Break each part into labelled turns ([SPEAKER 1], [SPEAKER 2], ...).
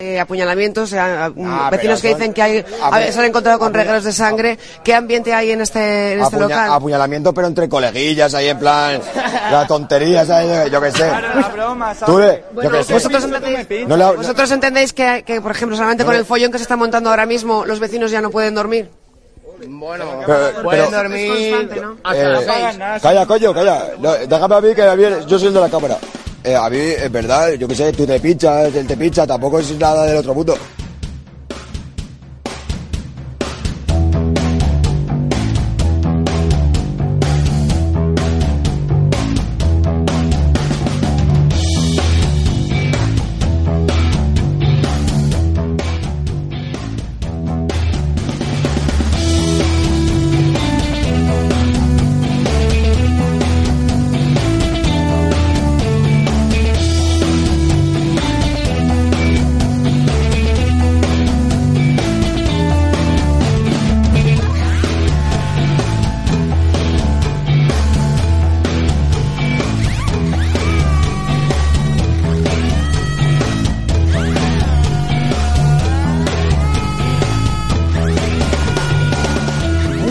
[SPEAKER 1] Eh, apuñalamientos, eh, a-
[SPEAKER 2] Ah,
[SPEAKER 1] vecinos que
[SPEAKER 2] pero son-
[SPEAKER 1] dicen que hay,
[SPEAKER 2] a
[SPEAKER 1] a
[SPEAKER 2] ver,
[SPEAKER 1] ver, se han encontrado con
[SPEAKER 2] apuña-
[SPEAKER 1] regalos de sangre. ¿Qué ambiente hay en este, en este
[SPEAKER 2] Apuña-
[SPEAKER 1] local?
[SPEAKER 2] Apuñalamiento, pero entre coleguillas, ahí en plan. La tontería, ¿sabes? Yo qué sé.
[SPEAKER 3] la broma,
[SPEAKER 2] Tú de-
[SPEAKER 1] Bueno,
[SPEAKER 2] yo qué sé.
[SPEAKER 1] vosotros, entendéis,
[SPEAKER 2] No le ha-
[SPEAKER 1] vosotros entendéis que, que, por ejemplo, solamente con el follón que se está montando ahora mismo, los vecinos ya no pueden dormir.
[SPEAKER 2] no, pero-
[SPEAKER 4] Pueden
[SPEAKER 2] pero-
[SPEAKER 1] Es constante,
[SPEAKER 4] dormir.
[SPEAKER 1] ¿no?
[SPEAKER 2] eh,
[SPEAKER 3] No pagan nada.
[SPEAKER 2] calla, coño, calla. No, déjame a mí que a mí- yo soy el de la cámara. Eh, a mí, es verdad, yo qué sé, tú te pinchas, él te pincha, tampoco es nada del otro mundo.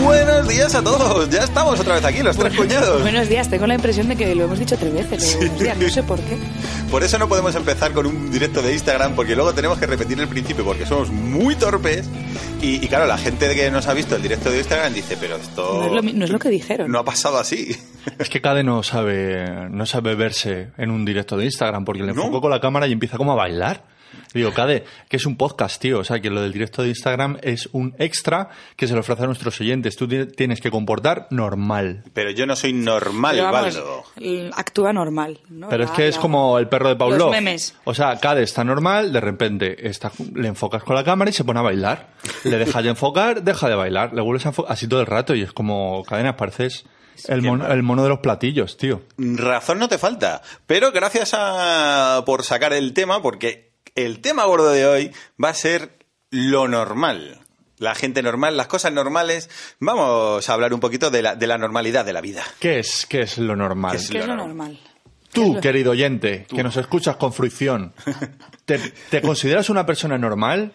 [SPEAKER 5] Buenos días a todos, ya estamos otra vez aquí, los tres cuñados.
[SPEAKER 6] Buenos días, tengo la impresión de que lo hemos dicho tres veces. lo de Buenos días, no sé por qué.
[SPEAKER 5] Por eso no podemos empezar con un directo de Instagram, porque luego tenemos que repetir el principio, porque somos muy torpes. Y, y claro, la gente que nos ha visto el directo de Instagram dice, pero esto...
[SPEAKER 6] No es lo mi- no es lo que dijeron.
[SPEAKER 5] No ha pasado así.
[SPEAKER 7] Es que Cade no sabe, no sabe verse en un directo de Instagram porque le
[SPEAKER 5] ¿No?
[SPEAKER 7] enfocó con la cámara y empieza como a bailar. Y Digo, Cade, que es un podcast, tío. O sea, que lo del directo de Instagram es un extra que se le ofrece a nuestros oyentes. Tú ti- tienes que comportar normal.
[SPEAKER 5] Pero yo no soy normal,
[SPEAKER 6] Pero vamos,
[SPEAKER 5] Baldo.
[SPEAKER 6] l- actúa normal. ¿no?
[SPEAKER 7] Pero es
[SPEAKER 6] La-
[SPEAKER 7] que es
[SPEAKER 6] la-
[SPEAKER 7] como el perro de Pablo.
[SPEAKER 6] Los memes.
[SPEAKER 7] O sea, Cade está normal, de repente está, le enfocas con la cámara y se pone a bailar. Le dejas de enfocar, deja de bailar. Le vuelves a enfocar así todo el rato y es como, cadenas, pareces el, mon- el mono de los platillos, tío.
[SPEAKER 5] Razón no te falta. Pero gracias a... por sacar el tema, porque el tema gordo de hoy va a ser lo normal. La gente normal, las cosas normales. Vamos a hablar un poquito de la, de la normalidad de la vida.
[SPEAKER 7] ¿Qué es, qué es lo normal?
[SPEAKER 5] ¿Qué
[SPEAKER 6] ¿Qué es lo normal?
[SPEAKER 7] Tú, querido oyente, que nos escuchas con fruición, ¿te, te consideras una persona normal?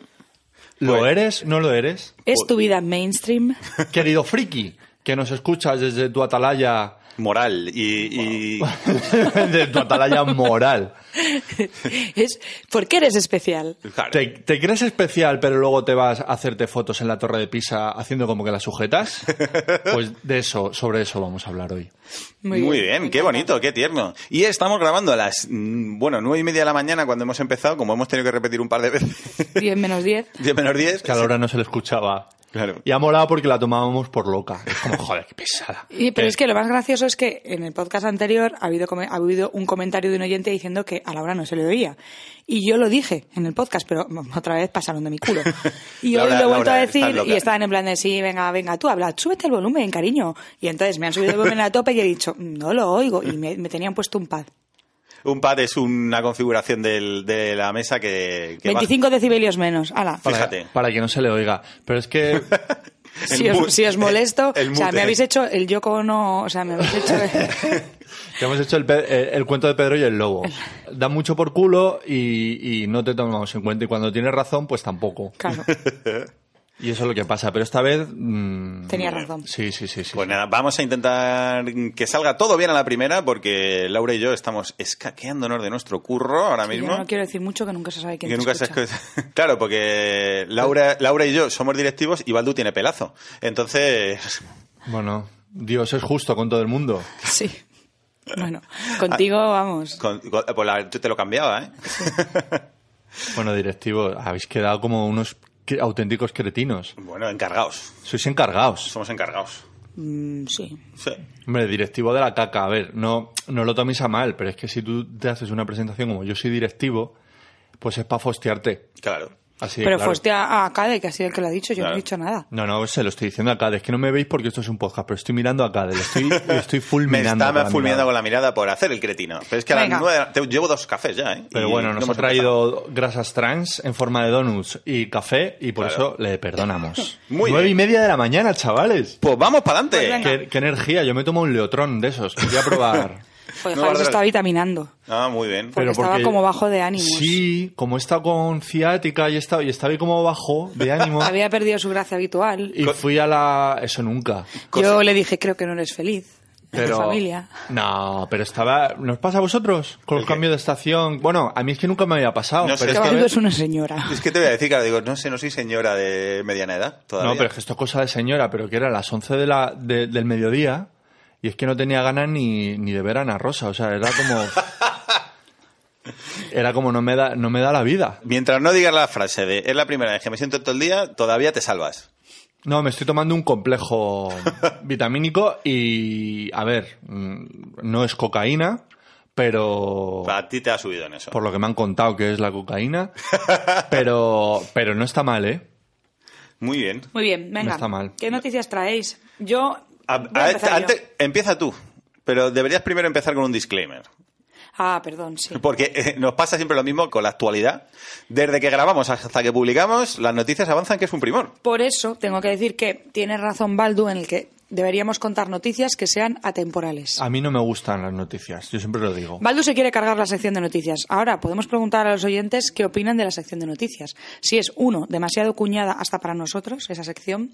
[SPEAKER 7] ¿Lo
[SPEAKER 5] Pues-
[SPEAKER 7] eres? ¿No lo eres?
[SPEAKER 6] ¿Es tu vida mainstream?
[SPEAKER 7] Querido friki, que nos escuchas desde tu atalaya,
[SPEAKER 5] moral y, y-
[SPEAKER 7] desde tu atalaya moral.
[SPEAKER 6] ¿Es, ¿Por qué eres especial?
[SPEAKER 5] claro,
[SPEAKER 7] ¿Te, te crees especial, pero luego te vas a hacerte fotos en la Torre de Pisa haciendo como que la sujetas? Pues de eso, sobre eso vamos a hablar hoy.
[SPEAKER 5] muy, bien,
[SPEAKER 6] me
[SPEAKER 5] qué
[SPEAKER 6] encanta.
[SPEAKER 5] bonito, qué tierno. Y estamos grabando a las mm, bueno nueve y media de la mañana cuando hemos empezado, como hemos tenido que repetir un par de veces,
[SPEAKER 6] 10 menos 10.
[SPEAKER 5] 10 menos 10.
[SPEAKER 7] Que a la hora no se le escuchaba.
[SPEAKER 5] Claro.
[SPEAKER 7] Y ha molado porque la tomábamos por loca. Es como, joder, qué pesada.
[SPEAKER 6] Y- pero
[SPEAKER 7] Eh,
[SPEAKER 6] es que lo más gracioso es que en el podcast anterior ha habido, come- ha habido un comentario de un oyente diciendo que a Laura no se le oía. Y yo lo dije en el podcast, pero mm, otra vez pasaron de mi culo. Y hoy
[SPEAKER 5] Laura-
[SPEAKER 6] lo he vuelto
[SPEAKER 5] Laura,
[SPEAKER 6] a
[SPEAKER 5] estás
[SPEAKER 6] decir
[SPEAKER 5] loca.
[SPEAKER 6] y estaban en plan de, sí, venga, venga, tú habla, súbete el volumen, cariño. Y entonces me han subido el volumen a tope y he dicho, "Mm, no lo oigo. Y me, me tenían puesto un pad.
[SPEAKER 5] Un pad es una configuración del- de la mesa que, que
[SPEAKER 6] 25 decibelios menos. Ala.
[SPEAKER 5] Vale.
[SPEAKER 7] para-
[SPEAKER 5] fíjate.
[SPEAKER 7] para que no se le oiga. Pero es que
[SPEAKER 5] baja.
[SPEAKER 6] Si
[SPEAKER 5] El
[SPEAKER 6] os,
[SPEAKER 5] mute.
[SPEAKER 6] si os molesto,
[SPEAKER 5] El
[SPEAKER 6] o sea,
[SPEAKER 5] mute.
[SPEAKER 6] me habéis hecho el Yoko no, o sea, me habéis hecho...
[SPEAKER 7] Que hemos hecho el, pe- eh, el cuento de Pedro y el lobo. Da mucho por culo y, y no te tomamos en cuenta. Y cuando tienes razón, pues tampoco.
[SPEAKER 6] Claro,
[SPEAKER 7] Y eso es lo que pasa. Pero esta vez. mm,
[SPEAKER 6] tenía razón.
[SPEAKER 7] Sí, sí, sí. sí.
[SPEAKER 5] Pues nada, vamos a intentar que salga todo bien a la primera porque Laura y yo estamos escaqueándonos de nuestro curro ahora
[SPEAKER 6] Yo
[SPEAKER 5] mismo.
[SPEAKER 6] no quiero decir mucho que nunca se sabe quién
[SPEAKER 5] Que
[SPEAKER 6] te
[SPEAKER 5] nunca se
[SPEAKER 6] escucha.
[SPEAKER 5] escucha. Claro, porque Laura, Laura y yo somos directivos y Baldu tiene pelazo. Entonces,
[SPEAKER 7] Bueno, Dios es justo con todo el mundo.
[SPEAKER 6] Sí. Bueno, contigo vamos.
[SPEAKER 5] con- con- pues la- yo te lo cambiaba, ¿eh?
[SPEAKER 7] Bueno, directivo, habéis quedado como unos cre- auténticos cretinos.
[SPEAKER 5] Bueno, encargados.
[SPEAKER 7] Sois encargados.
[SPEAKER 5] Somos encargados.
[SPEAKER 6] Mm, sí.
[SPEAKER 5] Sí.
[SPEAKER 7] Hombre, directivo de la caca. A ver, no, no lo toméis a mal, pero es que si tú te haces una presentación como yo soy directivo, pues es para fostearte.
[SPEAKER 5] Claro.
[SPEAKER 7] Así de
[SPEAKER 6] Pero
[SPEAKER 7] claro.
[SPEAKER 6] fuiste a, a Cade, que ha sido el que lo ha dicho. Yo
[SPEAKER 5] Claro.
[SPEAKER 6] no he dicho nada.
[SPEAKER 7] No, no, se lo estoy diciendo a Cade. Es que no me veis porque esto es un podcast, pero estoy mirando a Cade. Le estoy, le estoy
[SPEAKER 5] Me
[SPEAKER 7] fulminando.
[SPEAKER 5] está
[SPEAKER 7] con la
[SPEAKER 5] fulminando
[SPEAKER 7] mirada.
[SPEAKER 5] con la mirada por hacer el cretino. Pero es que a las
[SPEAKER 6] Venga.
[SPEAKER 5] nueve de la- te- llevo dos cafés ya, ¿eh?
[SPEAKER 7] Pero
[SPEAKER 5] Y
[SPEAKER 7] bueno,
[SPEAKER 5] no
[SPEAKER 7] nos ha
[SPEAKER 5] hemos
[SPEAKER 7] traído grasas trans en forma de donuts y café y por
[SPEAKER 5] Claro.
[SPEAKER 7] eso le perdonamos.
[SPEAKER 5] Muy
[SPEAKER 7] Nueve
[SPEAKER 5] bien.
[SPEAKER 7] y media de la mañana, chavales.
[SPEAKER 5] empezado. Pues vamos para
[SPEAKER 6] Pues
[SPEAKER 5] adelante.
[SPEAKER 6] venga.
[SPEAKER 7] ¿Qué, qué energía. Yo me tomo un leotrón de esos. Quería probar.
[SPEAKER 6] Pues
[SPEAKER 5] No,
[SPEAKER 6] Javi se
[SPEAKER 5] Bárbara.
[SPEAKER 6] estaba vitaminando.
[SPEAKER 5] Ah, muy bien.
[SPEAKER 6] Porque estaba como bajo de ánimos.
[SPEAKER 7] Sí, como está con ciática y estaba, y estaba ahí como bajo de ánimo.
[SPEAKER 6] Había perdido su gracia habitual.
[SPEAKER 7] y fui a la... Eso nunca.
[SPEAKER 6] Yo le dije, creo que no eres feliz. En tu
[SPEAKER 7] Pero,
[SPEAKER 6] familia.
[SPEAKER 7] No, pero estaba... ¿Nos pasa a vosotros? Con los
[SPEAKER 5] ¿El qué?
[SPEAKER 7] cambios de estación. Bueno, a mí es que nunca me había pasado.
[SPEAKER 5] No sé,
[SPEAKER 7] pero
[SPEAKER 5] es
[SPEAKER 7] esta
[SPEAKER 5] que-
[SPEAKER 6] Caballo
[SPEAKER 7] vez-
[SPEAKER 6] es una señora.
[SPEAKER 5] Es que te voy a decir, claro, digo, no sé, no soy señora de mediana edad todavía.
[SPEAKER 7] No, pero es que esto es cosa de señora, pero que era las 11 de la, de- del mediodía y es que no tenía ganas ni, ni de ver a Ana Rosa, o sea, era como... era como no me da, no me da la vida.
[SPEAKER 5] Mientras no digas la frase de es la primera vez que me siento todo el día, todavía te salvas.
[SPEAKER 7] No, me estoy tomando un complejo vitamínico y, a ver, mm, no es cocaína, pero...
[SPEAKER 5] A ti te ha subido en eso.
[SPEAKER 7] Por lo que me han contado que es la cocaína, pero, pero no está mal, ¿eh?
[SPEAKER 5] Muy bien.
[SPEAKER 6] Muy bien, venga.
[SPEAKER 7] No está mal.
[SPEAKER 6] ¿Qué noticias traéis? Yo.
[SPEAKER 5] A-
[SPEAKER 6] voy a
[SPEAKER 5] a-
[SPEAKER 6] empezar yo.
[SPEAKER 5] antes- empieza tú, pero deberías primero empezar con un disclaimer.
[SPEAKER 6] Ah, perdón, sí.
[SPEAKER 5] Porque eh, nos pasa siempre lo mismo con la actualidad. Desde que grabamos hasta que publicamos, las noticias avanzan, que es un primor.
[SPEAKER 6] Por eso tengo que decir que tiene razón Baldu en el que deberíamos contar noticias que sean atemporales.
[SPEAKER 7] A mí no me gustan las noticias, yo siempre lo digo.
[SPEAKER 6] Baldu se quiere cargar la sección de noticias. Ahora podemos preguntar a los oyentes qué opinan de la sección de noticias. Si es uno, demasiado cuñada hasta para nosotros esa sección,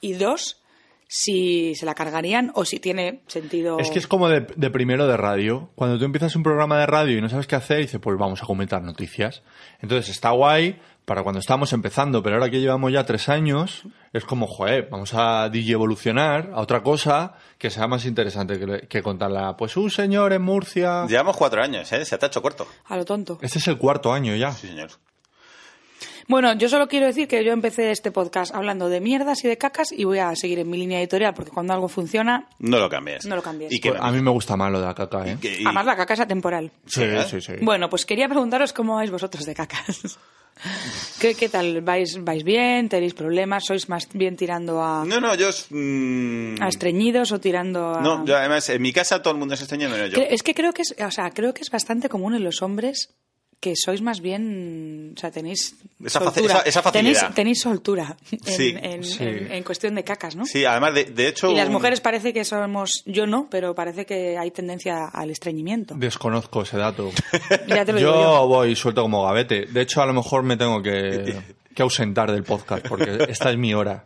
[SPEAKER 6] y dos, si se la cargarían o si tiene sentido.
[SPEAKER 7] Es que es como de, de primero de radio. Cuando tú empiezas un programa de radio y no sabes qué hacer, dices, pues vamos a comentar noticias. Entonces está guay para cuando estábamos empezando, pero ahora que llevamos ya tres años, es como, joder, vamos a DJ evolucionar a otra cosa que sea más interesante que, le- que contarla. Pues un señor en Murcia.
[SPEAKER 5] Llevamos cuatro años, ¿eh? Se te ha hecho corto.
[SPEAKER 6] a lo tonto.
[SPEAKER 7] Este es el cuarto año ya.
[SPEAKER 5] Sí, señor.
[SPEAKER 6] Bueno, yo solo quiero decir que yo empecé este podcast hablando de mierdas y de cacas y voy a seguir en mi línea editorial porque cuando algo funciona,
[SPEAKER 5] No lo cambies.
[SPEAKER 6] No lo cambies.
[SPEAKER 5] Y que-
[SPEAKER 7] Pues a mí me gusta más lo de la caca, ¿eh?
[SPEAKER 5] que- y-
[SPEAKER 6] además la caca es atemporal.
[SPEAKER 7] Sí,
[SPEAKER 5] ¿eh?
[SPEAKER 7] sí, sí.
[SPEAKER 6] Bueno, pues quería preguntaros cómo vais vosotros de cacas. ¿Qué, qué tal? ¿Vais, ¿Vais bien? ¿Tenéis problemas? ¿Sois más bien tirando a,
[SPEAKER 5] No, no, yo... mm,
[SPEAKER 6] a estreñidos o tirando a.?
[SPEAKER 5] no, yo además, en mi casa todo el mundo se extraña menos yo.
[SPEAKER 6] Cre- Es que creo que es, o sea, creo que es bastante común en los hombres que sois más bien, o sea, tenéis
[SPEAKER 5] Esa faci-
[SPEAKER 6] soltura.
[SPEAKER 5] esa- esa facilidad.
[SPEAKER 6] Tenéis, tenéis soltura en,
[SPEAKER 5] Sí,
[SPEAKER 6] en-
[SPEAKER 7] sí.
[SPEAKER 6] en- en cuestión de cacas, ¿no?
[SPEAKER 5] Sí, además, de, de hecho...
[SPEAKER 6] Y las
[SPEAKER 5] un-
[SPEAKER 6] mujeres parece que somos, yo no, pero parece que hay tendencia al estreñimiento.
[SPEAKER 7] Desconozco ese dato.
[SPEAKER 6] Ya te lo digo yo.
[SPEAKER 7] Yo voy suelto como gavete. De hecho, a lo mejor me tengo que, que ausentar del podcast porque esta es mi hora.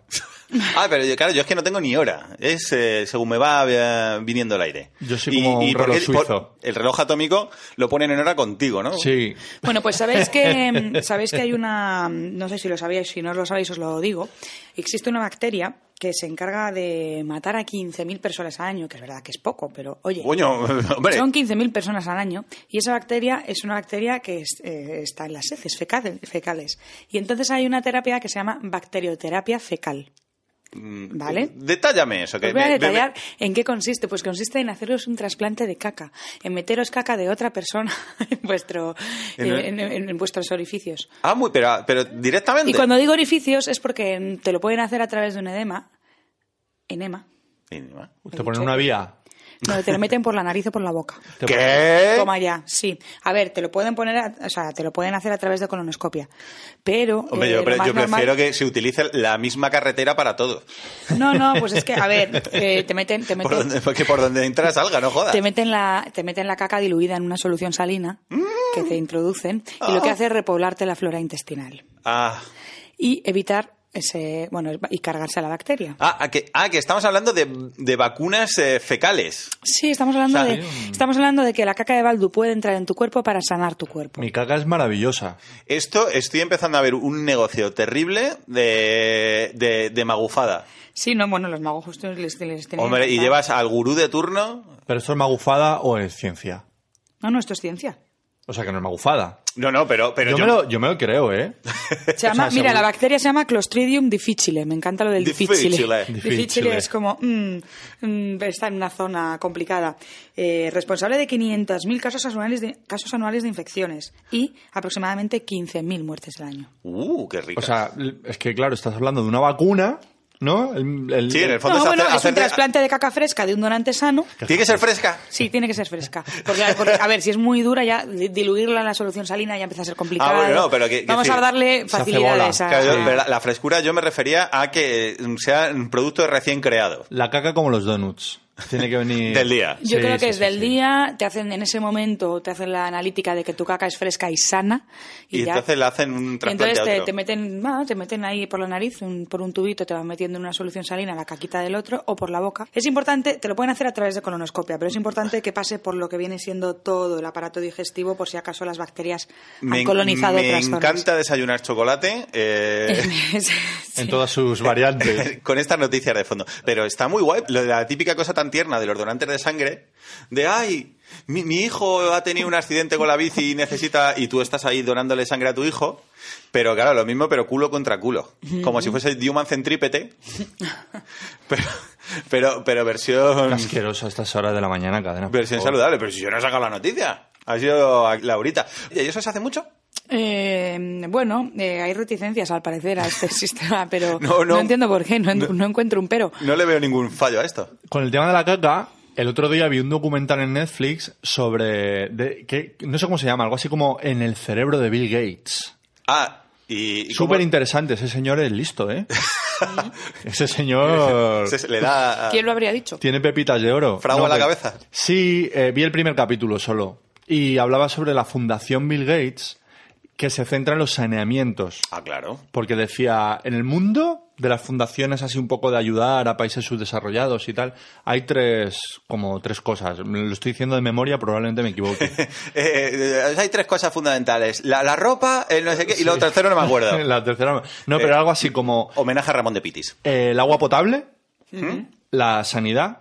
[SPEAKER 5] Ah, pero yo- claro, yo es que no tengo ni hora. Es eh, según me va eh, viniendo el aire.
[SPEAKER 7] Yo soy como un reloj
[SPEAKER 5] por-
[SPEAKER 7] suizo.
[SPEAKER 5] el reloj atómico lo ponen en hora contigo, ¿no?
[SPEAKER 7] Sí.
[SPEAKER 6] Bueno, pues sabéis que sabéis que hay una, no sé si lo sabíais, si no os lo sabéis os lo digo. Existe una bacteria que se encarga de matar a 15.000 personas al año, que es verdad que es poco, pero oye,
[SPEAKER 5] Coño, hombre.
[SPEAKER 6] son 15.000 personas al año y esa bacteria es una bacteria que es, eh, está en las heces fecales, fecales. Y entonces hay una terapia que se llama bacterioterapia fecal.
[SPEAKER 5] Mm,
[SPEAKER 6] ¿Vale?
[SPEAKER 5] eh, Detállame eso. Que
[SPEAKER 6] Os voy a
[SPEAKER 5] me- me-
[SPEAKER 6] detallar en qué consiste. Pues consiste en haceros un trasplante de caca, en meteros caca de otra persona en, vuestro,
[SPEAKER 5] En
[SPEAKER 6] eh,
[SPEAKER 5] el-
[SPEAKER 6] en- en- en vuestros orificios.
[SPEAKER 5] Ah, muy, pero, pero directamente.
[SPEAKER 6] Y cuando digo orificios es porque te lo pueden hacer a través de un edema, enema,
[SPEAKER 5] Mínima.
[SPEAKER 7] Te ponen una vía.
[SPEAKER 6] donde te lo meten por la nariz o por la boca.
[SPEAKER 7] Te
[SPEAKER 5] ¿Qué?
[SPEAKER 6] Toma ya, sí. A ver, te lo pueden poner, a- o sea, te lo pueden hacer a través de colonoscopia. Pero
[SPEAKER 5] Hombre,
[SPEAKER 6] eh,
[SPEAKER 5] yo,
[SPEAKER 6] lo
[SPEAKER 5] pre-
[SPEAKER 6] más
[SPEAKER 5] yo prefiero
[SPEAKER 6] normal-
[SPEAKER 5] que se utilice la misma carretera para todo.
[SPEAKER 6] No, no, pues es que a ver, eh, te meten, te
[SPEAKER 5] Por
[SPEAKER 6] meten,
[SPEAKER 5] donde, porque por donde entra salga, no jodas.
[SPEAKER 6] Te meten, la, te meten la caca diluida en una solución salina que
[SPEAKER 5] Mm.
[SPEAKER 6] te introducen y lo que hace es repoblarte la flora intestinal
[SPEAKER 5] Ah,
[SPEAKER 6] y evitar ese, bueno, y cargarse a la bacteria.
[SPEAKER 5] ah, ah, que, ah, que estamos hablando de, de vacunas eh, fecales.
[SPEAKER 6] Sí, estamos hablando,
[SPEAKER 5] O sea,
[SPEAKER 6] de, estamos hablando de que la caca de Baldu puede entrar en tu cuerpo para sanar tu cuerpo.
[SPEAKER 7] Mi caca es maravillosa.
[SPEAKER 5] Esto estoy empezando a ver un negocio terrible de, de, de magufada.
[SPEAKER 6] Sí, no, bueno, los magos justos les, les tenían
[SPEAKER 5] Hombre,
[SPEAKER 6] que
[SPEAKER 5] y
[SPEAKER 6] contar.
[SPEAKER 5] llevas al gurú de turno.
[SPEAKER 7] ¿Pero esto es magufada o es ciencia?
[SPEAKER 6] No, no, esto es ciencia.
[SPEAKER 7] O sea, que no es magufada.
[SPEAKER 5] No, no, pero, pero
[SPEAKER 7] Yo, me, lo, yo me lo creo, ¿eh?
[SPEAKER 6] Se llama- mira,
[SPEAKER 7] sea, seguro.
[SPEAKER 6] la bacteria se llama Clostridium difficile. Me encanta lo del difficile.
[SPEAKER 5] Difficile.
[SPEAKER 6] Difficile,
[SPEAKER 7] Difficile.
[SPEAKER 6] es como mm, mm, está en una zona complicada. Eh, responsable de 500.000 casos anuales de casos anuales de infecciones y aproximadamente 15.000 muertes al año.
[SPEAKER 5] Uh, qué rico.
[SPEAKER 7] O sea, l- es que claro, estás hablando de una vacuna, ¿no? El- el-
[SPEAKER 5] Sí, en el fondo
[SPEAKER 6] No,
[SPEAKER 5] es
[SPEAKER 6] bueno,
[SPEAKER 5] hacer-
[SPEAKER 6] es un
[SPEAKER 5] hacerte-
[SPEAKER 6] trasplante de caca fresca de un donante sano.
[SPEAKER 5] Tiene que ser fresca.
[SPEAKER 6] Sí, tiene que ser fresca. Porque, porque, a ver, si es muy dura, ya di- diluirla en la solución salina ya empieza a ser complicado.
[SPEAKER 5] Ah, bueno, no, pero que- que
[SPEAKER 6] Vamos
[SPEAKER 5] sí.
[SPEAKER 6] a darle
[SPEAKER 7] Se hace
[SPEAKER 6] facilidades
[SPEAKER 7] bola.
[SPEAKER 6] a...
[SPEAKER 5] Claro, yo- pero la, la frescura yo me refería a que eh, sea un producto recién creado.
[SPEAKER 7] La caca como los donuts. Tiene que venir.
[SPEAKER 5] Del día.
[SPEAKER 6] Yo
[SPEAKER 7] Sí,
[SPEAKER 6] creo que
[SPEAKER 7] sí,
[SPEAKER 6] es
[SPEAKER 7] sí,
[SPEAKER 6] del
[SPEAKER 7] sí.
[SPEAKER 6] día, te hacen en ese momento, te hacen la analítica de que tu caca es fresca y sana. Y,
[SPEAKER 5] Y
[SPEAKER 6] ya-
[SPEAKER 5] entonces le hacen un
[SPEAKER 6] Y
[SPEAKER 5] trasplante
[SPEAKER 6] entonces
[SPEAKER 5] a
[SPEAKER 6] te,
[SPEAKER 5] otro.
[SPEAKER 6] te meten, ah, te meten ahí por la nariz, un- por un tubito te van metiendo una solución salina la caquita del otro o por la boca. Es importante, te lo pueden hacer a través de colonoscopia, pero es importante que pase por lo que viene siendo todo el aparato digestivo por si acaso las bacterias han
[SPEAKER 5] Me,
[SPEAKER 6] colonizado
[SPEAKER 5] me
[SPEAKER 6] otras zonas.
[SPEAKER 5] encanta desayunar chocolate eh,
[SPEAKER 6] Sí.
[SPEAKER 7] En todas sus variantes.
[SPEAKER 5] con estas noticias de fondo. Pero está muy guay lo de la típica cosa tan tierna de los donantes de sangre, de ay, mi, mi hijo ha tenido un accidente con la bici y necesita, y tú estás ahí donándole sangre a tu hijo, pero claro, lo mismo, pero culo contra culo. Como si fuese Human Centrípete, pero, pero, pero versión...
[SPEAKER 7] Asqueroso a estas horas de la mañana, cadena. por
[SPEAKER 5] Versión
[SPEAKER 7] favor.
[SPEAKER 5] saludable, pero si yo no he sacado la noticia. Ha sido a- Laurita. Oye, ¿Y eso se hace mucho?
[SPEAKER 6] Eh, bueno, eh, hay reticencias al parecer a este sistema, pero
[SPEAKER 5] No,
[SPEAKER 6] no,
[SPEAKER 5] no.
[SPEAKER 6] entiendo por qué, no, en- no encuentro un pero.
[SPEAKER 5] No le veo ningún fallo a esto.
[SPEAKER 7] Con el tema de la caca, el otro día vi un documental en Netflix sobre. de- que, no sé cómo se llama, algo así como En el cerebro de Bill Gates.
[SPEAKER 5] Ah, y... y cómo-
[SPEAKER 7] Súper interesante, ese señor es listo, ¿eh? ese señor.
[SPEAKER 5] se- se le da... a-
[SPEAKER 6] ¿Quién lo habría dicho?
[SPEAKER 7] Tiene pepitas de oro.
[SPEAKER 5] Fragua la
[SPEAKER 7] pero-
[SPEAKER 5] cabeza.
[SPEAKER 7] Sí, eh, vi el primer capítulo solo. Y hablaba sobre la fundación Bill Gates, que se centra en los saneamientos.
[SPEAKER 5] Ah, claro.
[SPEAKER 7] Porque decía, en el mundo de las fundaciones así un poco de ayudar a países subdesarrollados y tal, hay tres, como tres cosas. Me Lo estoy diciendo de memoria, probablemente me equivoque.
[SPEAKER 5] Eh, eh, hay tres cosas fundamentales. La, la ropa, el no sé qué, y lo tercero no me acuerdo.
[SPEAKER 7] la tercera. No,
[SPEAKER 5] Eh,
[SPEAKER 7] pero algo así como
[SPEAKER 5] Homenaje a Ramón de Pitis.
[SPEAKER 7] eh, el agua potable, la sanidad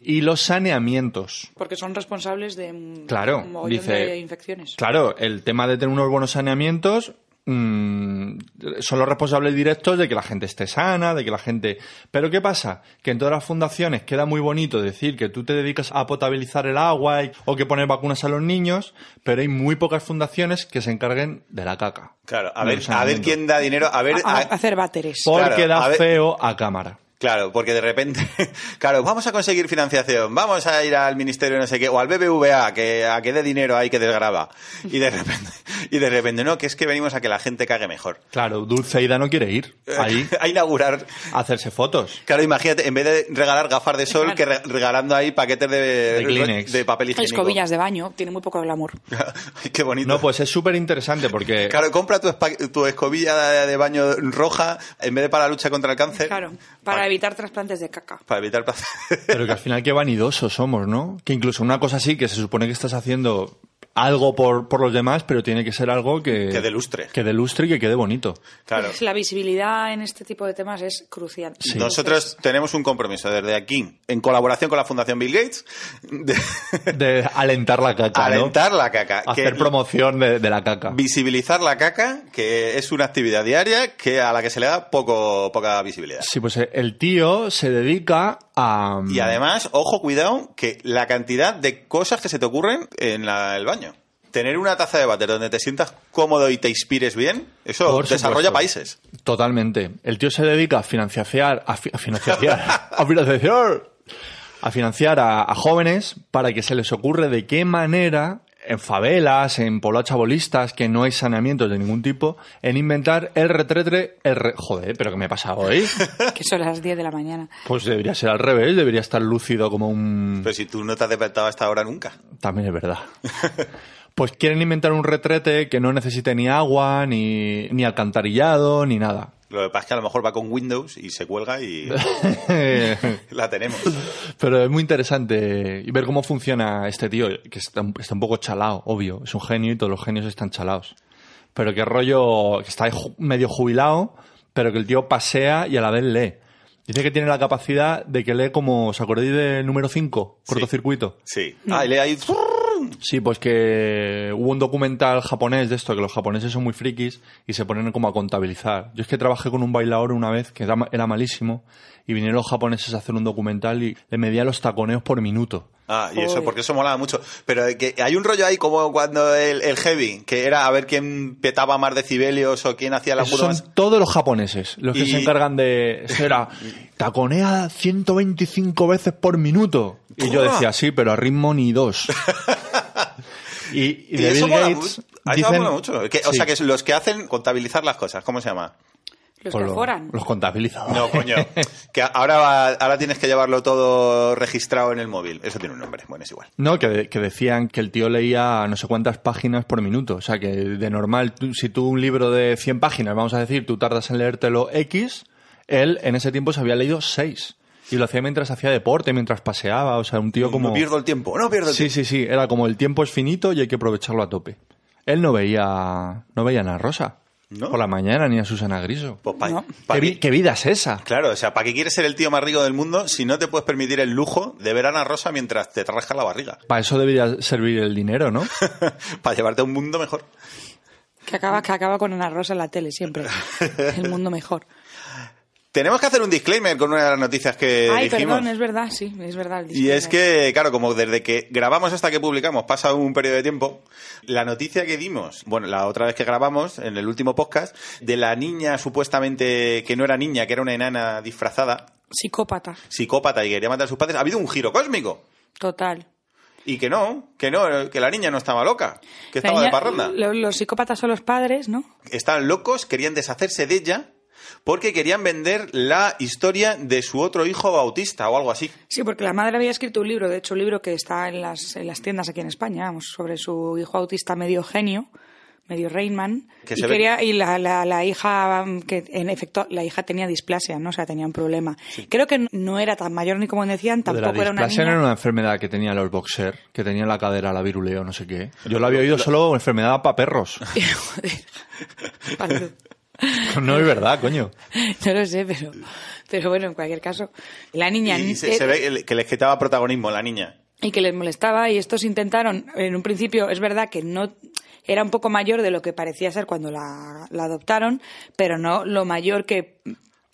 [SPEAKER 7] y los saneamientos.
[SPEAKER 6] Porque son responsables de un
[SPEAKER 7] Claro,
[SPEAKER 6] un mogollón
[SPEAKER 7] dice.
[SPEAKER 6] de infecciones.
[SPEAKER 7] Claro, el tema de tener unos buenos saneamientos mm, son los responsables directos de que la gente esté sana, de que la gente. Pero ¿qué pasa? Que en todas las fundaciones queda muy bonito decir que tú te dedicas a potabilizar el agua y- o que poner vacunas a los niños, pero hay muy pocas fundaciones que se encarguen de la caca.
[SPEAKER 5] Claro, a
[SPEAKER 7] de
[SPEAKER 5] ver,
[SPEAKER 7] los
[SPEAKER 5] a ver
[SPEAKER 7] saneamientos.
[SPEAKER 5] quién da dinero. A ver,
[SPEAKER 6] A- a-
[SPEAKER 5] a-
[SPEAKER 6] hacer váteres.
[SPEAKER 7] Porque
[SPEAKER 5] Claro,
[SPEAKER 7] da
[SPEAKER 5] a ver-
[SPEAKER 7] feo a cámara.
[SPEAKER 5] Claro, porque de repente, claro, vamos a conseguir financiación, vamos a ir al ministerio no sé qué, o al BBVA, que, a que dé dinero ahí que desgraba. Y de repente, y de repente, no, que es que venimos a que la gente cague mejor.
[SPEAKER 7] Claro, Dulceida no quiere ir
[SPEAKER 5] Eh.
[SPEAKER 7] ahí
[SPEAKER 5] a inaugurar.
[SPEAKER 7] a hacerse fotos.
[SPEAKER 5] Claro, imagínate, en vez de regalar gafas de sol, que re- regalando ahí paquetes de,
[SPEAKER 7] De Kleenex.
[SPEAKER 5] de papel higiénico.
[SPEAKER 6] Escobillas de baño, tiene muy poco glamour.
[SPEAKER 5] Ay, qué bonito.
[SPEAKER 7] No, pues es súper interesante porque
[SPEAKER 5] Claro, compra tu, espa- tu escobilla de, de baño roja en vez de para la lucha contra el cáncer.
[SPEAKER 6] Claro, para
[SPEAKER 5] Pa-
[SPEAKER 6] evitar trasplantes de caca.
[SPEAKER 5] Para evitar placer.
[SPEAKER 7] Pero que al final qué vanidosos somos, ¿no? Que incluso una cosa así, que se supone que estás haciendo algo por, por los demás, pero tiene que ser algo que...
[SPEAKER 5] Que delustre.
[SPEAKER 7] Que delustre y que quede bonito.
[SPEAKER 5] Claro.
[SPEAKER 6] Pues La visibilidad en este tipo de temas es crucial.
[SPEAKER 5] Nosotros tenemos un compromiso desde aquí, en colaboración con la Fundación Bill Gates, de
[SPEAKER 7] De alentar la caca, ¿no?
[SPEAKER 5] alentar la caca.
[SPEAKER 7] Hacer
[SPEAKER 5] que-
[SPEAKER 7] promoción de, de la caca.
[SPEAKER 5] Visibilizar la caca, que es una actividad diaria que a la que se le da poco, poca visibilidad.
[SPEAKER 7] Sí, pues eh, el tío se dedica a...
[SPEAKER 5] Y además, ojo, cuidado, que la cantidad de cosas que se te ocurren en la- el baño. Tener una taza de váter donde te sientas cómodo y te inspires bien, eso
[SPEAKER 7] Por
[SPEAKER 5] desarrolla
[SPEAKER 7] supuesto.
[SPEAKER 5] países.
[SPEAKER 7] Totalmente. El tío se dedica a financiar, a, fi- a financiar, a financiar, a financiar a, a jóvenes para que se les ocurre de qué manera en favelas, en pueblos chabolistas, que no hay saneamientos de ningún tipo, en inventar el retrete, el re- joder, pero ¿qué me pasa hoy?
[SPEAKER 6] Que son las 10 de la mañana.
[SPEAKER 7] Pues debería ser al revés, debería estar lúcido como un...
[SPEAKER 5] Pero si tú no te has despertado hasta ahora nunca.
[SPEAKER 7] También es verdad. Pues quieren inventar un retrete que no necesite ni agua, ni, ni alcantarillado, ni nada.
[SPEAKER 5] Lo que pasa es que a lo mejor va con Windows y se cuelga y la tenemos.
[SPEAKER 7] Pero es muy interesante ver cómo funciona este tío, que está, un- está un poco chalado, obvio. Es un genio y todos los genios están chalados. Pero qué rollo, que está ahí ju- medio jubilado, pero que el tío pasea y a la vez lee. Dice que tiene la capacidad de que lee como, ¿os acordáis del número 5? Cortocircuito.
[SPEAKER 5] Sí. Ah, y le ahí.
[SPEAKER 7] Sí, pues que hubo un documental japonés de esto, que los japoneses son muy frikis y se ponen como a contabilizar. Yo es que trabajé con un bailador una vez que era, ma- era malísimo y vinieron los japoneses a hacer un documental y le medía los taconeos por minuto.
[SPEAKER 5] Ah, y eso,
[SPEAKER 6] Joder.
[SPEAKER 5] porque eso molaba mucho. Pero que hay un rollo ahí como cuando el, el Heavy, que era a ver quién petaba más decibelios o quién hacía la
[SPEAKER 7] Esos
[SPEAKER 5] burla
[SPEAKER 7] son
[SPEAKER 5] más.
[SPEAKER 7] todos los japoneses los que
[SPEAKER 5] Y-
[SPEAKER 7] se encargan de... eso Era, taconea 125 veces por minuto. Y yo
[SPEAKER 5] ¡Joder!
[SPEAKER 7] decía, sí, pero a ritmo ni dos. y, y de
[SPEAKER 5] eso
[SPEAKER 7] Bill
[SPEAKER 5] mola
[SPEAKER 7] Gates
[SPEAKER 5] mu- a eso
[SPEAKER 7] dicen-
[SPEAKER 5] mola mucho. Que- O
[SPEAKER 7] Sí.
[SPEAKER 5] sea, que es los que hacen contabilizar las cosas, ¿cómo se llama?
[SPEAKER 6] Los
[SPEAKER 7] Con
[SPEAKER 6] que foran.
[SPEAKER 7] Los contabilizados.
[SPEAKER 5] No, coño. Que ahora, va- ahora tienes que llevarlo todo registrado en el móvil. Eso tiene un nombre. Bueno, es igual.
[SPEAKER 7] No, que, de- que decían que el tío leía no sé cuántas páginas por minuto. O sea, que de normal, tú- si tú un libro de 100 páginas, vamos a decir, tú tardas en leértelo X, él en ese tiempo se había leído 6. Y lo hacía mientras hacía deporte, mientras paseaba. O sea, un tío como...
[SPEAKER 5] No pierdo el tiempo. No pierdo el
[SPEAKER 7] Sí,
[SPEAKER 5] tiempo.
[SPEAKER 7] sí, sí. Era como el tiempo es finito y hay que aprovecharlo a tope. Él no veía, no veía a Ana Rosa
[SPEAKER 5] ¿No?
[SPEAKER 7] por la mañana ni a Susana Griso.
[SPEAKER 5] Pues pa-
[SPEAKER 6] No.
[SPEAKER 5] pa-
[SPEAKER 7] ¿Qué, vi- qué vida es esa?
[SPEAKER 5] Claro, o sea, ¿para qué quieres ser el tío más rico del mundo si no te puedes permitir el lujo de ver a Ana Rosa mientras te rasca la barriga?
[SPEAKER 7] Para eso debería servir el dinero, ¿no?
[SPEAKER 5] Para llevarte a un mundo mejor.
[SPEAKER 6] Que acaba, que acaba con Ana Rosa en la tele siempre. El mundo mejor.
[SPEAKER 5] Tenemos que hacer un disclaimer con una de las noticias que
[SPEAKER 6] Ay,
[SPEAKER 5] Eh, dijimos.
[SPEAKER 6] perdón, es verdad, sí, es verdad. el
[SPEAKER 5] Y es
[SPEAKER 6] disclaimer.
[SPEAKER 5] que, claro, como desde que grabamos hasta que publicamos pasa un periodo de tiempo, la noticia que dimos, bueno, la otra vez que grabamos, en el último podcast, de la niña supuestamente que no era niña, que era una enana disfrazada,
[SPEAKER 6] Psicópata,
[SPEAKER 5] psicópata y quería matar a sus padres, ha habido un giro cósmico.
[SPEAKER 6] total.
[SPEAKER 5] Y que no, que no, que la niña no estaba loca, que
[SPEAKER 6] La
[SPEAKER 5] estaba de
[SPEAKER 6] niña-
[SPEAKER 5] parranda.
[SPEAKER 6] lo- los psicópatas son los padres, ¿no?
[SPEAKER 5] Estaban locos, querían deshacerse de ella porque querían vender la historia de su otro hijo bautista o algo así.
[SPEAKER 6] Sí, porque la madre había escrito un libro, de hecho, un libro que está en las, en las tiendas aquí en España, vamos, sobre su hijo autista medio genio, medio Rainman.
[SPEAKER 5] Que
[SPEAKER 6] y
[SPEAKER 5] se ve-
[SPEAKER 6] quería, y la, la- la hija, mm, que en efecto, la hija tenía displasia, ¿no? O sea, tenía un problema. Creo que no era tan mayor ni como decían,
[SPEAKER 7] Lo de la
[SPEAKER 6] tampoco era una
[SPEAKER 7] displasia
[SPEAKER 6] niña.
[SPEAKER 7] era una enfermedad que tenían los boxers, que tenían la cadera, la viruleo, no sé qué. Yo lo había oído solo enfermedad para perros.
[SPEAKER 6] Joder.
[SPEAKER 7] No es verdad, coño.
[SPEAKER 6] No lo sé, pero, pero bueno, en cualquier caso, la niña
[SPEAKER 5] Y se,
[SPEAKER 6] eh,
[SPEAKER 5] se ve que les quitaba protagonismo la niña.
[SPEAKER 6] y que les molestaba y estos intentaron, en un principio es verdad que no era un poco mayor de lo que parecía ser cuando la, la adoptaron, pero no lo mayor que...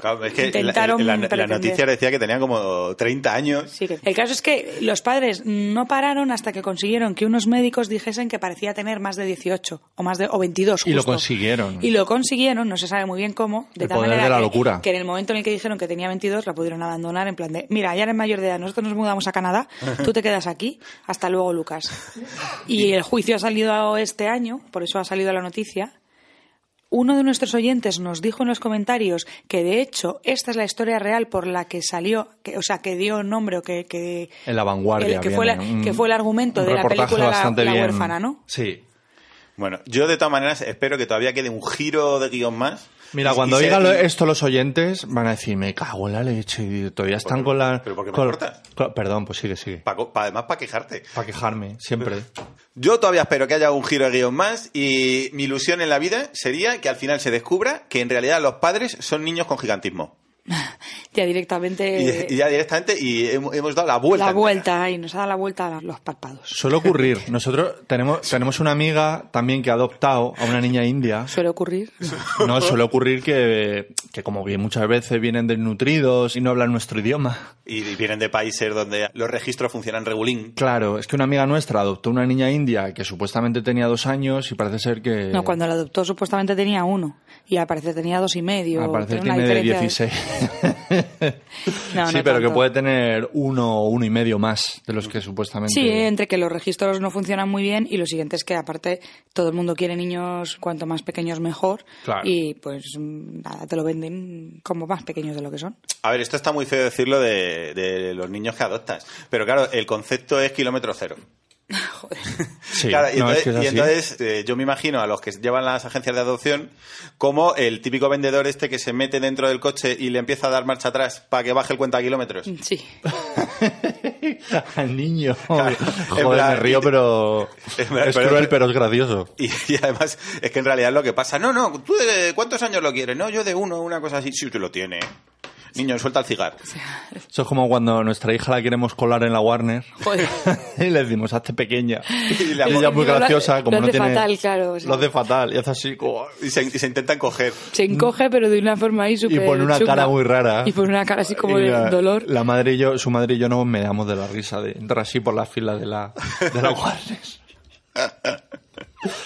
[SPEAKER 5] Claro, es que la,
[SPEAKER 6] Intentaron
[SPEAKER 5] la- la
[SPEAKER 6] pretender.
[SPEAKER 5] noticia decía que tenía como 30 años.
[SPEAKER 6] sí que- El caso es que los padres no pararon hasta que consiguieron que unos médicos dijesen que parecía tener más de 18 o más de o 22
[SPEAKER 7] Y lo
[SPEAKER 6] justo.
[SPEAKER 7] consiguieron.
[SPEAKER 6] Y lo consiguieron, no se sabe muy bien cómo, de
[SPEAKER 7] El
[SPEAKER 6] tal
[SPEAKER 7] poder
[SPEAKER 6] manera
[SPEAKER 7] de la
[SPEAKER 6] que-
[SPEAKER 7] locura.
[SPEAKER 6] que en el momento en el que dijeron que tenía 22 la pudieron abandonar en plan de, mira, ya eres mayor de edad, nosotros nos mudamos a Canadá, tú te quedas aquí, hasta luego Lucas. Y el juicio ha salido este año, por eso ha salido la noticia. Uno de nuestros oyentes nos dijo en los comentarios que de hecho esta es la historia real por la que salió, que, o sea, que dio nombre o que... que
[SPEAKER 7] En la vanguardia.
[SPEAKER 6] el- que,
[SPEAKER 7] viene
[SPEAKER 6] fue la-
[SPEAKER 7] un-
[SPEAKER 6] que fue el argumento
[SPEAKER 7] un
[SPEAKER 6] de la
[SPEAKER 7] reportaje
[SPEAKER 6] película La,
[SPEAKER 7] bastante
[SPEAKER 6] La
[SPEAKER 7] bien.
[SPEAKER 6] huérfana, ¿no?
[SPEAKER 7] Sí.
[SPEAKER 5] Bueno, yo de todas maneras espero que todavía quede un giro de guión más.
[SPEAKER 7] Mira,
[SPEAKER 5] Y-
[SPEAKER 7] cuando
[SPEAKER 5] y se-
[SPEAKER 7] oigan lo-
[SPEAKER 5] y-
[SPEAKER 7] esto los oyentes, van a decir, me cago en la leche. y Todavía están
[SPEAKER 5] qué-
[SPEAKER 7] con la...
[SPEAKER 5] pero por qué me
[SPEAKER 7] con-
[SPEAKER 5] cortas?
[SPEAKER 7] con- Perdón, pues sigue, sigue.
[SPEAKER 5] pa- pa- además, para quejarte.
[SPEAKER 7] Para quejarme, siempre.
[SPEAKER 5] Yo todavía espero que haya un giro de guión más y mi ilusión en la vida sería que al final se descubra que en realidad los padres son niños con gigantismo.
[SPEAKER 6] Ya
[SPEAKER 5] Y,
[SPEAKER 6] directamente
[SPEAKER 5] y ya directamente y hemo- hemos dado la vuelta.
[SPEAKER 6] Eh, la
[SPEAKER 5] entera.
[SPEAKER 6] vuelta y nos ha dado la vuelta a los párpados.
[SPEAKER 7] Suele ocurrir. Nosotros tenemos, tenemos una amiga también que ha adoptado a una niña india.
[SPEAKER 6] Suele ocurrir.
[SPEAKER 7] No, suele ocurrir que, que como bien muchas veces vienen desnutridos y no hablan nuestro idioma.
[SPEAKER 5] Y, y vienen de países donde los registros funcionan regulín.
[SPEAKER 7] Claro, es que una amiga nuestra adoptó una niña india que supuestamente tenía dos años y parece ser que...
[SPEAKER 6] No, cuando la adoptó supuestamente tenía uno y al parecer tenía dos y medio.
[SPEAKER 7] Al parecer
[SPEAKER 6] tenía una
[SPEAKER 7] tiene de
[SPEAKER 6] diferencia
[SPEAKER 7] 16.
[SPEAKER 6] No,
[SPEAKER 7] sí,
[SPEAKER 6] no
[SPEAKER 7] pero que
[SPEAKER 6] tanto.
[SPEAKER 7] puede tener uno o uno y medio más de los que supuestamente...
[SPEAKER 6] Sí, entre que los registros no funcionan muy bien y lo siguiente es que aparte todo el mundo quiere niños cuanto más pequeños mejor
[SPEAKER 7] Claro.
[SPEAKER 6] y pues mm, nada, te lo venden como más pequeños de lo que son.
[SPEAKER 5] A ver, esto está muy feo decirlo de, de los niños que adoptas. Pero claro, el concepto es kilómetro cero.
[SPEAKER 7] Sí,
[SPEAKER 5] Claro, y
[SPEAKER 7] no,
[SPEAKER 5] entonces,
[SPEAKER 7] es que es así.
[SPEAKER 5] y entonces, eh, yo me imagino a los que llevan las agencias de adopción como el típico vendedor este que se mete dentro del coche y le empieza a dar marcha atrás para que baje el cuenta de kilómetros.
[SPEAKER 6] Sí.
[SPEAKER 7] Al niño.
[SPEAKER 5] en
[SPEAKER 7] Joder,
[SPEAKER 5] plan-
[SPEAKER 7] me río, pero...
[SPEAKER 5] en plan,
[SPEAKER 7] es
[SPEAKER 5] pero-
[SPEAKER 7] cruel, pero es gracioso.
[SPEAKER 5] Y, y además es que en realidad lo que pasa, no, no, ¿tú de cuántos años lo quieres? No, yo de uno, una cosa así. Sí, tú lo tienes. Niño, suelta el cigarro.
[SPEAKER 7] Eso es como cuando nuestra hija la queremos colar en la Warner.
[SPEAKER 6] Joder.
[SPEAKER 7] y le decimos, hazte pequeña. Y,
[SPEAKER 5] la-
[SPEAKER 7] ella es muy
[SPEAKER 6] Lo hace-
[SPEAKER 7] graciosa, como
[SPEAKER 6] lo
[SPEAKER 7] no
[SPEAKER 6] hace
[SPEAKER 7] tiene...
[SPEAKER 6] fatal, claro, o sea.
[SPEAKER 7] Lo hace fatal, y hace así... como-
[SPEAKER 5] Y se, y se intentan coger.
[SPEAKER 6] Se encoge pero de una forma ahí
[SPEAKER 7] Y
[SPEAKER 6] súper
[SPEAKER 7] pone una
[SPEAKER 6] chunga.
[SPEAKER 7] cara muy rara.
[SPEAKER 6] Y pone una cara así como
[SPEAKER 7] Y
[SPEAKER 6] de
[SPEAKER 7] la-
[SPEAKER 6] dolor.
[SPEAKER 7] La madre y yo, su madre y yo nos meamos de la risa de entrar así por la fila de la, de la Warner.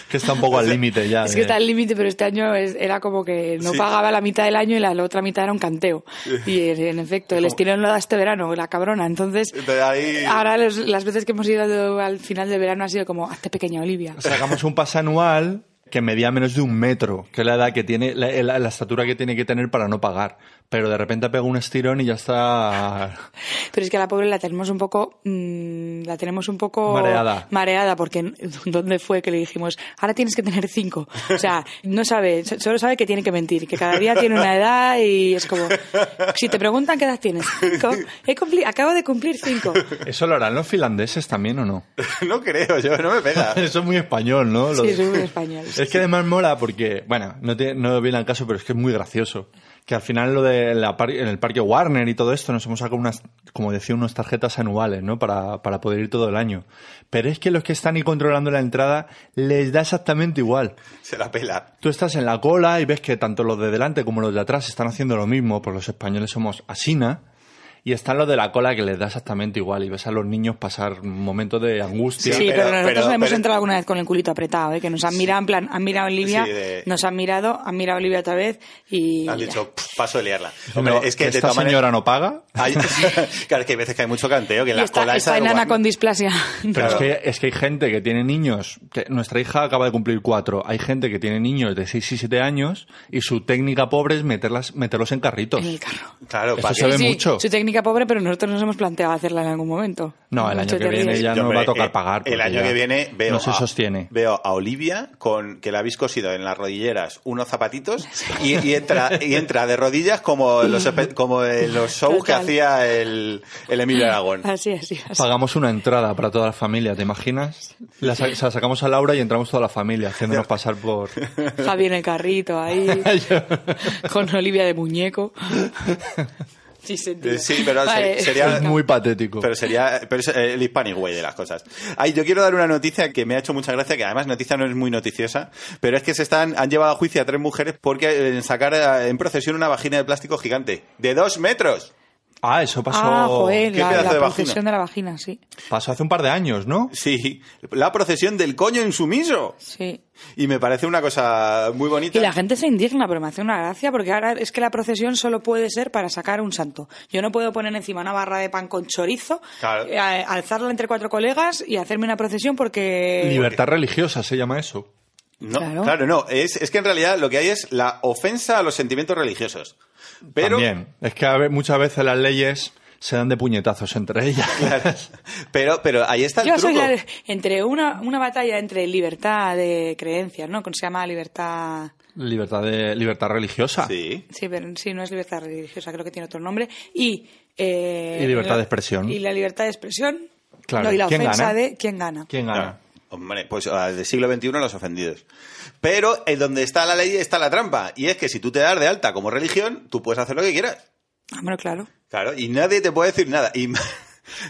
[SPEAKER 7] que está un poco al límite ya.
[SPEAKER 6] Es
[SPEAKER 7] de-
[SPEAKER 6] que está al límite, pero este año es- era como que no
[SPEAKER 5] Sí.
[SPEAKER 6] pagaba la mitad del año y la, la otra mitad era un canteo. Y en, en efecto, el estirón lo da este verano, la cabrona. Entonces,
[SPEAKER 5] Entonces, ahí-
[SPEAKER 6] ahora los- las veces que hemos ido al final del verano ha sido como, hazte pequeña, Olivia.
[SPEAKER 7] Sacamos un pase anual que medía menos de un metro, que es la edad que tiene, la, la- la estatura que tiene que tener para no pagar. Pero de repente pega un estirón y ya está.
[SPEAKER 6] Pero es que a la pobre la tenemos un poco. mm, la tenemos un poco.
[SPEAKER 7] Mareada.
[SPEAKER 6] Mareada, porque n- ¿dónde fue que le dijimos? Ahora tienes que tener cinco. O sea, no sabe, so- solo sabe que tiene que mentir, que cada día tiene una edad y es como. Si te preguntan qué edad tienes, cinco. He cumpli- acabo de cumplir cinco.
[SPEAKER 7] ¿Eso lo harán los finlandeses también o no?
[SPEAKER 5] No creo yo, no me pega.
[SPEAKER 7] Eso es muy español, ¿no? Lo-
[SPEAKER 6] Sí, soy muy español.
[SPEAKER 7] Es que además mola porque, bueno, no, tiene, no viene al caso, pero es que es muy gracioso. Que al final lo de la par- en el parque Warner y todo esto nos hemos sacado unas, como decía, unas tarjetas anuales, ¿no? Para, para poder ir todo el año. Pero es que los que están y controlando la entrada les da exactamente igual.
[SPEAKER 5] Se la pela.
[SPEAKER 7] Tú estás en la cola y ves que tanto los de delante como los de atrás están haciendo lo mismo, pues los españoles somos asina. Y están los de la cola que les da exactamente igual y ves a los niños pasar momentos de angustia.
[SPEAKER 6] Sí,
[SPEAKER 5] pero-
[SPEAKER 6] pero, nosotros
[SPEAKER 5] pero-
[SPEAKER 6] hemos
[SPEAKER 5] pero-
[SPEAKER 6] entrado alguna vez con el culito apretado, ¿eh? que nos han mirado en plan, han mirado en Libia,
[SPEAKER 5] Sí, de-
[SPEAKER 6] nos han mirado, han mirado en Libia otra vez y...
[SPEAKER 5] Han dicho, "Pff, paso de liarla.
[SPEAKER 7] Pero,
[SPEAKER 5] Hombre, es que de
[SPEAKER 7] esta
[SPEAKER 5] todas maneras-
[SPEAKER 7] señora no paga.
[SPEAKER 5] Hay- claro, es que hay veces que hay mucho canteo, que
[SPEAKER 6] y
[SPEAKER 5] la
[SPEAKER 6] esta,
[SPEAKER 5] cola
[SPEAKER 6] esta
[SPEAKER 5] esa de
[SPEAKER 6] enana
[SPEAKER 5] Warner-
[SPEAKER 6] con displasia.
[SPEAKER 7] Pero
[SPEAKER 5] Claro.
[SPEAKER 7] es, que, es que hay gente que tiene niños, que nuestra hija acaba de cumplir cuatro, hay gente que tiene niños de 6 y 7 años y su técnica pobre es meterlas, meterlos en carritos.
[SPEAKER 6] En el carro.
[SPEAKER 5] Claro,
[SPEAKER 7] Eso
[SPEAKER 5] para
[SPEAKER 7] se
[SPEAKER 5] que-
[SPEAKER 7] ve mucho.
[SPEAKER 6] Su técnica pobre, pero nosotros nos hemos planteado hacerla en algún momento.
[SPEAKER 7] No, el año
[SPEAKER 6] Mucho
[SPEAKER 7] que
[SPEAKER 6] te
[SPEAKER 7] viene
[SPEAKER 6] ríes.
[SPEAKER 7] ya- no
[SPEAKER 5] Hombre,
[SPEAKER 7] va a tocar
[SPEAKER 5] eh,
[SPEAKER 7] pagar, porque
[SPEAKER 5] El año
[SPEAKER 7] ya
[SPEAKER 5] que viene veo
[SPEAKER 7] no se
[SPEAKER 5] a-
[SPEAKER 7] sostiene.
[SPEAKER 5] veo a Olivia con que le habéis cosido en las rodilleras unos zapatitos y, y entra y entra de rodillas como los espe- como en los shows que
[SPEAKER 6] Total.
[SPEAKER 5] hacía el, el Emilio Aragón.
[SPEAKER 6] Así, así, así.
[SPEAKER 7] Pagamos una entrada para toda la familia, ¿te imaginas? La, sa- se la sacamos a Laura y entramos toda la familia haciéndonos pasar por...
[SPEAKER 6] Javi en el carrito ahí, con Olivia de muñeco. Sí, sentido.
[SPEAKER 5] Eh, sí, pero
[SPEAKER 6] Vale.
[SPEAKER 5] se- sería
[SPEAKER 7] Es muy patético.
[SPEAKER 5] Pero sería pero es eh, el Hispanic Way de las cosas. Ay, yo quiero dar una noticia que me ha hecho mucha gracia, que además noticia no es muy noticiosa, pero es que se están han llevado a juicio a tres mujeres porque eh, sacar eh, en procesión una vagina de plástico gigante de dos metros.
[SPEAKER 7] Ah, eso pasó,
[SPEAKER 6] Ah, joder,
[SPEAKER 5] ¿Qué
[SPEAKER 6] la,
[SPEAKER 5] pedazo
[SPEAKER 6] la
[SPEAKER 5] de vagina?
[SPEAKER 6] procesión de la vagina, sí.
[SPEAKER 7] pasó hace un par de años, ¿no?
[SPEAKER 5] Sí, la procesión del coño insumiso.
[SPEAKER 6] Sí.
[SPEAKER 5] Y me parece una cosa muy bonita.
[SPEAKER 6] Y la gente se indigna, pero me hace una gracia porque ahora es que la procesión solo puede ser para sacar un santo. Yo no puedo poner encima una barra de pan con chorizo,
[SPEAKER 5] Claro.
[SPEAKER 6] eh, alzarla entre cuatro colegas y hacerme una procesión porque...
[SPEAKER 7] Libertad religiosa se llama eso.
[SPEAKER 5] No, claro,
[SPEAKER 6] Claro.
[SPEAKER 5] no. Es, es que en realidad lo que hay es la ofensa a los sentimientos religiosos. Pero,
[SPEAKER 7] También. Es que a ve- muchas veces las leyes se dan de puñetazos entre ellas.
[SPEAKER 5] Claro. pero, pero ahí está el
[SPEAKER 6] Yo soy
[SPEAKER 5] truco.
[SPEAKER 6] la de- entre una, una batalla entre libertad de creencias, ¿no? Como se llama libertad...
[SPEAKER 7] Libertad, de, libertad religiosa.
[SPEAKER 5] Sí.
[SPEAKER 6] Sí, pero sí, no es libertad religiosa, creo que tiene otro nombre. Y, eh,
[SPEAKER 7] Y libertad
[SPEAKER 6] la-
[SPEAKER 7] de expresión.
[SPEAKER 6] Y la libertad de expresión.
[SPEAKER 7] Claro.
[SPEAKER 6] No, y la
[SPEAKER 7] ¿Quién
[SPEAKER 6] ofensa
[SPEAKER 7] gana?
[SPEAKER 6] de quién gana.
[SPEAKER 7] ¿Quién
[SPEAKER 5] Claro.
[SPEAKER 7] gana?
[SPEAKER 5] Hombre, pues ah, del siglo XXI los ofendidos. Pero en donde está la ley está la trampa. Y es que si tú te das de alta como religión, tú puedes hacer lo que quieras.
[SPEAKER 6] Ah, bueno, claro.
[SPEAKER 5] Claro, y nadie te puede decir nada. Y, o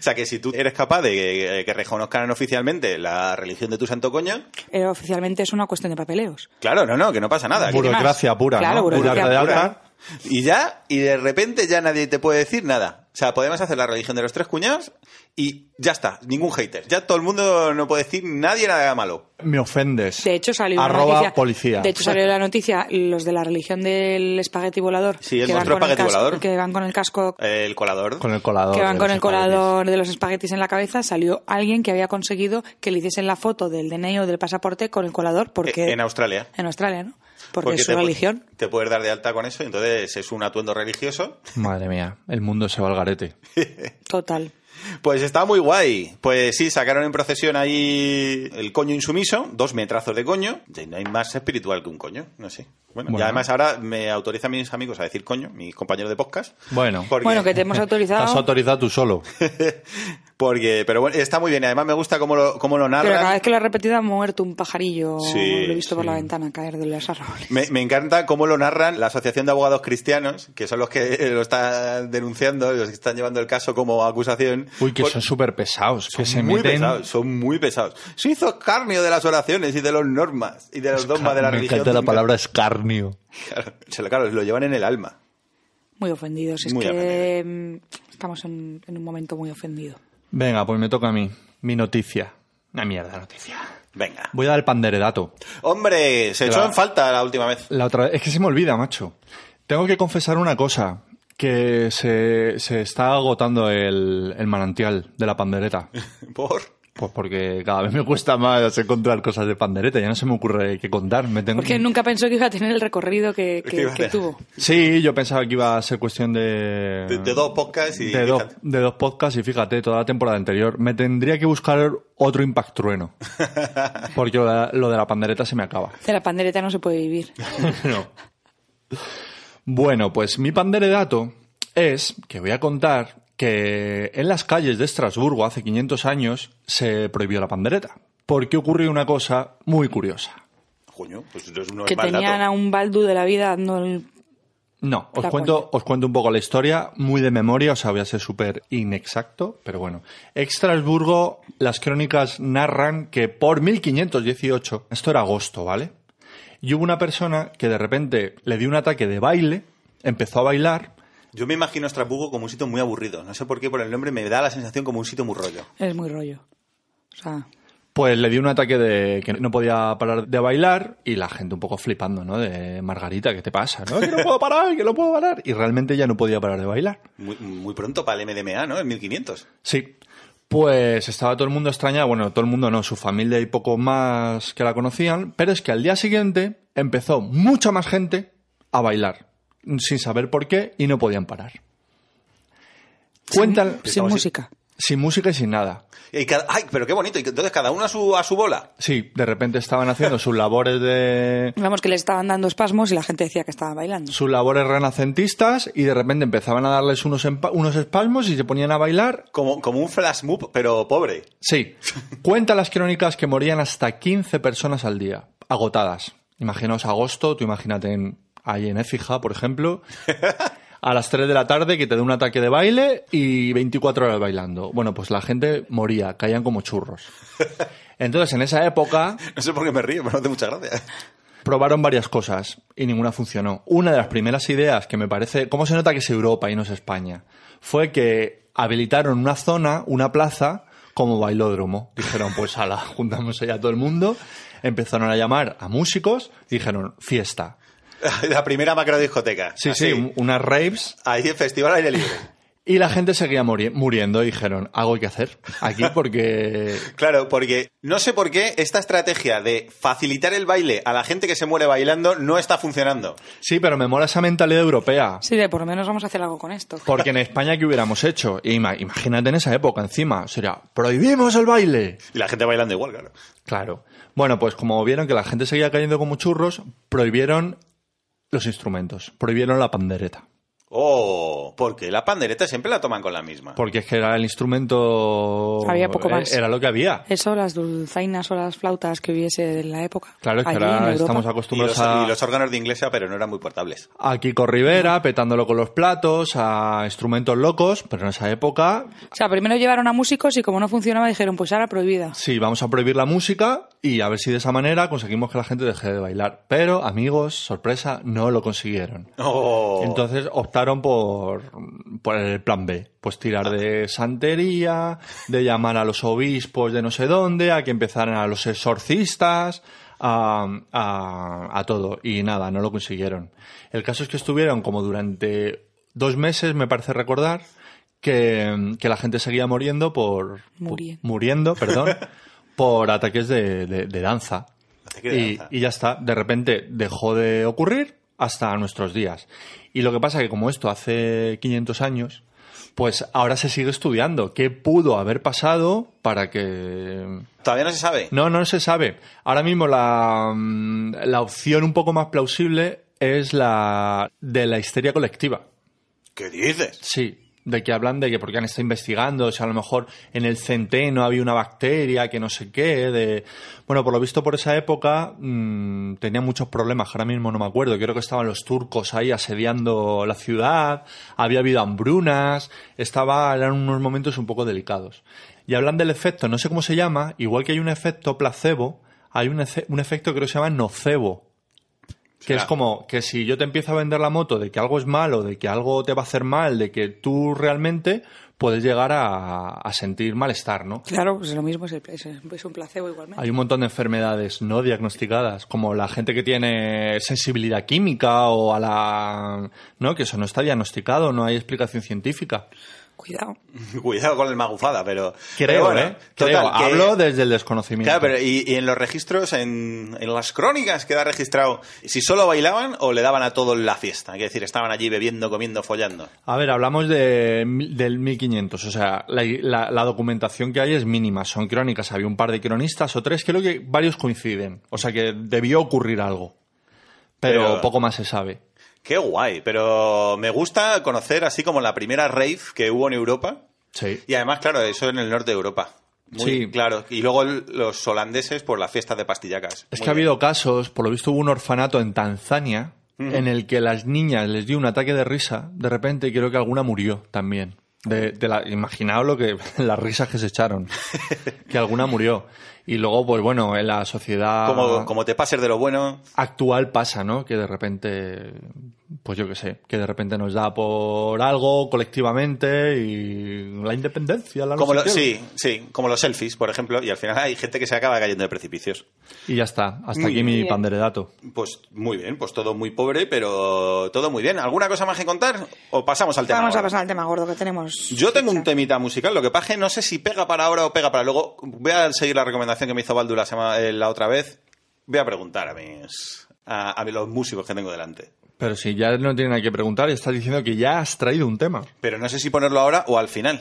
[SPEAKER 5] sea, que si tú eres capaz de eh, que, que reconozcan oficialmente la religión de tu santo coño,
[SPEAKER 6] Eh, oficialmente es una cuestión de papeleos.
[SPEAKER 5] claro, no, no, que no pasa nada. que-
[SPEAKER 7] Burocracia
[SPEAKER 6] más.
[SPEAKER 7] pura,
[SPEAKER 6] Claro,
[SPEAKER 7] ¿no?
[SPEAKER 6] burocracia
[SPEAKER 7] Burocracia
[SPEAKER 6] pura.
[SPEAKER 7] alta.
[SPEAKER 5] Y ya, y de repente ya nadie te puede decir nada. O sea, podemos hacer la religión de los tres cuñados y ya está, ningún hater. Ya todo el mundo no puede decir nadie nada malo.
[SPEAKER 7] Me ofendes.
[SPEAKER 6] De hecho salió
[SPEAKER 7] Arroba
[SPEAKER 6] una noticia.
[SPEAKER 7] policía.
[SPEAKER 6] De hecho salió la noticia los de la religión del espagueti volador.
[SPEAKER 5] Sí, el
[SPEAKER 6] que van
[SPEAKER 5] monstruo
[SPEAKER 6] con
[SPEAKER 5] espagueti
[SPEAKER 6] casco-
[SPEAKER 5] volador.
[SPEAKER 6] Que van con el casco.
[SPEAKER 5] El colador.
[SPEAKER 7] Con el colador.
[SPEAKER 6] que van
[SPEAKER 7] de
[SPEAKER 6] con
[SPEAKER 7] los
[SPEAKER 6] el colador de los espaguetis en la cabeza, salió alguien que había conseguido que le hiciesen la foto del DNI o del pasaporte con el colador porque
[SPEAKER 5] Eh, En Australia.
[SPEAKER 6] en Australia, ¿no? Porque, es su
[SPEAKER 5] te pu-
[SPEAKER 6] religión.
[SPEAKER 5] Te puedes dar de alta con eso, entonces es un atuendo religioso.
[SPEAKER 7] espaguetis. Madre mía, el mundo se va al garete.
[SPEAKER 6] Total.
[SPEAKER 5] Pues está muy guay. Pues sí, sacaron en procesión ahí el coño insumiso, dos metrazos de coño. Y No hay más espiritual que un coño, no sé. Bueno, y
[SPEAKER 7] Bueno.
[SPEAKER 5] además ahora me autorizan mis amigos a decir coño, mis compañeros de podcast.
[SPEAKER 7] Bueno.
[SPEAKER 5] Porque-
[SPEAKER 6] Bueno, que te hemos
[SPEAKER 7] Te has
[SPEAKER 6] autorizado.
[SPEAKER 7] autorizado tú solo.
[SPEAKER 5] Porque, pero bueno, está muy bien. Además me gusta cómo lo, cómo lo
[SPEAKER 6] Pero cada
[SPEAKER 5] narran.
[SPEAKER 6] vez que lo he repetido ha muerto un pajarillo.
[SPEAKER 5] Sí,
[SPEAKER 6] lo he visto por
[SPEAKER 5] sí.
[SPEAKER 6] la ventana caer de los árboles.
[SPEAKER 5] Me, me encanta cómo lo narran la Asociación de Abogados Cristianos, que son los que eh, lo están denunciando, los que están llevando el caso como acusación.
[SPEAKER 7] Uy, que
[SPEAKER 5] Por-
[SPEAKER 7] son súper pesados. Que se
[SPEAKER 5] Pues muy
[SPEAKER 7] meten.
[SPEAKER 5] pesados, son muy pesados. Se hizo escarnio de las oraciones y de los normas y de los dogmas de la
[SPEAKER 7] Me
[SPEAKER 5] religión.
[SPEAKER 7] encanta la palabra escarnio.
[SPEAKER 5] Claro, se lo, claro, lo llevan en el alma.
[SPEAKER 6] Muy ofendidos. Es
[SPEAKER 5] Muy
[SPEAKER 6] que mm, estamos en, en un momento muy ofendido.
[SPEAKER 5] Mm.
[SPEAKER 7] Venga, pues me toca a mí. Mi noticia. Una mierda noticia.
[SPEAKER 5] Venga.
[SPEAKER 7] Voy a dar el panderedato.
[SPEAKER 5] Hombre, se echó
[SPEAKER 7] Claro.
[SPEAKER 5] en falta la última vez.
[SPEAKER 7] La otra es que se me olvida, macho. Tengo que confesar una cosa, que se, se está agotando el, el manantial de la pandereta.
[SPEAKER 5] Por.
[SPEAKER 7] Pues porque cada vez me cuesta más encontrar cosas de pandereta, ya no se me ocurre qué contar. Me tengo...
[SPEAKER 6] Porque nunca pensó que iba a tener el recorrido que, que-
[SPEAKER 5] Que iba a
[SPEAKER 6] que
[SPEAKER 5] tener.
[SPEAKER 6] tuvo.
[SPEAKER 7] Sí, yo pensaba que iba a ser cuestión de...
[SPEAKER 5] De, de dos podcasts y...
[SPEAKER 7] de, dos,
[SPEAKER 5] fíjate.
[SPEAKER 7] de dos podcasts y fíjate, toda la temporada anterior. Me tendría que buscar otro impact trueno. Porque lo de, lo de la pandereta se me acaba.
[SPEAKER 6] De la pandereta no se puede vivir.
[SPEAKER 5] Pues
[SPEAKER 7] No. Bueno, pues mi panderedato es que voy a contar que en las calles de Estrasburgo hace 500 años se prohibió la pandereta. Porque ocurrió una cosa muy curiosa.
[SPEAKER 5] Coño, pues no es un
[SPEAKER 6] que
[SPEAKER 5] mal dato.
[SPEAKER 6] tenían a un baldu de la vida dando el-
[SPEAKER 7] No, os
[SPEAKER 6] La
[SPEAKER 7] cuento,
[SPEAKER 6] cuenta.
[SPEAKER 7] os cuento un poco la historia, muy de memoria, o sea, voy a ser súper inexacto, pero bueno. Estrasburgo, las crónicas narran que por 1518, esto era agosto, ¿vale? Y hubo una persona que de repente le dio un ataque de baile, empezó a bailar,
[SPEAKER 5] Yo me imagino Estrasburgo como un sitio muy aburrido. No sé por qué por el nombre me da la sensación como un sitio muy rollo.
[SPEAKER 6] Es muy rollo. O sea,
[SPEAKER 7] pues le dio un ataque de que no podía parar de bailar y la gente un poco flipando, ¿no? De Margarita, ¿qué te pasa? ¿No? Que no puedo parar, que no puedo parar. Y realmente ya no podía parar de bailar.
[SPEAKER 5] Muy, muy pronto para el MDMA, ¿no? En 1500.
[SPEAKER 7] Sí. Pues estaba todo el mundo extrañado, bueno, todo el mundo no, su familia y pocos más que la conocían, pero es que al día siguiente empezó mucha más gente a bailar, sin saber por qué y no podían parar. Cuentan
[SPEAKER 6] sin,
[SPEAKER 5] Estamos-
[SPEAKER 6] música.
[SPEAKER 7] sin música y sin nada.
[SPEAKER 5] Y cada- ¡Ay, pero qué bonito! Y que entonces cada uno a su, a su bola.
[SPEAKER 7] Sí, de repente estaban haciendo sus labores de
[SPEAKER 6] Vamos, que le estaban dando espasmos y la gente decía que estaba bailando.
[SPEAKER 7] sus labores renacentistas y de repente empezaban a darles unos empa- unos espasmos y se ponían a bailar
[SPEAKER 5] Como, como un flash move, pero pobre.
[SPEAKER 7] Sí. Cuenta las crónicas que morían hasta 15 personas al día, agotadas. Imaginaos agosto, tú imagínate en, ahí en Écija, por ejemplo, a las 3 de la tarde que te dé un ataque de baile y 24 horas bailando. Bueno, pues la gente moría, caían como churros. Entonces, en esa época,
[SPEAKER 5] No sé por qué me río, pero no hace mucha gracia.
[SPEAKER 7] probaron varias cosas y ninguna funcionó. Una de las primeras ideas que me parece, ¿cómo se nota que es Europa y no es España? Fue que habilitaron una zona, una plaza, como bailódromo. Dijeron, pues ala, juntamos allá a todo el mundo. Empezaron a llamar a músicos, dijeron, fiesta.
[SPEAKER 5] La primera macro discoteca.
[SPEAKER 7] Sí,
[SPEAKER 5] Así.
[SPEAKER 7] sí, un- unas raves.
[SPEAKER 5] Ahí el festival al aire libre.
[SPEAKER 7] Y la gente seguía muri- muriendo y dijeron, algo hay que hacer aquí porque...
[SPEAKER 5] Claro, porque no sé por qué esta estrategia de facilitar el baile a la gente que se muere bailando no está funcionando.
[SPEAKER 7] Sí, pero me mola esa mentalidad europea.
[SPEAKER 6] Sí, de por lo menos vamos a hacer algo con esto.
[SPEAKER 7] Porque en España, ¿qué hubiéramos hecho? Ima- Imagínate en esa época encima. Sería, prohibimos el baile.
[SPEAKER 5] Y la gente bailando igual, claro.
[SPEAKER 7] Claro. Bueno, pues como vieron que la gente seguía cayendo como churros, prohibieron los instrumentos, prohibieron la pandereta.
[SPEAKER 5] Oh, porque la pandereta siempre la toman con la misma.
[SPEAKER 7] Porque es que era el instrumento.
[SPEAKER 6] Había poco
[SPEAKER 7] eh,
[SPEAKER 6] más.
[SPEAKER 7] Era lo que había.
[SPEAKER 6] Eso, las dulzainas o las flautas que hubiese en la época.
[SPEAKER 7] Claro, es que
[SPEAKER 6] allí en Europa.
[SPEAKER 7] ahora estamos
[SPEAKER 5] Y los,
[SPEAKER 7] acostumbrados
[SPEAKER 5] y los órganos de iglesia, pero no eran muy portables.
[SPEAKER 7] a, a Kiko Rivera petándolo con los platos, a instrumentos locos, pero en esa época,
[SPEAKER 6] O sea, primero llevaron a músicos y como no funcionaba dijeron, pues ahora prohibida.
[SPEAKER 7] sí, vamos a prohibir la música y a ver si de esa manera conseguimos que la gente deje de bailar. Pero, amigos, sorpresa, no lo consiguieron.
[SPEAKER 5] Oh.
[SPEAKER 7] Entonces optaron por, por el plan B, pues tirar de santería, de llamar a los obispos de no sé dónde, a que empezaran a los exorcistas, a, a- a todo. Y nada, no lo consiguieron. El caso es que estuvieron como durante dos meses, me parece recordar, que, que la gente seguía muriendo por...
[SPEAKER 6] Muriendo.
[SPEAKER 7] pu- muriendo, perdón, por ataques de, de- de danza.
[SPEAKER 5] Ataque de
[SPEAKER 7] Y,
[SPEAKER 5] danza.
[SPEAKER 7] y ya está, de repente dejó de ocurrir hasta nuestros días. Y lo que pasa que como esto hace 500 años, pues ahora se sigue estudiando qué pudo haber pasado para que...
[SPEAKER 5] Todavía no se sabe.
[SPEAKER 7] No, no se sabe. Ahora mismo la, mm, la opción un poco más plausible es la de la histeria colectiva.
[SPEAKER 5] ¿Qué dices?
[SPEAKER 7] Sí, de que hablan de que porque han estado investigando, o sea, a lo mejor en el centeno había una bacteria que no sé qué, de... Bueno, por lo visto por esa época mm, tenía muchos problemas, ahora mismo no me acuerdo, creo que estaban los turcos ahí asediando la ciudad, había habido hambrunas, estaba, eran unos momentos un poco delicados. Y hablan del efecto, no sé cómo se llama, igual que hay un efecto placebo, hay un, efe- un efecto que creo que se llama nocebo. Que es
[SPEAKER 5] Claro.
[SPEAKER 7] como que si yo te empiezo a vender la moto de que algo es malo, de que algo te va a hacer mal, de que tú realmente puedes llegar a, a sentir malestar, ¿no?
[SPEAKER 6] Claro, pues lo mismo, es, el- es- es un placebo igualmente.
[SPEAKER 7] Hay un montón de enfermedades no diagnosticadas, como la gente que tiene sensibilidad química o a la... ¿no? Que eso no está diagnosticado, no hay explicación científica.
[SPEAKER 6] Cuidado.
[SPEAKER 5] Cuidado con el magufada, pero. pero
[SPEAKER 7] Creo,
[SPEAKER 5] bueno,
[SPEAKER 7] ¿eh?
[SPEAKER 5] total,
[SPEAKER 7] Creo.
[SPEAKER 5] que-
[SPEAKER 7] Hablo desde el desconocimiento.
[SPEAKER 5] Claro, pero y, y en los registros, en, en las crónicas queda registrado si solo bailaban o le daban a todo en la fiesta. Es decir, estaban allí bebiendo, comiendo, follando.
[SPEAKER 7] A ver, hablamos de, mil- del 1500, o sea, la, la- la documentación que hay es mínima, son crónicas, había un par de cronistas o tres, creo que varios coinciden, o sea que debió ocurrir algo, pero,
[SPEAKER 5] Pero-
[SPEAKER 7] poco más se sabe.
[SPEAKER 5] Qué guay, pero me gusta conocer así como la primera rave que hubo en Europa.
[SPEAKER 7] Sí.
[SPEAKER 5] Y además, claro, eso en el norte de Europa. Muy
[SPEAKER 7] Sí.
[SPEAKER 5] claro. Y luego el- los holandeses por las fiestas de pastillacas.
[SPEAKER 7] Es
[SPEAKER 5] Muy
[SPEAKER 7] que ha
[SPEAKER 5] bien.
[SPEAKER 7] habido casos, por lo visto hubo un orfanato en Tanzania en el que las niñas les dio un ataque de risa de repente y creo que alguna murió también. De, de la, imaginaos lo que las risas que se echaron, que alguna murió. Y luego, pues bueno, en la sociedad
[SPEAKER 5] Como, como te pases de lo bueno.
[SPEAKER 7] actual pasa, ¿no? Que de repente, pues yo qué sé, que de repente nos da por algo colectivamente y la independencia, la no
[SPEAKER 5] Como
[SPEAKER 7] sé
[SPEAKER 5] lo-
[SPEAKER 7] qué.
[SPEAKER 5] sí, sí, como los selfies, por ejemplo. Y al final hay gente que se acaba cayendo de precipicios.
[SPEAKER 7] Y ya está, hasta
[SPEAKER 5] Muy
[SPEAKER 7] aquí mi
[SPEAKER 6] bien.
[SPEAKER 7] panderedato.
[SPEAKER 5] Pues muy bien, pues todo muy pobre, pero todo muy bien. ¿Alguna cosa más que contar? ¿O pasamos al tema?
[SPEAKER 6] Vamos a
[SPEAKER 5] ahora?
[SPEAKER 6] pasar al tema gordo que tenemos.
[SPEAKER 5] Yo tengo un temita musical, lo que pasa es que no sé si pega para ahora o pega para luego. Voy a seguir la recomendación que me hizo Baldu la, semana, eh, la otra vez. Voy a preguntar a mis a, a los músicos que tengo delante.
[SPEAKER 7] Pero si ya no tienen nada que preguntar y estás diciendo que ya has traído un tema.
[SPEAKER 5] Pero no sé si ponerlo ahora o al final.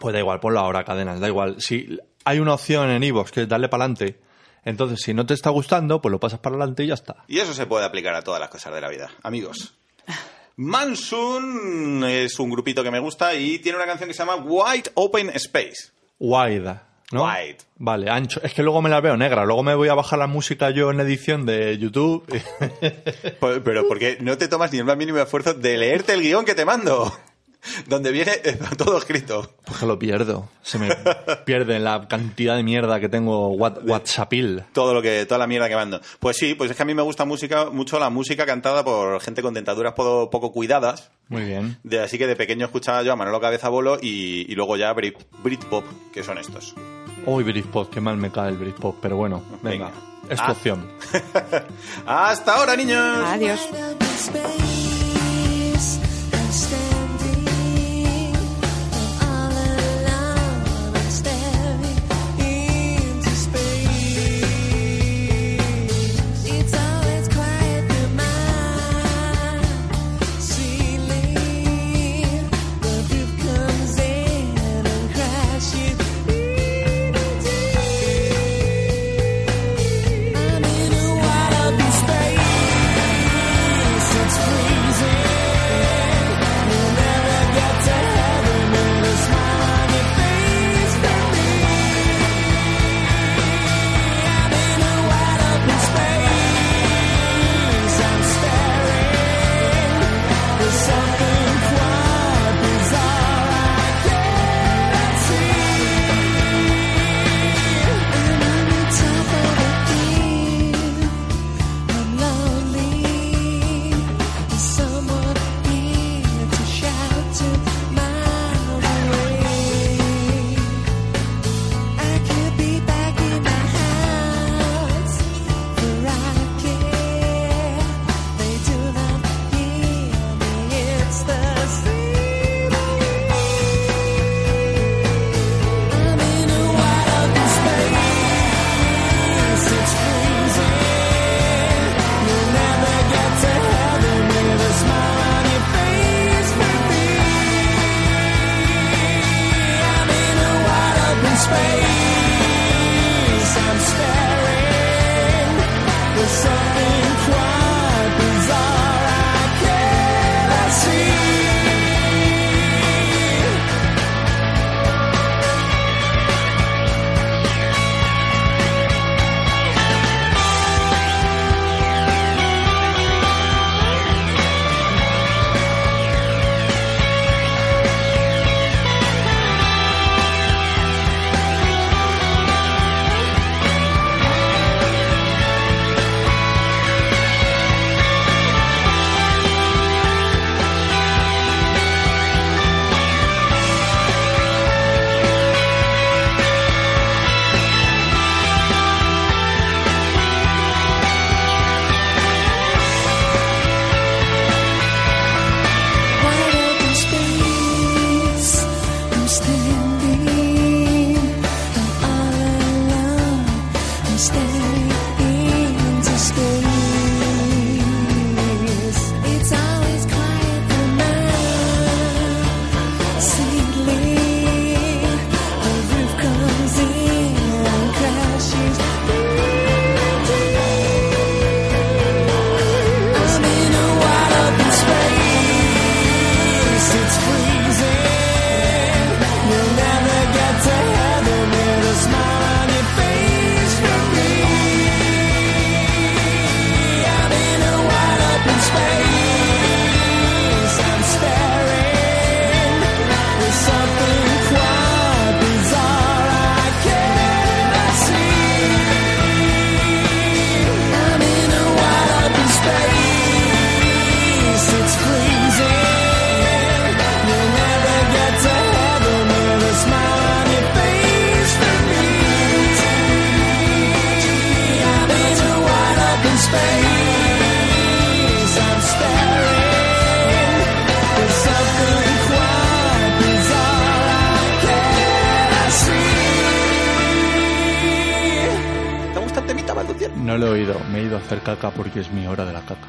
[SPEAKER 7] Pues da igual, ponlo ahora, cadenas, da igual. Si hay una opción en Evox que es darle para adelante, entonces si no te está gustando, pues lo pasas para adelante y ya está.
[SPEAKER 5] Y eso se puede aplicar a todas las cosas de la vida, amigos. Mansun es un grupito que me gusta y tiene una canción que se llama White Open Space.
[SPEAKER 7] Wide. ¿no?
[SPEAKER 5] Wide.
[SPEAKER 7] Vale, ancho. Es que luego me la veo negra. Luego me voy a bajar la música yo en edición de YouTube.
[SPEAKER 5] Por- Pero porque no te tomas ni el más mínimo esfuerzo de leerte el guión que te mando, donde viene eh, todo escrito.
[SPEAKER 7] Pues que lo pierdo. Se me pierde la cantidad de mierda que tengo what, WhatsAppil.
[SPEAKER 5] Todo lo que, toda la mierda que mando. Pues sí, pues es que a mí me gusta música, mucho la música cantada por gente con dentaduras poco, poco cuidadas.
[SPEAKER 7] Muy bien.
[SPEAKER 5] De, así que de pequeño escuchaba yo a Manolo Cabeza Bolo y, y luego ya Brit, Britpop, que son estos.
[SPEAKER 7] Hoy Britpop, qué mal me cae el Britpop. Pero bueno,
[SPEAKER 5] Venga.
[SPEAKER 7] venga. Es tu
[SPEAKER 5] Ah.
[SPEAKER 7] opción.
[SPEAKER 5] ¡Hasta ahora, niños!
[SPEAKER 6] Adiós.
[SPEAKER 3] I'm in a wild space. It's free.
[SPEAKER 7] No lo he oído, me he ido a hacer caca porque es mi hora de la caca.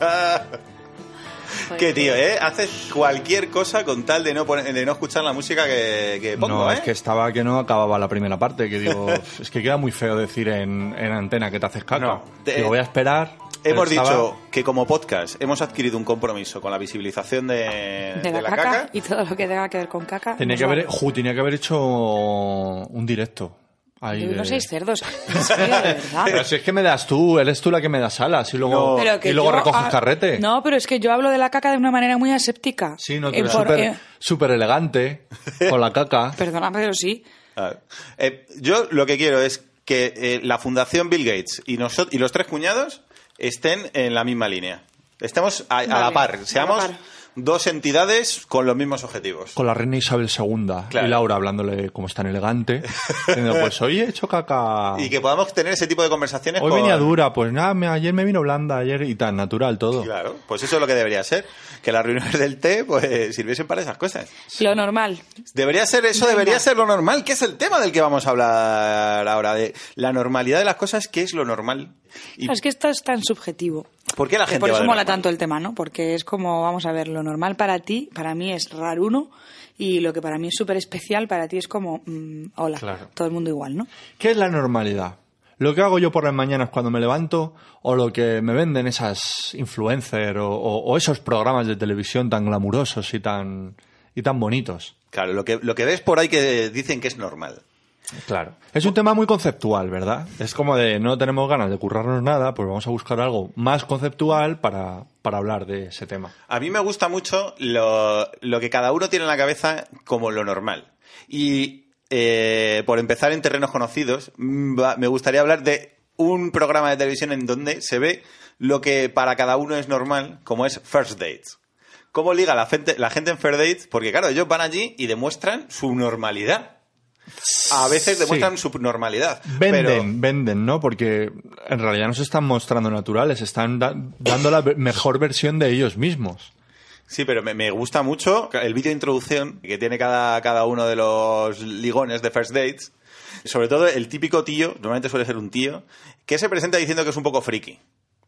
[SPEAKER 5] Ah, Qué tío, ¿eh? Haces cualquier cosa con tal de no, poner- de no escuchar la música que, que pongo,
[SPEAKER 7] no,
[SPEAKER 5] ¿eh?
[SPEAKER 7] es que estaba que no acababa la primera parte, que digo, es que queda muy feo decir en, en antena que te haces caca.
[SPEAKER 5] No, te-
[SPEAKER 7] Digo, voy a esperar.
[SPEAKER 5] Hemos
[SPEAKER 7] pero estaba-
[SPEAKER 5] dicho que como podcast hemos adquirido un compromiso con la visibilización de,
[SPEAKER 6] De la, caca, y todo lo que tenga que ver con caca.
[SPEAKER 7] Tenía
[SPEAKER 6] nos
[SPEAKER 7] que, haber,
[SPEAKER 6] vale.
[SPEAKER 7] ju, tenía que haber hecho un directo. Ahí
[SPEAKER 6] Yo no
[SPEAKER 7] de-
[SPEAKER 6] seis cerdos. Es que, de verdad.
[SPEAKER 7] Pero si es que me das tú, eres tú la que me das alas y luego,
[SPEAKER 5] Ah. No.
[SPEAKER 6] Pero que
[SPEAKER 7] y luego
[SPEAKER 6] yo
[SPEAKER 7] recoges
[SPEAKER 6] ha-
[SPEAKER 7] carrete.
[SPEAKER 6] No, pero es que yo hablo de la caca de una manera muy aséptica.
[SPEAKER 7] Sí, no, tú
[SPEAKER 6] Eh,
[SPEAKER 7] eres
[SPEAKER 6] por-
[SPEAKER 7] súper
[SPEAKER 6] eh,
[SPEAKER 7] súper elegante con la caca.
[SPEAKER 6] Perdóname, pero sí.
[SPEAKER 5] A ver. Eh, yo lo que quiero es que eh, la Fundación Bill Gates y, nosot- y los tres cuñados estén en la misma línea. Estemos a, a la
[SPEAKER 6] Vale, a
[SPEAKER 5] par,
[SPEAKER 6] la
[SPEAKER 5] seamos
[SPEAKER 6] par.
[SPEAKER 5] dos entidades con los mismos objetivos.
[SPEAKER 7] Con la reina Isabel II
[SPEAKER 5] Claro.
[SPEAKER 7] y Laura hablándole como es tan elegante. diciendo, pues hoy he hecho caca.
[SPEAKER 5] Y que podamos tener ese tipo de conversaciones
[SPEAKER 7] Hoy
[SPEAKER 5] con-
[SPEAKER 7] venía dura, pues nada, me- ayer me vino blanda, ayer y tan natural todo.
[SPEAKER 5] Claro, pues eso es lo que debería ser. Que las reuniones del té pues, sirviesen para esas cosas.
[SPEAKER 6] Lo normal.
[SPEAKER 5] Debería ser eso, debería ser lo normal, que es el tema del que vamos a hablar ahora, de la normalidad de las cosas, que es lo normal. Y
[SPEAKER 6] Es que esto es tan subjetivo.
[SPEAKER 5] ¿Por qué la gente
[SPEAKER 6] Por
[SPEAKER 5] va
[SPEAKER 6] eso
[SPEAKER 5] de
[SPEAKER 6] mola
[SPEAKER 5] normal?
[SPEAKER 6] tanto el tema, ¿no? Porque es como, vamos a ver, lo normal para ti, para mí es raruno, y lo que para mí es súper especial, para ti es como, mm, hola,
[SPEAKER 7] Claro.
[SPEAKER 6] todo el mundo igual, ¿no?
[SPEAKER 7] ¿Qué es la normalidad? ¿Lo que hago yo por las mañanas cuando me levanto o lo que me venden esas influencers o, o- o esos programas de televisión tan glamurosos y tan, y tan bonitos?
[SPEAKER 5] Claro, lo que, lo que ves por ahí que dicen que es normal.
[SPEAKER 7] Claro. Es un tema muy conceptual, ¿verdad? Es como de no tenemos ganas de currarnos nada, pues vamos a buscar algo más conceptual para, para hablar de ese tema.
[SPEAKER 5] A mí me gusta mucho lo, lo que cada uno tiene en la cabeza como lo normal. Y eh, por empezar en terrenos conocidos, mm, va- me gustaría hablar de un programa de televisión en donde se ve lo que para cada uno es normal, como es First Dates. ¿Cómo liga la gente, la gente en First Dates? Porque claro, ellos van allí y demuestran su normalidad. A veces
[SPEAKER 7] Sí.
[SPEAKER 5] demuestran su normalidad.
[SPEAKER 7] Venden,
[SPEAKER 5] pero-
[SPEAKER 7] venden, ¿no? Porque en realidad no se están mostrando naturales, están da- dando la ve- mejor versión de ellos mismos.
[SPEAKER 5] Sí, pero me, me gusta mucho el vídeo de introducción que tiene cada, cada uno de los ligones de First Dates. Sobre todo el típico tío, normalmente suele ser un tío, que se presenta diciendo que es un poco friki.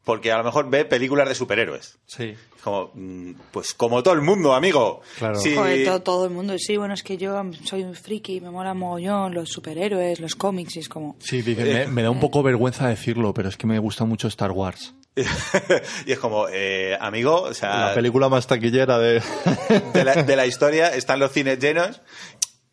[SPEAKER 5] Porque a lo mejor ve películas de superhéroes.
[SPEAKER 7] Sí.
[SPEAKER 5] Es Como, mm, pues como todo el mundo, amigo.
[SPEAKER 7] Claro.
[SPEAKER 5] Sí,
[SPEAKER 6] Joder, todo, todo el mundo, sí, bueno, es que yo soy un friki, me mola mogollón, los superhéroes, los cómics, y es como...
[SPEAKER 7] Sí, dicen, me, me da un poco vergüenza decirlo, pero es que me gusta mucho Star Wars.
[SPEAKER 5] y es como, eh, amigo, o sea,
[SPEAKER 7] La película más taquillera de...
[SPEAKER 5] de la, de la historia están los cines llenos.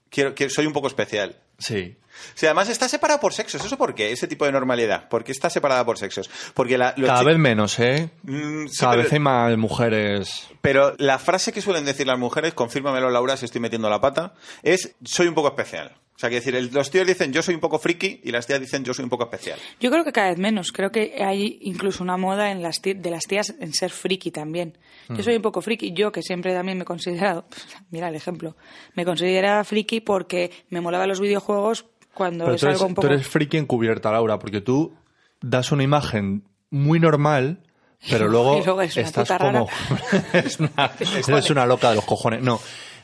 [SPEAKER 5] Quiero, que soy un poco especial.
[SPEAKER 7] sí.
[SPEAKER 5] Sí, además está separada por sexos. ¿Eso por qué? Ese tipo de normalidad. ¿Por qué está separada por sexos? Porque la, los
[SPEAKER 7] Cada
[SPEAKER 5] chi-
[SPEAKER 7] vez menos, ¿eh?
[SPEAKER 5] Mm, sí,
[SPEAKER 7] Cada
[SPEAKER 5] pero-
[SPEAKER 7] vez hay más mujeres.
[SPEAKER 5] Pero la frase que suelen decir las mujeres, confírmamelo Laura si estoy metiendo la pata, es soy un poco especial. O sea, que decir, el- los tíos dicen yo soy un poco friki y las tías dicen yo soy un poco especial.
[SPEAKER 6] Yo creo que cada vez menos. Creo que hay incluso una moda en las ti- de las tías en ser friki también.
[SPEAKER 7] Mm.
[SPEAKER 6] Yo soy un poco friki. Yo, que siempre también me he considerado... Mira el ejemplo. Me consideraba friki porque me molaban los videojuegos cuando
[SPEAKER 7] Pero
[SPEAKER 6] es
[SPEAKER 7] tú eres,
[SPEAKER 6] algo un poco...
[SPEAKER 7] tú eres friki encubierta, Laura, porque tú das una imagen muy normal, pero luego,
[SPEAKER 6] Y luego eres una
[SPEAKER 7] estás
[SPEAKER 6] puta rara.
[SPEAKER 7] como... eres, una, eres una loca de los cojones. No,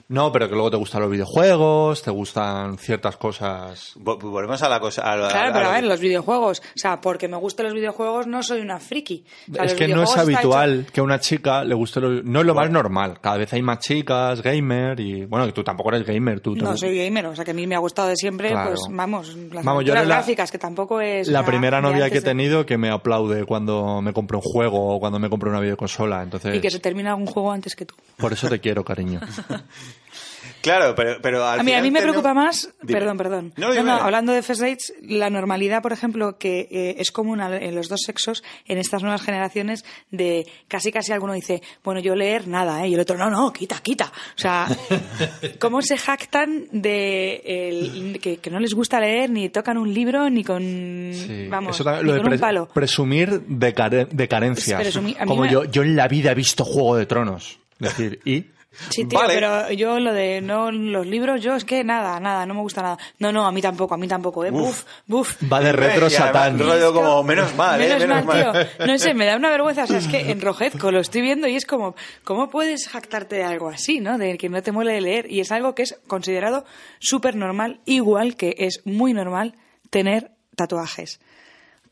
[SPEAKER 7] no, pero que luego te gustan los videojuegos, te gustan ciertas cosas...
[SPEAKER 5] Vo- pues Volvemos a la cosa. a la-
[SPEAKER 6] Claro,
[SPEAKER 5] a
[SPEAKER 6] pero
[SPEAKER 5] lo
[SPEAKER 6] a ver,
[SPEAKER 5] que-
[SPEAKER 6] los videojuegos. O sea, porque me gustan los videojuegos no soy una friki. O sea,
[SPEAKER 7] es
[SPEAKER 6] los
[SPEAKER 7] que no
[SPEAKER 6] videojuegos
[SPEAKER 7] es
[SPEAKER 6] está
[SPEAKER 7] habitual
[SPEAKER 6] hecho-
[SPEAKER 7] que a una chica le guste los... No es lo más normal. Cada vez hay más chicas, gamer y... Bueno, que tú tampoco eres gamer, tú... te-
[SPEAKER 6] No soy gamer, o sea que a mí me ha gustado de siempre,
[SPEAKER 7] Claro.
[SPEAKER 6] pues vamos, las
[SPEAKER 7] Vamos, yo
[SPEAKER 6] aventuras
[SPEAKER 7] era la-
[SPEAKER 6] gráficas, que tampoco es...
[SPEAKER 7] la
[SPEAKER 6] una-
[SPEAKER 7] primera
[SPEAKER 6] de
[SPEAKER 7] novia que he
[SPEAKER 6] antes de-
[SPEAKER 7] tenido que me aplaude cuando me compro un juego o cuando me compro una videoconsola. Entonces,
[SPEAKER 6] Y que se termina algún juego antes que tú.
[SPEAKER 7] por eso te quiero, cariño.
[SPEAKER 5] Claro, pero, pero al
[SPEAKER 6] A mí, a
[SPEAKER 5] final
[SPEAKER 6] mí me
[SPEAKER 5] tenemos-
[SPEAKER 6] preocupa más,
[SPEAKER 5] Dime.
[SPEAKER 6] perdón, perdón.
[SPEAKER 5] No,
[SPEAKER 6] No,
[SPEAKER 5] dime.
[SPEAKER 6] no, hablando de first dates, la normalidad, por ejemplo, que eh, es común al- en los dos sexos, en estas nuevas generaciones, de casi casi alguno dice, bueno, yo leer nada, ¿eh? y el otro, no, no, quita, quita. O sea, ¿cómo se jactan de el- que, que no les gusta leer, ni tocan un libro, ni con,
[SPEAKER 7] Sí.
[SPEAKER 6] vamos,
[SPEAKER 7] Eso también-
[SPEAKER 6] ni
[SPEAKER 7] lo de
[SPEAKER 6] con un
[SPEAKER 7] pre-
[SPEAKER 6] palo?
[SPEAKER 7] presumir de, care- de carencias.
[SPEAKER 6] Es presumir- a mí
[SPEAKER 7] Como
[SPEAKER 6] me-
[SPEAKER 7] yo, yo en la vida he visto Juego de Tronos. Es decir, y...
[SPEAKER 6] Sí, tío,
[SPEAKER 5] Vale.
[SPEAKER 6] pero yo lo de no los libros, yo es que nada, nada, no me gusta nada. No, no, a mí tampoco, a mí tampoco, ¿eh? Buf, buf.
[SPEAKER 7] Va de retro
[SPEAKER 5] Y además,
[SPEAKER 7] satán.
[SPEAKER 5] rollo como, menos mal, ¿eh?
[SPEAKER 6] Menos,
[SPEAKER 5] Menos
[SPEAKER 6] mal, tío.
[SPEAKER 5] mal.
[SPEAKER 6] No sé, me da una vergüenza. O sea, es que enrojezco, lo estoy viendo y es como, ¿cómo puedes jactarte de algo así, no? De que no te muele leer. Y es algo que es considerado súper normal, igual que es muy normal tener tatuajes.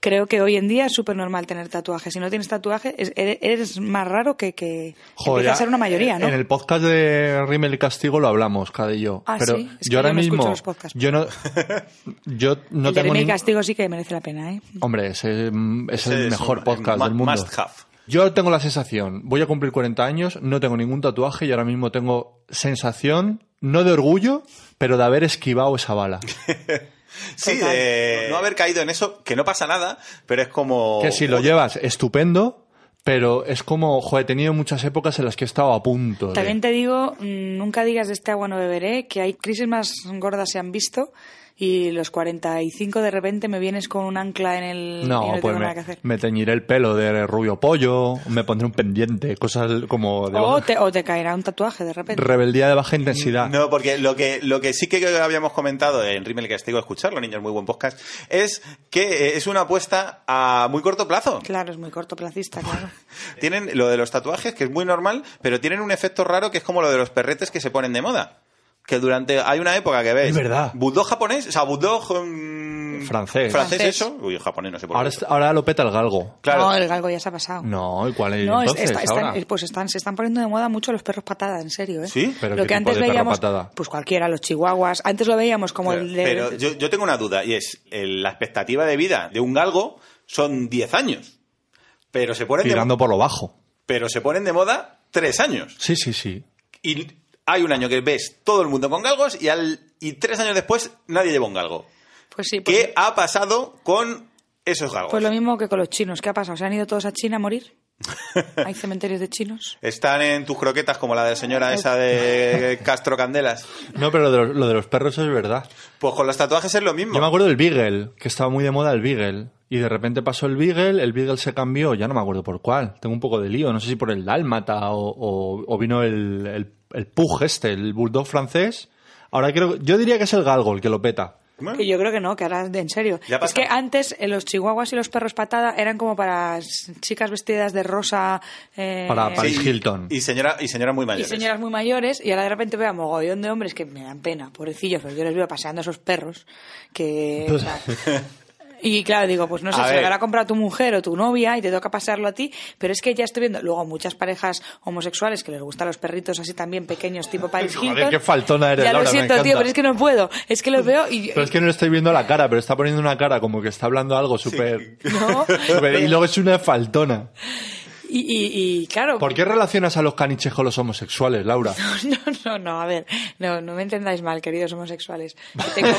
[SPEAKER 6] creo que hoy en día es súper normal tener tatuajes. Si no tienes tatuaje, es- eres- eres más raro que, que
[SPEAKER 7] Joder, eh,
[SPEAKER 6] empieza a ser una mayoría, ¿no?
[SPEAKER 7] En el podcast de Rimmel y Castigo lo hablamos, cada y yo.
[SPEAKER 6] Ah,
[SPEAKER 7] pero
[SPEAKER 6] sí, es que
[SPEAKER 7] yo ahora
[SPEAKER 6] yo no escucho
[SPEAKER 7] mismo.
[SPEAKER 6] los podcasts.
[SPEAKER 7] yo no, yo no
[SPEAKER 6] El de
[SPEAKER 7] tengo
[SPEAKER 6] Remy
[SPEAKER 7] ningún-
[SPEAKER 6] Castigo sí que merece la pena, ¿eh?
[SPEAKER 7] Hombre, ese, mm, es
[SPEAKER 5] Ese
[SPEAKER 7] el
[SPEAKER 5] es
[SPEAKER 7] mejor
[SPEAKER 5] un-
[SPEAKER 7] podcast
[SPEAKER 5] ma-
[SPEAKER 7] del mundo.
[SPEAKER 5] must have.
[SPEAKER 7] Yo tengo la sensación, voy a cumplir 40 años, no tengo ningún tatuaje y ahora mismo tengo sensación, no de orgullo, pero de haber esquivado esa bala.
[SPEAKER 5] Sí,
[SPEAKER 6] Total.
[SPEAKER 5] de no haber caído en eso, que no pasa nada, pero es como...
[SPEAKER 7] que si lo llevas, estupendo, pero es como, joder, he tenido muchas épocas en las que he estado a punto. de-
[SPEAKER 6] También te digo, mm, nunca digas de este agua no beberé, que hay crisis más gordas se han visto y los 45 de repente me vienes con un ancla en el... y
[SPEAKER 7] No,
[SPEAKER 6] tengo
[SPEAKER 7] pues
[SPEAKER 6] nada que
[SPEAKER 7] me,
[SPEAKER 6] hacer.
[SPEAKER 7] me teñiré el pelo de rubio pollo, me pondré un pendiente, cosas como de
[SPEAKER 6] O
[SPEAKER 7] baja-
[SPEAKER 6] Oh, te, o te caerá un tatuaje de repente.
[SPEAKER 7] rebeldía de baja intensidad.
[SPEAKER 5] No, porque lo que, lo que sí que habíamos comentado en Rimmel Castigo, escucharlo, niños, muy buen podcast, es que eh, es una apuesta a muy corto plazo.
[SPEAKER 6] Claro, es muy cortoplacista, claro.
[SPEAKER 5] Tienen lo de los tatuajes, que es muy normal, pero tienen un efecto raro que es como lo de los perretes que se ponen de moda. Que durante. Hay una época que ves.
[SPEAKER 7] Es verdad.
[SPEAKER 5] Budó japonés, o sea, budó. mm, Francés,
[SPEAKER 7] Francés.
[SPEAKER 6] Francés.
[SPEAKER 5] eso. Uy, japonés, no sé por
[SPEAKER 7] Ahora,
[SPEAKER 5] qué.
[SPEAKER 7] es- ahora lo peta el galgo.
[SPEAKER 5] Claro.
[SPEAKER 6] No, el galgo ya se ha pasado.
[SPEAKER 7] No, ¿y cuál es
[SPEAKER 6] No, es-
[SPEAKER 7] entonces
[SPEAKER 6] está- están-
[SPEAKER 7] ahora?
[SPEAKER 6] eh, pues están, se están poniendo de moda mucho los perros patada, en serio, ¿eh?
[SPEAKER 5] ¿Sí?
[SPEAKER 7] Pero
[SPEAKER 6] lo
[SPEAKER 7] ¿qué
[SPEAKER 6] que
[SPEAKER 7] tipo
[SPEAKER 6] antes
[SPEAKER 7] de perro
[SPEAKER 6] veíamos,
[SPEAKER 7] patada?
[SPEAKER 6] pues cualquiera, los chihuahuas. Antes lo veíamos como
[SPEAKER 5] Pero,
[SPEAKER 6] el de...
[SPEAKER 5] pero yo, yo tengo una duda, y es: eh, la expectativa de vida de un galgo son 10 años. Pero se ponen, de,
[SPEAKER 7] Tirando por lo bajo.
[SPEAKER 5] pero se ponen de moda 3 años.
[SPEAKER 7] Sí, sí, sí.
[SPEAKER 5] Y hay un año que ves todo el mundo con galgos y, al, y tres años después nadie lleva un galgo.
[SPEAKER 6] Pues sí, pues,
[SPEAKER 5] ¿Qué ha pasado con esos galgos?
[SPEAKER 6] pues lo mismo que con los chinos. ¿Qué ha pasado? ¿Se han ido todos a China a morir? ¿Hay cementerios de chinos?
[SPEAKER 5] Están en tus croquetas como la de la señora esa de Castro Candelas.
[SPEAKER 7] No, pero lo de, los, lo de los perros es verdad.
[SPEAKER 5] Pues con los tatuajes es lo
[SPEAKER 7] Yo me
[SPEAKER 5] mismo.
[SPEAKER 7] acuerdo del Beagle, que estaba muy de moda el Beagle. Y de repente pasó el Beagle, el Beagle se cambió, ya no me acuerdo por cuál. Tengo un poco de lío, no sé si por el Dálmata o, o- o vino el, el, el Pug este, el Bulldog francés. Ahora creo, yo diría que es el Galgo el que lo peta.
[SPEAKER 5] Bueno,
[SPEAKER 6] Que yo creo que no, que ahora de- en serio.
[SPEAKER 5] Ya
[SPEAKER 6] Es
[SPEAKER 5] pasa.
[SPEAKER 6] que antes eh, los chihuahuas y los perros patada eran como para s- chicas vestidas de rosa eh,
[SPEAKER 7] Para- para- Paris
[SPEAKER 5] y-
[SPEAKER 7] Hilton.
[SPEAKER 5] Y señora, y señora muy
[SPEAKER 6] y
[SPEAKER 5] mayores.
[SPEAKER 6] señoras muy mayores y ahora de repente veo a mogollón de hombres que me dan pena, pobrecillos, pero yo les veo paseando a esos perros que... o sea, y claro, digo, pues no sé,
[SPEAKER 5] A
[SPEAKER 6] si
[SPEAKER 5] ver.
[SPEAKER 6] lo habrá comprado tu mujer o tu novia y te toca pasarlo a ti, pero es que ya estoy viendo luego muchas parejas homosexuales que les gustan los perritos así también pequeños, tipo Paris
[SPEAKER 7] Joder,
[SPEAKER 6] Hilton.
[SPEAKER 7] qué faltona eres,
[SPEAKER 6] Ya
[SPEAKER 7] Laura,
[SPEAKER 6] lo
[SPEAKER 7] me
[SPEAKER 6] siento, tío,
[SPEAKER 7] encanta.
[SPEAKER 6] pero es que no puedo. Es que los veo y...
[SPEAKER 7] Pero es que no le estoy viendo la cara, pero está poniendo una cara como que está hablando algo súper...
[SPEAKER 6] No.
[SPEAKER 7] súper- Y luego es una faltona.
[SPEAKER 6] Y, y- y, claro.
[SPEAKER 7] ¿Por qué relacionas a los caniches con los homosexuales, Laura?
[SPEAKER 6] No, no, no, a ver, no, no me entendáis mal, queridos homosexuales. Que tengo,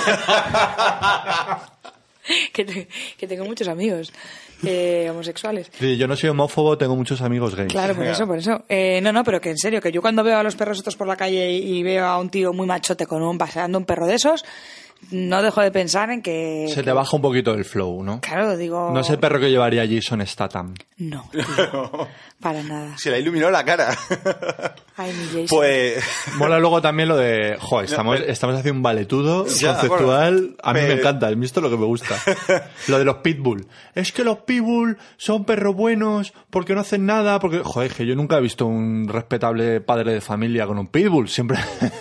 [SPEAKER 6] que te- que tengo muchos amigos eh, homosexuales.
[SPEAKER 7] Sí, Yo no soy homófobo, tengo muchos amigos gays.
[SPEAKER 6] Claro, por eso, por eso. Eh, no, no, pero que en serio, que yo cuando veo a los perros estos por la calle y, y veo a un tío muy machote con un paseando un perro de esos, no dejo de pensar en que.
[SPEAKER 7] Se te baja un poquito el flow, ¿no?
[SPEAKER 6] Claro, digo.
[SPEAKER 7] No es el perro que llevaría Jason Statham.
[SPEAKER 6] No, tío, para nada.
[SPEAKER 5] Se la iluminó la cara.
[SPEAKER 6] Ay, mi Jason.
[SPEAKER 5] Pues.
[SPEAKER 7] Mola luego también lo de, jo, estamos, estamos haciendo un valetudo
[SPEAKER 5] Ya,
[SPEAKER 7] conceptual.
[SPEAKER 5] bueno,
[SPEAKER 7] A mí me
[SPEAKER 5] pero-
[SPEAKER 7] encanta, el visto lo que me gusta. Lo de los pitbull. Es que los pitbull son perros buenos porque no hacen nada, porque, joder, es que yo nunca he visto un respetable padre de familia con un pitbull. Siempre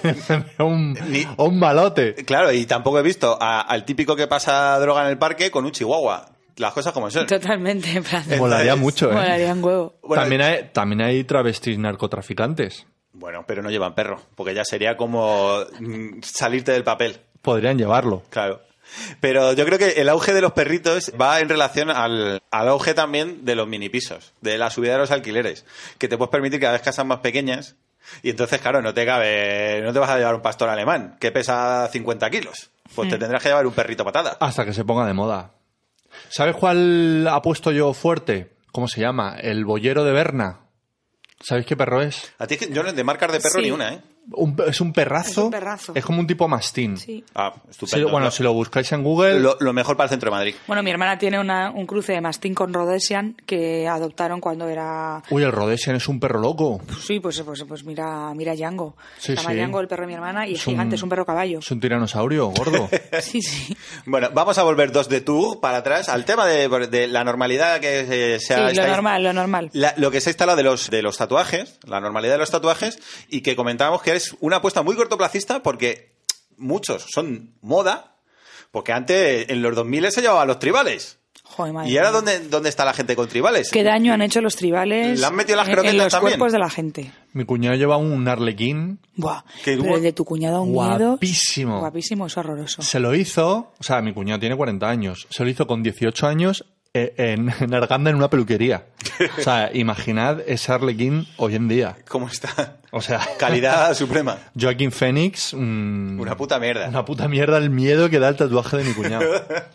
[SPEAKER 7] un,
[SPEAKER 5] Ni-
[SPEAKER 7] o un malote.
[SPEAKER 5] Claro, y tampoco he visto a- al típico que pasa droga en el parque con un chihuahua. Las cosas como son.
[SPEAKER 6] Totalmente, en plan.
[SPEAKER 7] Molaría mucho, ¿eh?
[SPEAKER 6] Molaría un huevo.
[SPEAKER 5] Bueno,
[SPEAKER 7] también, hay, también hay travestis narcotraficantes.
[SPEAKER 5] Bueno, pero no llevan perro, porque ya sería como mm, salirte del papel.
[SPEAKER 7] Podrían llevarlo.
[SPEAKER 5] Claro. Pero yo creo que el auge de los perritos va en relación al, al auge también de los mini pisos, de la subida de los alquileres, que te puedes permitir cada vez casas más pequeñas y entonces, claro, no te cabe, no te vas a llevar un pastor alemán que pesa 50 kilos. Pues
[SPEAKER 6] Mm.
[SPEAKER 5] te tendrás que llevar un perrito patada.
[SPEAKER 6] Ah.
[SPEAKER 7] Hasta que se ponga de moda. ¿Sabes cuál ha puesto yo fuerte? ¿Cómo se llama? El boyero de Berna. ¿Sabéis qué perro es?
[SPEAKER 5] A ti es que yo no- de marcas de perro
[SPEAKER 6] Sí.
[SPEAKER 5] ni una, ¿eh?
[SPEAKER 7] Un pe- es un perrazo.
[SPEAKER 6] Es un perrazo.
[SPEAKER 7] Es como un tipo mastín.
[SPEAKER 6] Sí.
[SPEAKER 5] Ah,
[SPEAKER 7] Si
[SPEAKER 5] estupendo.
[SPEAKER 7] lo- bueno,
[SPEAKER 5] Lo-
[SPEAKER 7] si lo buscáis en Google,
[SPEAKER 5] lo, lo mejor para el centro de Madrid.
[SPEAKER 6] Bueno, mi hermana tiene una- un cruce de mastín con Rhodesian que adoptaron cuando era...
[SPEAKER 7] uy, el Rhodesian es un perro loco.
[SPEAKER 6] Sí, pues, pues, pues mira, mira Django. Se
[SPEAKER 7] Sí,
[SPEAKER 6] llama
[SPEAKER 7] sí.
[SPEAKER 6] Django, el perro de mi hermana, y es
[SPEAKER 7] un-
[SPEAKER 6] gigante, es un perro caballo.
[SPEAKER 7] Es un tiranosaurio gordo.
[SPEAKER 6] Sí, sí.
[SPEAKER 5] Bueno, vamos a volver dos de tour para atrás al tema de, de la normalidad que eh, se, se ha
[SPEAKER 6] sí, lo
[SPEAKER 5] está-
[SPEAKER 6] normal, lo normal.
[SPEAKER 5] La- lo que se instala de los, de los tatuajes, la normalidad de los tatuajes, y que comentábamos que es una apuesta muy cortoplacista porque muchos son moda, porque antes en los 2000 se llevaban los tribales.
[SPEAKER 6] Joder, madre
[SPEAKER 5] ¿Y ahora
[SPEAKER 6] mía.
[SPEAKER 5] dónde, dónde está la gente con tribales?
[SPEAKER 6] ¿Qué daño han hecho los tribales
[SPEAKER 5] Le han metido las
[SPEAKER 6] en- en,
[SPEAKER 5] croquetas
[SPEAKER 6] los
[SPEAKER 5] también.
[SPEAKER 6] cuerpos de la gente?
[SPEAKER 7] Mi cuñado lleva un arlequín
[SPEAKER 6] Buah.
[SPEAKER 5] Qué
[SPEAKER 6] Pero
[SPEAKER 5] guap-
[SPEAKER 6] el de tu cuñado un miedo.
[SPEAKER 7] Guapísimo.
[SPEAKER 6] Guapísimo, es horroroso.
[SPEAKER 7] Se lo hizo, o sea, mi cuñado tiene 40 años, se lo hizo con 18 años eh, en, en Arganda en una peluquería. O sea, imaginad ese Arlequín hoy en día.
[SPEAKER 5] ¿Cómo está?
[SPEAKER 7] O sea,
[SPEAKER 5] Calidad suprema.
[SPEAKER 7] Joaquín Phoenix, mm,
[SPEAKER 5] Una puta mierda.
[SPEAKER 7] una puta mierda el miedo que da el tatuaje de mi cuñado.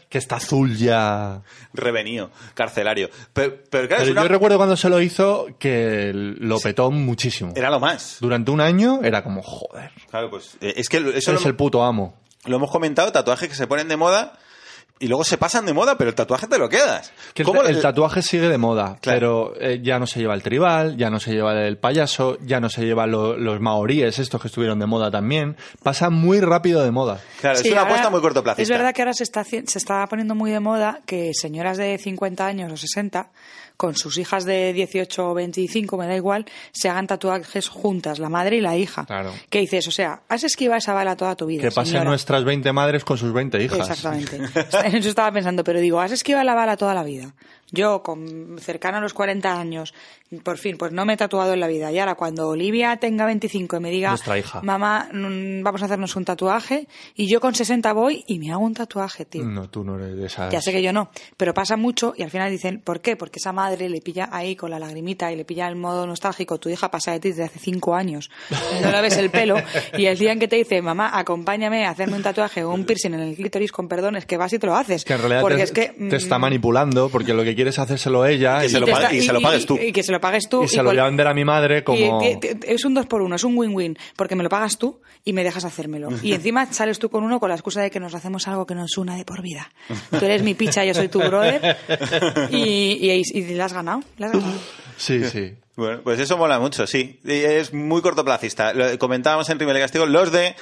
[SPEAKER 7] que está azul ya.
[SPEAKER 5] Revenido, carcelario. Pero, pero claro, es
[SPEAKER 7] Pero
[SPEAKER 5] una-
[SPEAKER 7] yo recuerdo cuando se lo hizo que lo petó muchísimo.
[SPEAKER 5] era lo más.
[SPEAKER 7] Durante un año era como, joder,
[SPEAKER 5] Claro, pues eh, es que lo- eso
[SPEAKER 7] eso
[SPEAKER 5] lo,
[SPEAKER 7] es el puto amo.
[SPEAKER 5] lo hemos comentado, tatuajes que se ponen de moda y luego se pasan de moda, pero el tatuaje te lo quedas.
[SPEAKER 7] Que el,
[SPEAKER 5] ¿Cómo
[SPEAKER 7] ta-
[SPEAKER 5] le-
[SPEAKER 7] el tatuaje sigue de moda,
[SPEAKER 5] Claro.
[SPEAKER 7] pero eh, ya no se lleva el tribal, ya no se lleva el payaso, ya no se llevan lo- los maoríes, estos que estuvieron de moda también. Pasa muy rápido de moda.
[SPEAKER 5] Claro,
[SPEAKER 6] Sí,
[SPEAKER 5] es una
[SPEAKER 6] ahora-
[SPEAKER 5] apuesta muy cortoplacista.
[SPEAKER 6] Es verdad que ahora se está, haci- se está poniendo muy de moda que señoras de 50 años o 60, con sus hijas de 18 o 25, me da igual, se hagan tatuajes juntas, la madre y la hija.
[SPEAKER 7] Claro.
[SPEAKER 6] Que dices, o sea, has esquivado esa bala toda tu vida.
[SPEAKER 7] Que pasen
[SPEAKER 6] señora.
[SPEAKER 7] nuestras 20 madres con sus 20 hijas.
[SPEAKER 6] Exactamente. En eso estaba pensando, pero digo, has esquivado la bala toda la vida. Yo, con cercano a los 40 años, por fin, pues no me he tatuado en la vida. Y ahora, cuando Olivia tenga 25 y me diga,
[SPEAKER 7] Nuestra hija.
[SPEAKER 6] mamá, mm, vamos a hacernos un tatuaje, y yo con 60 voy y me hago un tatuaje, tío.
[SPEAKER 7] No, tú no eres de esas.
[SPEAKER 6] Ya sé que yo no, pero pasa mucho y al final dicen, ¿por qué? Porque esa madre le pilla ahí con la lagrimita y le pilla el modo nostálgico, tu hija pasa de ti desde hace cinco años, no le ves el pelo y el día en que te dice, mamá, acompáñame a hacerme un tatuaje o un piercing en el clítoris con perdón, es que vas y te lo haces.
[SPEAKER 7] Que en realidad
[SPEAKER 6] porque
[SPEAKER 7] te,
[SPEAKER 6] es que,
[SPEAKER 7] te está
[SPEAKER 6] mm,
[SPEAKER 7] manipulando porque lo que quieres es hacérselo ella
[SPEAKER 5] Que
[SPEAKER 7] y,
[SPEAKER 5] se lo
[SPEAKER 6] te
[SPEAKER 5] pague-
[SPEAKER 6] está-
[SPEAKER 5] y se lo pagues tú.
[SPEAKER 6] Y, que se lo pagues tú.
[SPEAKER 7] y se lo
[SPEAKER 6] cual-
[SPEAKER 7] voy a vender a mi madre como...
[SPEAKER 6] y- y- es un dos por uno, es un win-win, porque me lo pagas tú y me dejas hacérmelo. Y encima sales tú con uno con la excusa de que nos hacemos algo que nos una de por vida. Tú eres mi picha, yo soy tu brother y, y, y le has ganado. le has ganado.
[SPEAKER 7] Sí, sí.
[SPEAKER 5] Bueno, pues eso mola mucho, sí. Y Es muy cortoplacista. Lo- comentábamos en Rimmel y Castigo los de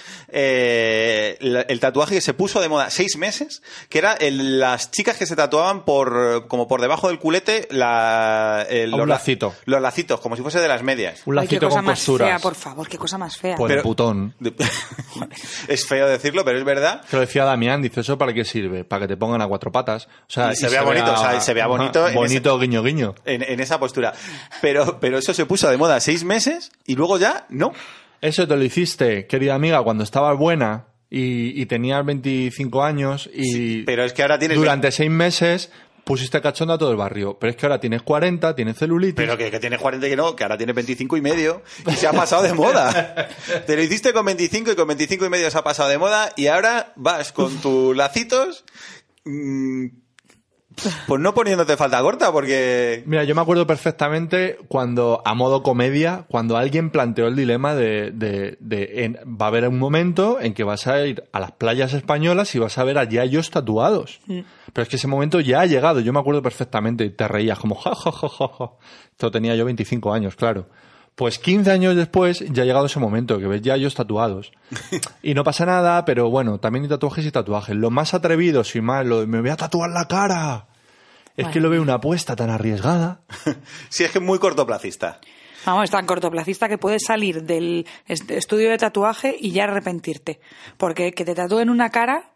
[SPEAKER 5] eh, la- el tatuaje que se puso de moda seis meses, que era el- las chicas que se tatuaban por como por debajo del culete la, el-
[SPEAKER 7] Un
[SPEAKER 5] la-
[SPEAKER 7] lacito.
[SPEAKER 5] Los lacitos, como si fuese de las medias.
[SPEAKER 7] Un
[SPEAKER 6] Ay, qué
[SPEAKER 7] lacito
[SPEAKER 6] cosa
[SPEAKER 7] con Pues-
[SPEAKER 6] más fea,
[SPEAKER 7] posturas.
[SPEAKER 6] por favor, qué cosa más fea.
[SPEAKER 7] Por el
[SPEAKER 5] Pero-
[SPEAKER 7] putón.
[SPEAKER 5] es feo decirlo, pero es verdad.
[SPEAKER 7] Que lo decía Damián, dice, ¿eso para qué sirve? Para que te pongan a cuatro patas. O sea,
[SPEAKER 5] Y se vea bonito, o sea, se vea
[SPEAKER 7] Ajá,
[SPEAKER 5] bonito en
[SPEAKER 7] Bonito, guiño, guiño.
[SPEAKER 5] En, en esa postura. Pero, pero eso se puso de moda seis meses y luego ya no.
[SPEAKER 7] Eso te lo hiciste, querida amiga, cuando estabas buena y, y tenías 25 años y
[SPEAKER 5] Pero es que ahora tienes.
[SPEAKER 7] durante seis meses pusiste cachonda a todo el barrio. Pero es que ahora tienes 40, tienes celulitis.
[SPEAKER 5] Pero que, que tienes 40 y que no, que ahora tienes 25 y medio y se ha pasado de moda. Te lo hiciste con 25 y con 25 y medio se ha pasado de moda y ahora vas con tus lacitos, mm, pues no poniéndote falta corta porque...
[SPEAKER 7] Mira, yo me acuerdo perfectamente cuando, a modo comedia, cuando alguien planteó el dilema de, de- de- en- va a haber un momento en que vas a ir a las playas españolas y vas a ver a yayos tatuados. Pero es que ese momento ya ha llegado, yo me acuerdo perfectamente y te reías como, ja, ja, ja, ja, ja. Esto tenía yo 25 años, claro. Pues 15 años después ya ha llegado ese momento, que ves yayos tatuados. Y no pasa nada, pero bueno, también hay tatuajes y tatuajes. Lo más atrevido, y más, lo de me voy a tatuar la cara. Es que
[SPEAKER 6] Madre
[SPEAKER 7] lo veo una apuesta tan arriesgada.
[SPEAKER 5] Si es que es muy cortoplacista.
[SPEAKER 6] Vamos, es tan cortoplacista que puedes salir del est- estudio de tatuaje y ya arrepentirte. Porque que te tatúen una cara,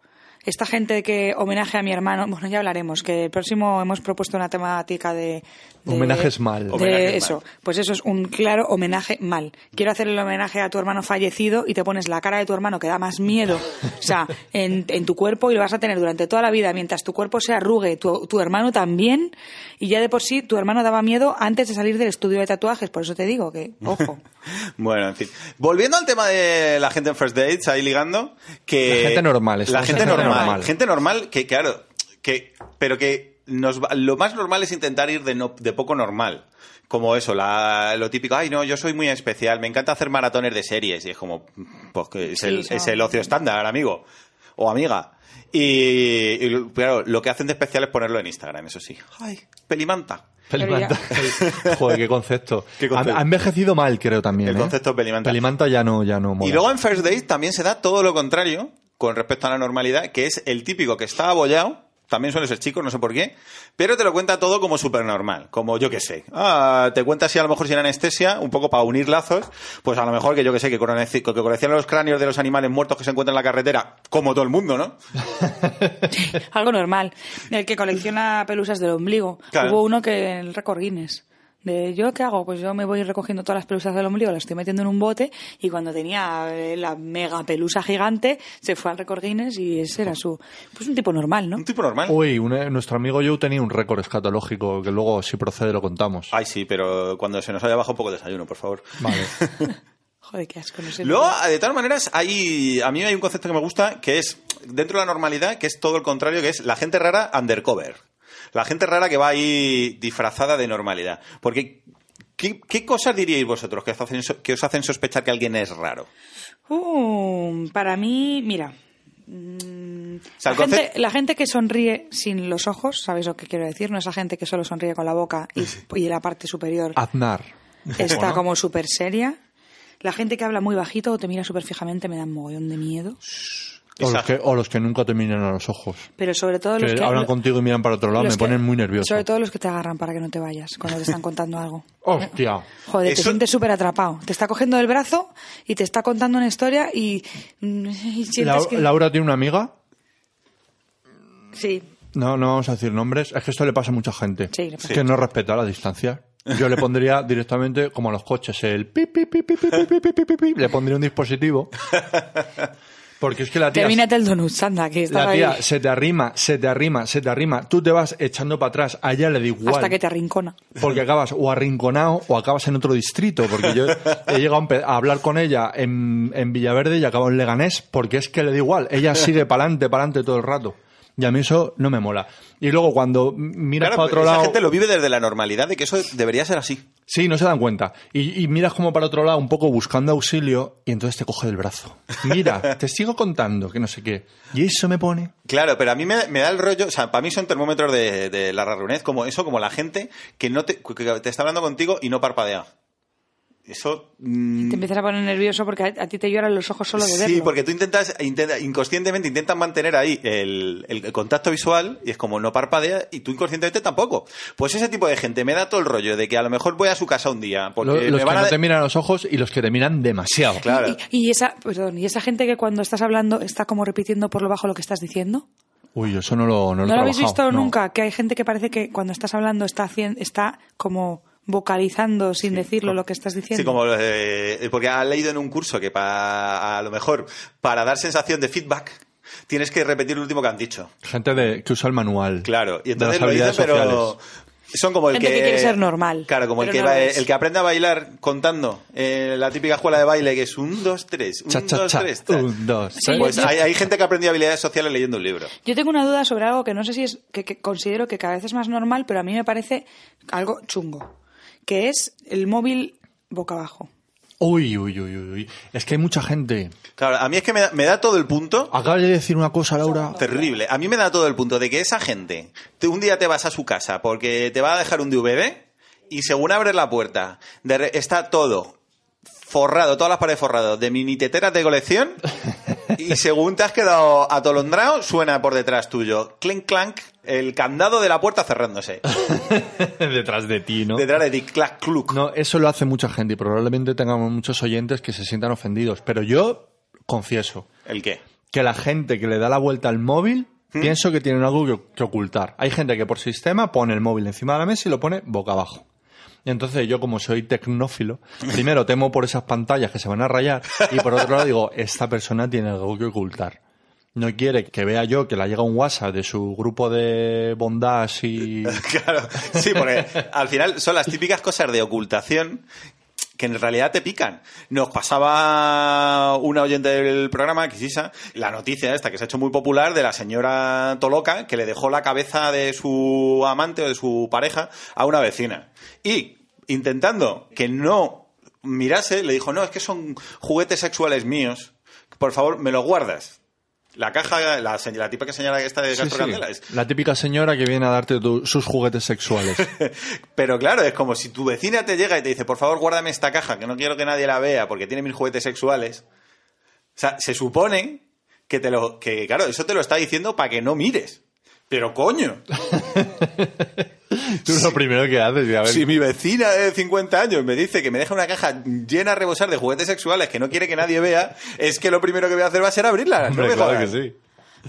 [SPEAKER 6] esta gente que homenaje a mi hermano, bueno, ya hablaremos, que el próximo hemos propuesto una temática de... de-
[SPEAKER 7] Homenajes mal.
[SPEAKER 6] de
[SPEAKER 5] Homenajes mal.
[SPEAKER 6] eso, pues eso es un claro homenaje mal. Quiero hacer el homenaje a tu hermano fallecido y te pones la cara de tu hermano que da más miedo, o sea, en, en tu cuerpo y lo vas a tener durante toda la vida, mientras tu cuerpo se arrugue, tu, tu hermano también, y ya de por sí tu hermano daba miedo antes de salir del estudio de tatuajes, por eso te digo que, ojo.
[SPEAKER 5] Bueno, en fin. Volviendo al tema de la gente en First Dates, ahí ligando, que...
[SPEAKER 7] La gente normal, eso,
[SPEAKER 5] La
[SPEAKER 7] es
[SPEAKER 5] gente
[SPEAKER 7] gente
[SPEAKER 5] normal.
[SPEAKER 7] normal.
[SPEAKER 5] Gente normal que, claro, que, pero que nos, va- lo más normal es intentar ir de, no- de poco normal. Como eso, la- lo típico, ay no, yo soy muy especial, me encanta hacer maratones de series. Y es como, pues que es,
[SPEAKER 6] Sí,
[SPEAKER 5] el,
[SPEAKER 6] eso.
[SPEAKER 5] es el ocio estándar, amigo. O amiga. Y, y, claro, lo que hacen de especial es ponerlo en Instagram, eso sí. Ay, pelimanta.
[SPEAKER 6] Pero
[SPEAKER 7] Pelimanta. Joder, qué concepto.
[SPEAKER 5] Qué concepto.
[SPEAKER 7] Ha, ha envejecido mal, creo también.
[SPEAKER 5] El
[SPEAKER 7] ¿eh?
[SPEAKER 5] concepto pelimanta.
[SPEAKER 7] Pelimanta ya no, ya no mola.
[SPEAKER 5] Y luego en First Date también se da todo lo contrario con respecto a la normalidad, que es el típico que está abollado también suelen ser chicos, no sé por qué, pero te lo cuenta todo como súper normal, como yo qué sé. Ah, te cuenta si a lo mejor sin anestesia, un poco para unir lazos, pues a lo mejor que yo qué sé, que corone- que conocían los cráneos de los animales muertos que se encuentran en la carretera, como todo el mundo, ¿no?
[SPEAKER 6] Algo normal. El que colecciona pelusas del ombligo.
[SPEAKER 5] Claro.
[SPEAKER 6] Hubo uno que en el récord Guinness. De, ¿Yo qué hago? Pues yo me voy recogiendo todas las pelusas del ombligo, las estoy metiendo en un bote y cuando tenía eh, la mega pelusa gigante se fue al récord Guinness y ese era su... Pues un tipo normal, ¿no?
[SPEAKER 5] Un tipo normal.
[SPEAKER 7] Uy, un- eh, nuestro amigo Joe tenía un récord escatológico que luego, si procede, lo contamos.
[SPEAKER 5] Ay, sí, pero cuando se nos haya bajado un poco de desayuno, por favor.
[SPEAKER 7] Vale.
[SPEAKER 6] Joder, qué asco, no sé.
[SPEAKER 5] Luego, de todas maneras, hay, a mí hay un concepto que me gusta, que es, dentro de la normalidad, que es todo el contrario, que es la gente rara undercover. La gente rara que va ahí disfrazada de normalidad. Porque, ¿qué, qué cosas diríais vosotros que os, hacen, so- que os hacen sospechar que alguien es raro?
[SPEAKER 6] Uh, para mí, mira. mm,
[SPEAKER 5] sea, el
[SPEAKER 6] la,
[SPEAKER 5] conce-
[SPEAKER 6] gente, la gente que sonríe sin los ojos, ¿sabéis lo que quiero decir? No esa gente que solo sonríe con la boca y, y la parte superior
[SPEAKER 7] Aznar. Un poco,
[SPEAKER 6] está
[SPEAKER 7] ¿no?
[SPEAKER 6] como súper seria. La gente que habla muy bajito o te mira súper fijamente me dan mogollón de miedo.
[SPEAKER 7] O los,
[SPEAKER 5] Esa-
[SPEAKER 7] que, o los que nunca te miran a los ojos.
[SPEAKER 6] Pero sobre todo los
[SPEAKER 7] que
[SPEAKER 6] que.
[SPEAKER 7] hablan
[SPEAKER 6] lo-
[SPEAKER 7] contigo y miran para otro lado, me
[SPEAKER 6] los que-
[SPEAKER 7] ponen muy nervioso.
[SPEAKER 6] Sobre todo los que te agarran para que no te vayas cuando te están contando algo.
[SPEAKER 7] Hostia.
[SPEAKER 6] Joder, te
[SPEAKER 5] Eso-
[SPEAKER 6] sientes súper atrapado. Te está cogiendo del brazo y te está contando una historia y, mm, y sientes
[SPEAKER 7] Lau-
[SPEAKER 6] que...
[SPEAKER 7] Laura tiene una amiga.
[SPEAKER 6] Sí,
[SPEAKER 7] No, no vamos a decir nombres. Es que esto le pasa a mucha gente.
[SPEAKER 6] Sí, le pasa.
[SPEAKER 7] Que no respeta la distancia. Yo le pondría directamente, como a los coches, el pip, pip, pip, pip, pip, pip, pip, pip, pip. Le pondría un dispositivo. Porque es que la tía...
[SPEAKER 6] Termínate el donut, anda, que está
[SPEAKER 7] La
[SPEAKER 6] ahí
[SPEAKER 7] tía se te arrima, se te arrima, se te arrima. Tú te vas echando para atrás. A ella le da igual.
[SPEAKER 6] hasta que te arrincona.
[SPEAKER 7] Porque acabas o arrinconado o acabas en otro distrito. Porque yo he llegado a empe- a hablar con ella en, en Villaverde y acabo en Leganés porque es que le da igual. Ella sigue para adelante, para adelante todo el rato. Y a mí eso no me mola. Y luego cuando m- miras
[SPEAKER 5] Claro, pues
[SPEAKER 7] para otro
[SPEAKER 5] esa
[SPEAKER 7] lado...
[SPEAKER 5] gente lo vive desde la normalidad de que eso debería ser así.
[SPEAKER 7] Sí, no se dan cuenta. Y, y miras como para otro lado, un poco buscando auxilio, y entonces te coge del brazo. Mira, te sigo contando que no sé qué. Y eso me pone...
[SPEAKER 5] Claro, pero a mí me, me da el rollo, o sea, para mí son termómetros de, de la rarunez, como eso, como la gente que no te, que te está hablando contigo y no parpadea. Eso mm,
[SPEAKER 6] Te empiezas a poner nervioso porque a, a ti te lloran los ojos solo de verlo.
[SPEAKER 5] Sí, porque tú intentas, intenta- inconscientemente intentas mantener ahí el, el contacto visual y es como no parpadea y tú inconscientemente tampoco. Pues ese tipo de gente me da todo el rollo de que a lo mejor voy a su casa un día porque
[SPEAKER 7] Lo- los
[SPEAKER 5] me
[SPEAKER 7] que
[SPEAKER 5] van
[SPEAKER 7] no
[SPEAKER 5] a...
[SPEAKER 7] te miran a los ojos y los que te miran demasiado.
[SPEAKER 5] Claro.
[SPEAKER 6] Y, y esa, perdón, y esa gente que cuando estás hablando está como repitiendo por lo bajo lo que estás diciendo.
[SPEAKER 7] Uy, eso no lo, no
[SPEAKER 6] No lo,
[SPEAKER 7] lo, he
[SPEAKER 6] habéis
[SPEAKER 7] trabajado,
[SPEAKER 6] visto
[SPEAKER 7] no.
[SPEAKER 6] nunca, que hay gente que parece que cuando estás hablando está hacien- está como vocalizando sin decirlo lo que estás diciendo.
[SPEAKER 5] Sí, como eh, porque ha leído en un curso que pa- a lo mejor para dar sensación de feedback tienes que repetir lo último que han dicho.
[SPEAKER 7] Gente de, que usa el manual.
[SPEAKER 5] Claro, y
[SPEAKER 7] de
[SPEAKER 5] entonces
[SPEAKER 7] las
[SPEAKER 5] lo dicen,
[SPEAKER 7] habilidades
[SPEAKER 5] pero
[SPEAKER 7] sociales.
[SPEAKER 5] son como el
[SPEAKER 6] Gente
[SPEAKER 5] que,
[SPEAKER 6] que quiere ser normal,
[SPEAKER 5] Claro, como el
[SPEAKER 6] pero
[SPEAKER 5] que,
[SPEAKER 6] no lo
[SPEAKER 5] va-
[SPEAKER 6] es.
[SPEAKER 5] el que aprende a bailar contando eh, la típica escuela de baile que es un, dos, tres, un,
[SPEAKER 7] Cha, cha,
[SPEAKER 5] dos,
[SPEAKER 7] cha.
[SPEAKER 5] tres. tal.
[SPEAKER 7] Un, dos,
[SPEAKER 6] Sí,
[SPEAKER 7] tres.
[SPEAKER 5] Pues
[SPEAKER 6] yo-
[SPEAKER 5] hay, hay gente que ha aprendido habilidades sociales leyendo un libro.
[SPEAKER 6] Yo tengo una duda sobre algo que no sé si es que, que considero que cada vez es más normal, pero a mí me parece algo chungo, que es el móvil boca abajo.
[SPEAKER 7] Uy, uy, uy, uy, uy. Es que hay mucha gente.
[SPEAKER 5] Claro, a mí es que me da, me da todo el punto.
[SPEAKER 7] Acabas de decir una cosa, Laura.
[SPEAKER 5] Terrible. A mí me da todo el punto de que esa gente, te- un día te vas a su casa porque te va a dejar un DVD y según abres la puerta, de re- está todo forrado, todas las paredes forradas de mini teteras de colección y según te has quedado atolondrado, suena por detrás tuyo, clink clank, el candado de la puerta cerrándose.
[SPEAKER 7] Detrás de ti, ¿no?
[SPEAKER 5] Detrás de ti, clac cluc.
[SPEAKER 7] No, eso lo hace mucha gente y probablemente tengamos muchos oyentes que se sientan ofendidos. Pero yo confieso
[SPEAKER 5] ¿El qué?
[SPEAKER 7] que la gente que le da la vuelta al móvil,
[SPEAKER 5] Hmm.
[SPEAKER 7] pienso que tienen algo que, que ocultar. Hay gente que por sistema pone el móvil encima de la mesa y lo pone boca abajo. Y entonces yo, como soy tecnófilo, primero temo por esas pantallas que se van a rayar y por otro lado digo, esta persona tiene algo que ocultar. No quiere que vea yo que le llega un WhatsApp de su grupo de bondad y...
[SPEAKER 5] Claro, sí, porque al final son las típicas cosas de ocultación que en realidad te pican. Nos pasaba una oyente del programa, Kisisa, la noticia esta que se ha hecho muy popular de la señora Toloca que le dejó la cabeza de su amante o de su pareja a una vecina. Y intentando que no mirase, le dijo, no, es que son juguetes sexuales míos, por favor, me los guardas. La caja, la, se- la típica señora que está de
[SPEAKER 7] Sí,
[SPEAKER 5] Castro
[SPEAKER 7] sí.
[SPEAKER 5] Candela, es-
[SPEAKER 7] La típica señora que viene a darte tu- sus juguetes sexuales.
[SPEAKER 5] Pero claro, es como si tu vecina te llega y te dice, por favor, guárdame esta caja, que no quiero que nadie la vea porque tiene mis juguetes sexuales. O sea, se supone que te lo. que claro, eso te lo está diciendo para que no mires. Pero coño,
[SPEAKER 7] Tú lo primero que haces, y a ver,
[SPEAKER 5] si mi vecina de 50 años me dice que me deja una caja llena a rebosar de juguetes sexuales que no quiere que nadie vea, es que lo primero que voy a hacer va a ser abrirla.
[SPEAKER 7] hombre,
[SPEAKER 5] no me
[SPEAKER 7] claro que
[SPEAKER 5] jodas.
[SPEAKER 7] sí.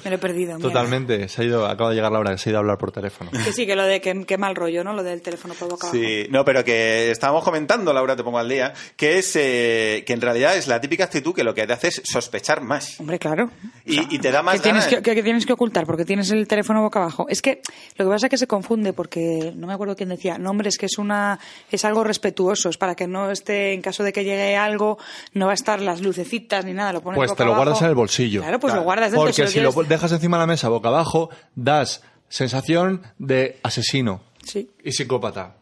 [SPEAKER 6] Me lo he perdido. mierda.
[SPEAKER 7] Totalmente, se ha ido, acaba de llegar la hora que se ha ido a hablar por teléfono.
[SPEAKER 6] Que sí, que lo de que, que mal rollo, ¿no? Lo del teléfono por boca abajo.
[SPEAKER 5] Sí, no, pero que estábamos comentando, Laura, te pongo al día, que es eh, que en realidad es la típica actitud que lo que te hace es sospechar más.
[SPEAKER 6] Hombre, claro.
[SPEAKER 5] Y, y te da más
[SPEAKER 6] ¿Qué tienes,
[SPEAKER 5] ganas.
[SPEAKER 6] que, que- que tienes que ocultar? Porque tienes el teléfono boca abajo. Es que lo que pasa es que se confunde porque no me acuerdo quién decía. No, hombre, es que es, una, es algo respetuoso. Es para que no esté, en caso de que llegue algo, no va a estar las lucecitas ni nada. Lo pones
[SPEAKER 7] Pues
[SPEAKER 6] boca
[SPEAKER 7] te lo
[SPEAKER 6] abajo.
[SPEAKER 7] guardas en el bolsillo.
[SPEAKER 6] Claro, pues
[SPEAKER 5] Claro.
[SPEAKER 6] lo guardas dentro.
[SPEAKER 7] Porque si lo
[SPEAKER 6] quieres-
[SPEAKER 7] dejas encima de la mesa boca abajo, das sensación de asesino
[SPEAKER 6] Sí.
[SPEAKER 7] y psicópata.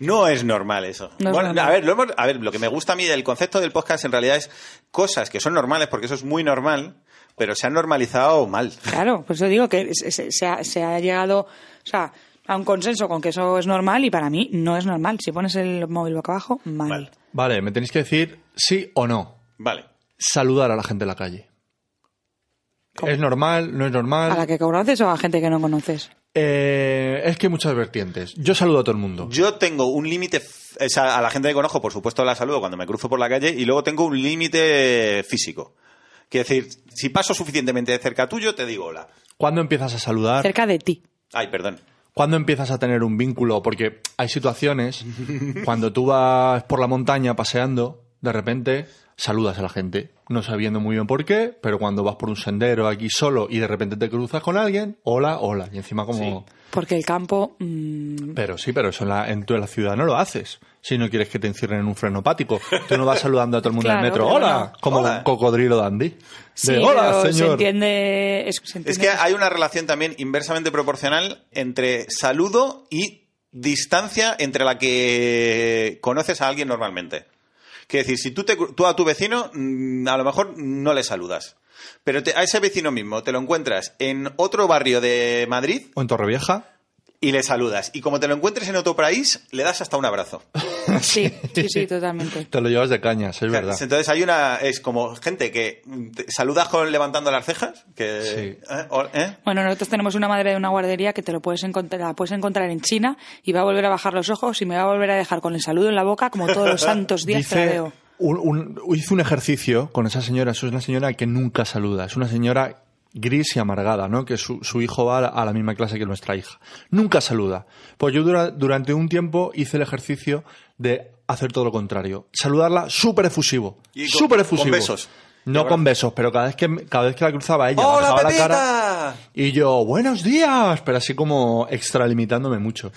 [SPEAKER 5] No es normal eso.
[SPEAKER 6] No es
[SPEAKER 5] bueno,
[SPEAKER 6] normal.
[SPEAKER 5] A, ver, lo hemos- a ver, lo que me gusta a mí del concepto del podcast en realidad es cosas que son normales, porque eso es muy normal, pero se han normalizado mal.
[SPEAKER 6] Claro, por eso digo que se, se- se ha, se ha llegado o sea, a un consenso con que eso es normal y para mí no es normal. Si pones el móvil boca abajo, mal.
[SPEAKER 5] Mal.
[SPEAKER 7] Vale, me tenéis que decir sí o no.
[SPEAKER 5] Vale.
[SPEAKER 7] Saludar a la gente en la calle. ¿Es normal? ¿No es normal?
[SPEAKER 6] ¿A la que conoces o a gente que no conoces?
[SPEAKER 7] Eh, es que hay muchas vertientes. Yo saludo a todo el mundo.
[SPEAKER 5] Yo tengo un límite, f- o sea, a la gente que conozco, por supuesto, la saludo cuando me cruzo por la calle, y luego tengo un límite físico. Quiero decir, si paso suficientemente de cerca tuyo, te digo hola.
[SPEAKER 7] ¿Cuándo empiezas a saludar?
[SPEAKER 6] Cerca de ti.
[SPEAKER 5] Ay, perdón.
[SPEAKER 7] ¿Cuándo empiezas a tener un vínculo? Porque hay situaciones, cuando tú vas por la montaña paseando, de repente saludas a la gente, no sabiendo muy bien por qué, pero cuando vas por un sendero aquí solo y de repente te cruzas con alguien, hola, hola, y encima como...
[SPEAKER 6] Porque el campo. mm,
[SPEAKER 7] Pero sí, pero eso en, la, en toda la ciudad no lo haces, si no quieres que te encierren en un frenopático. Tú no vas saludando a todo el mundo en
[SPEAKER 6] Claro,
[SPEAKER 7] el metro,
[SPEAKER 6] pero
[SPEAKER 7] hola,
[SPEAKER 6] no. Oh.
[SPEAKER 7] como
[SPEAKER 5] Hola.
[SPEAKER 7] un cocodrilo dandy. De,
[SPEAKER 6] sí,
[SPEAKER 7] hola,
[SPEAKER 6] pero Se
[SPEAKER 7] señor.
[SPEAKER 6] entiende. Es, se
[SPEAKER 5] Es
[SPEAKER 6] entiende
[SPEAKER 5] que hay una relación también inversamente proporcional entre saludo y distancia entre la que conoces a alguien normalmente. Que decir, si tú, te, cru- tú a tu vecino, mm, a lo mejor no le saludas. Pero te- a ese vecino mismo te lo encuentras en otro barrio de Madrid
[SPEAKER 7] O en Torrevieja.
[SPEAKER 5] y le saludas. Y como te lo encuentres en otro país, le das hasta un abrazo.
[SPEAKER 6] Sí, sí, sí, totalmente.
[SPEAKER 7] Te lo llevas de cañas, es verdad.
[SPEAKER 5] Entonces hay una. Es como gente que mm, te- saludas con levantando las cejas. Que,
[SPEAKER 7] Sí.
[SPEAKER 5] ¿eh? Ol- ¿eh?
[SPEAKER 6] Bueno, nosotros tenemos una madre de una guardería que te lo puedes encontrar, la puedes encontrar en China y va a volver a bajar los ojos y me va a volver a dejar con el saludo en la boca como todos los santos días que la
[SPEAKER 7] Dice
[SPEAKER 6] veo.
[SPEAKER 7] un- un- hice un ejercicio con esa señora. Es una señora que nunca saluda. Es una señora gris y amargada, ¿no? Que su, su hijo va a la, a la misma clase que nuestra hija. Nunca saluda. Pues yo dura- durante un tiempo hice el ejercicio de hacer todo lo contrario. Saludarla súper efusivo.
[SPEAKER 5] Y con-
[SPEAKER 7] Súper efusivo.
[SPEAKER 5] con besos.
[SPEAKER 7] No con besos, pero cada vez que, cada vez que la cruzaba ella,
[SPEAKER 5] ¡Hola,
[SPEAKER 7] bajaba la
[SPEAKER 5] Pepita!
[SPEAKER 7] cara y yo, buenos días, pero así como extralimitándome mucho.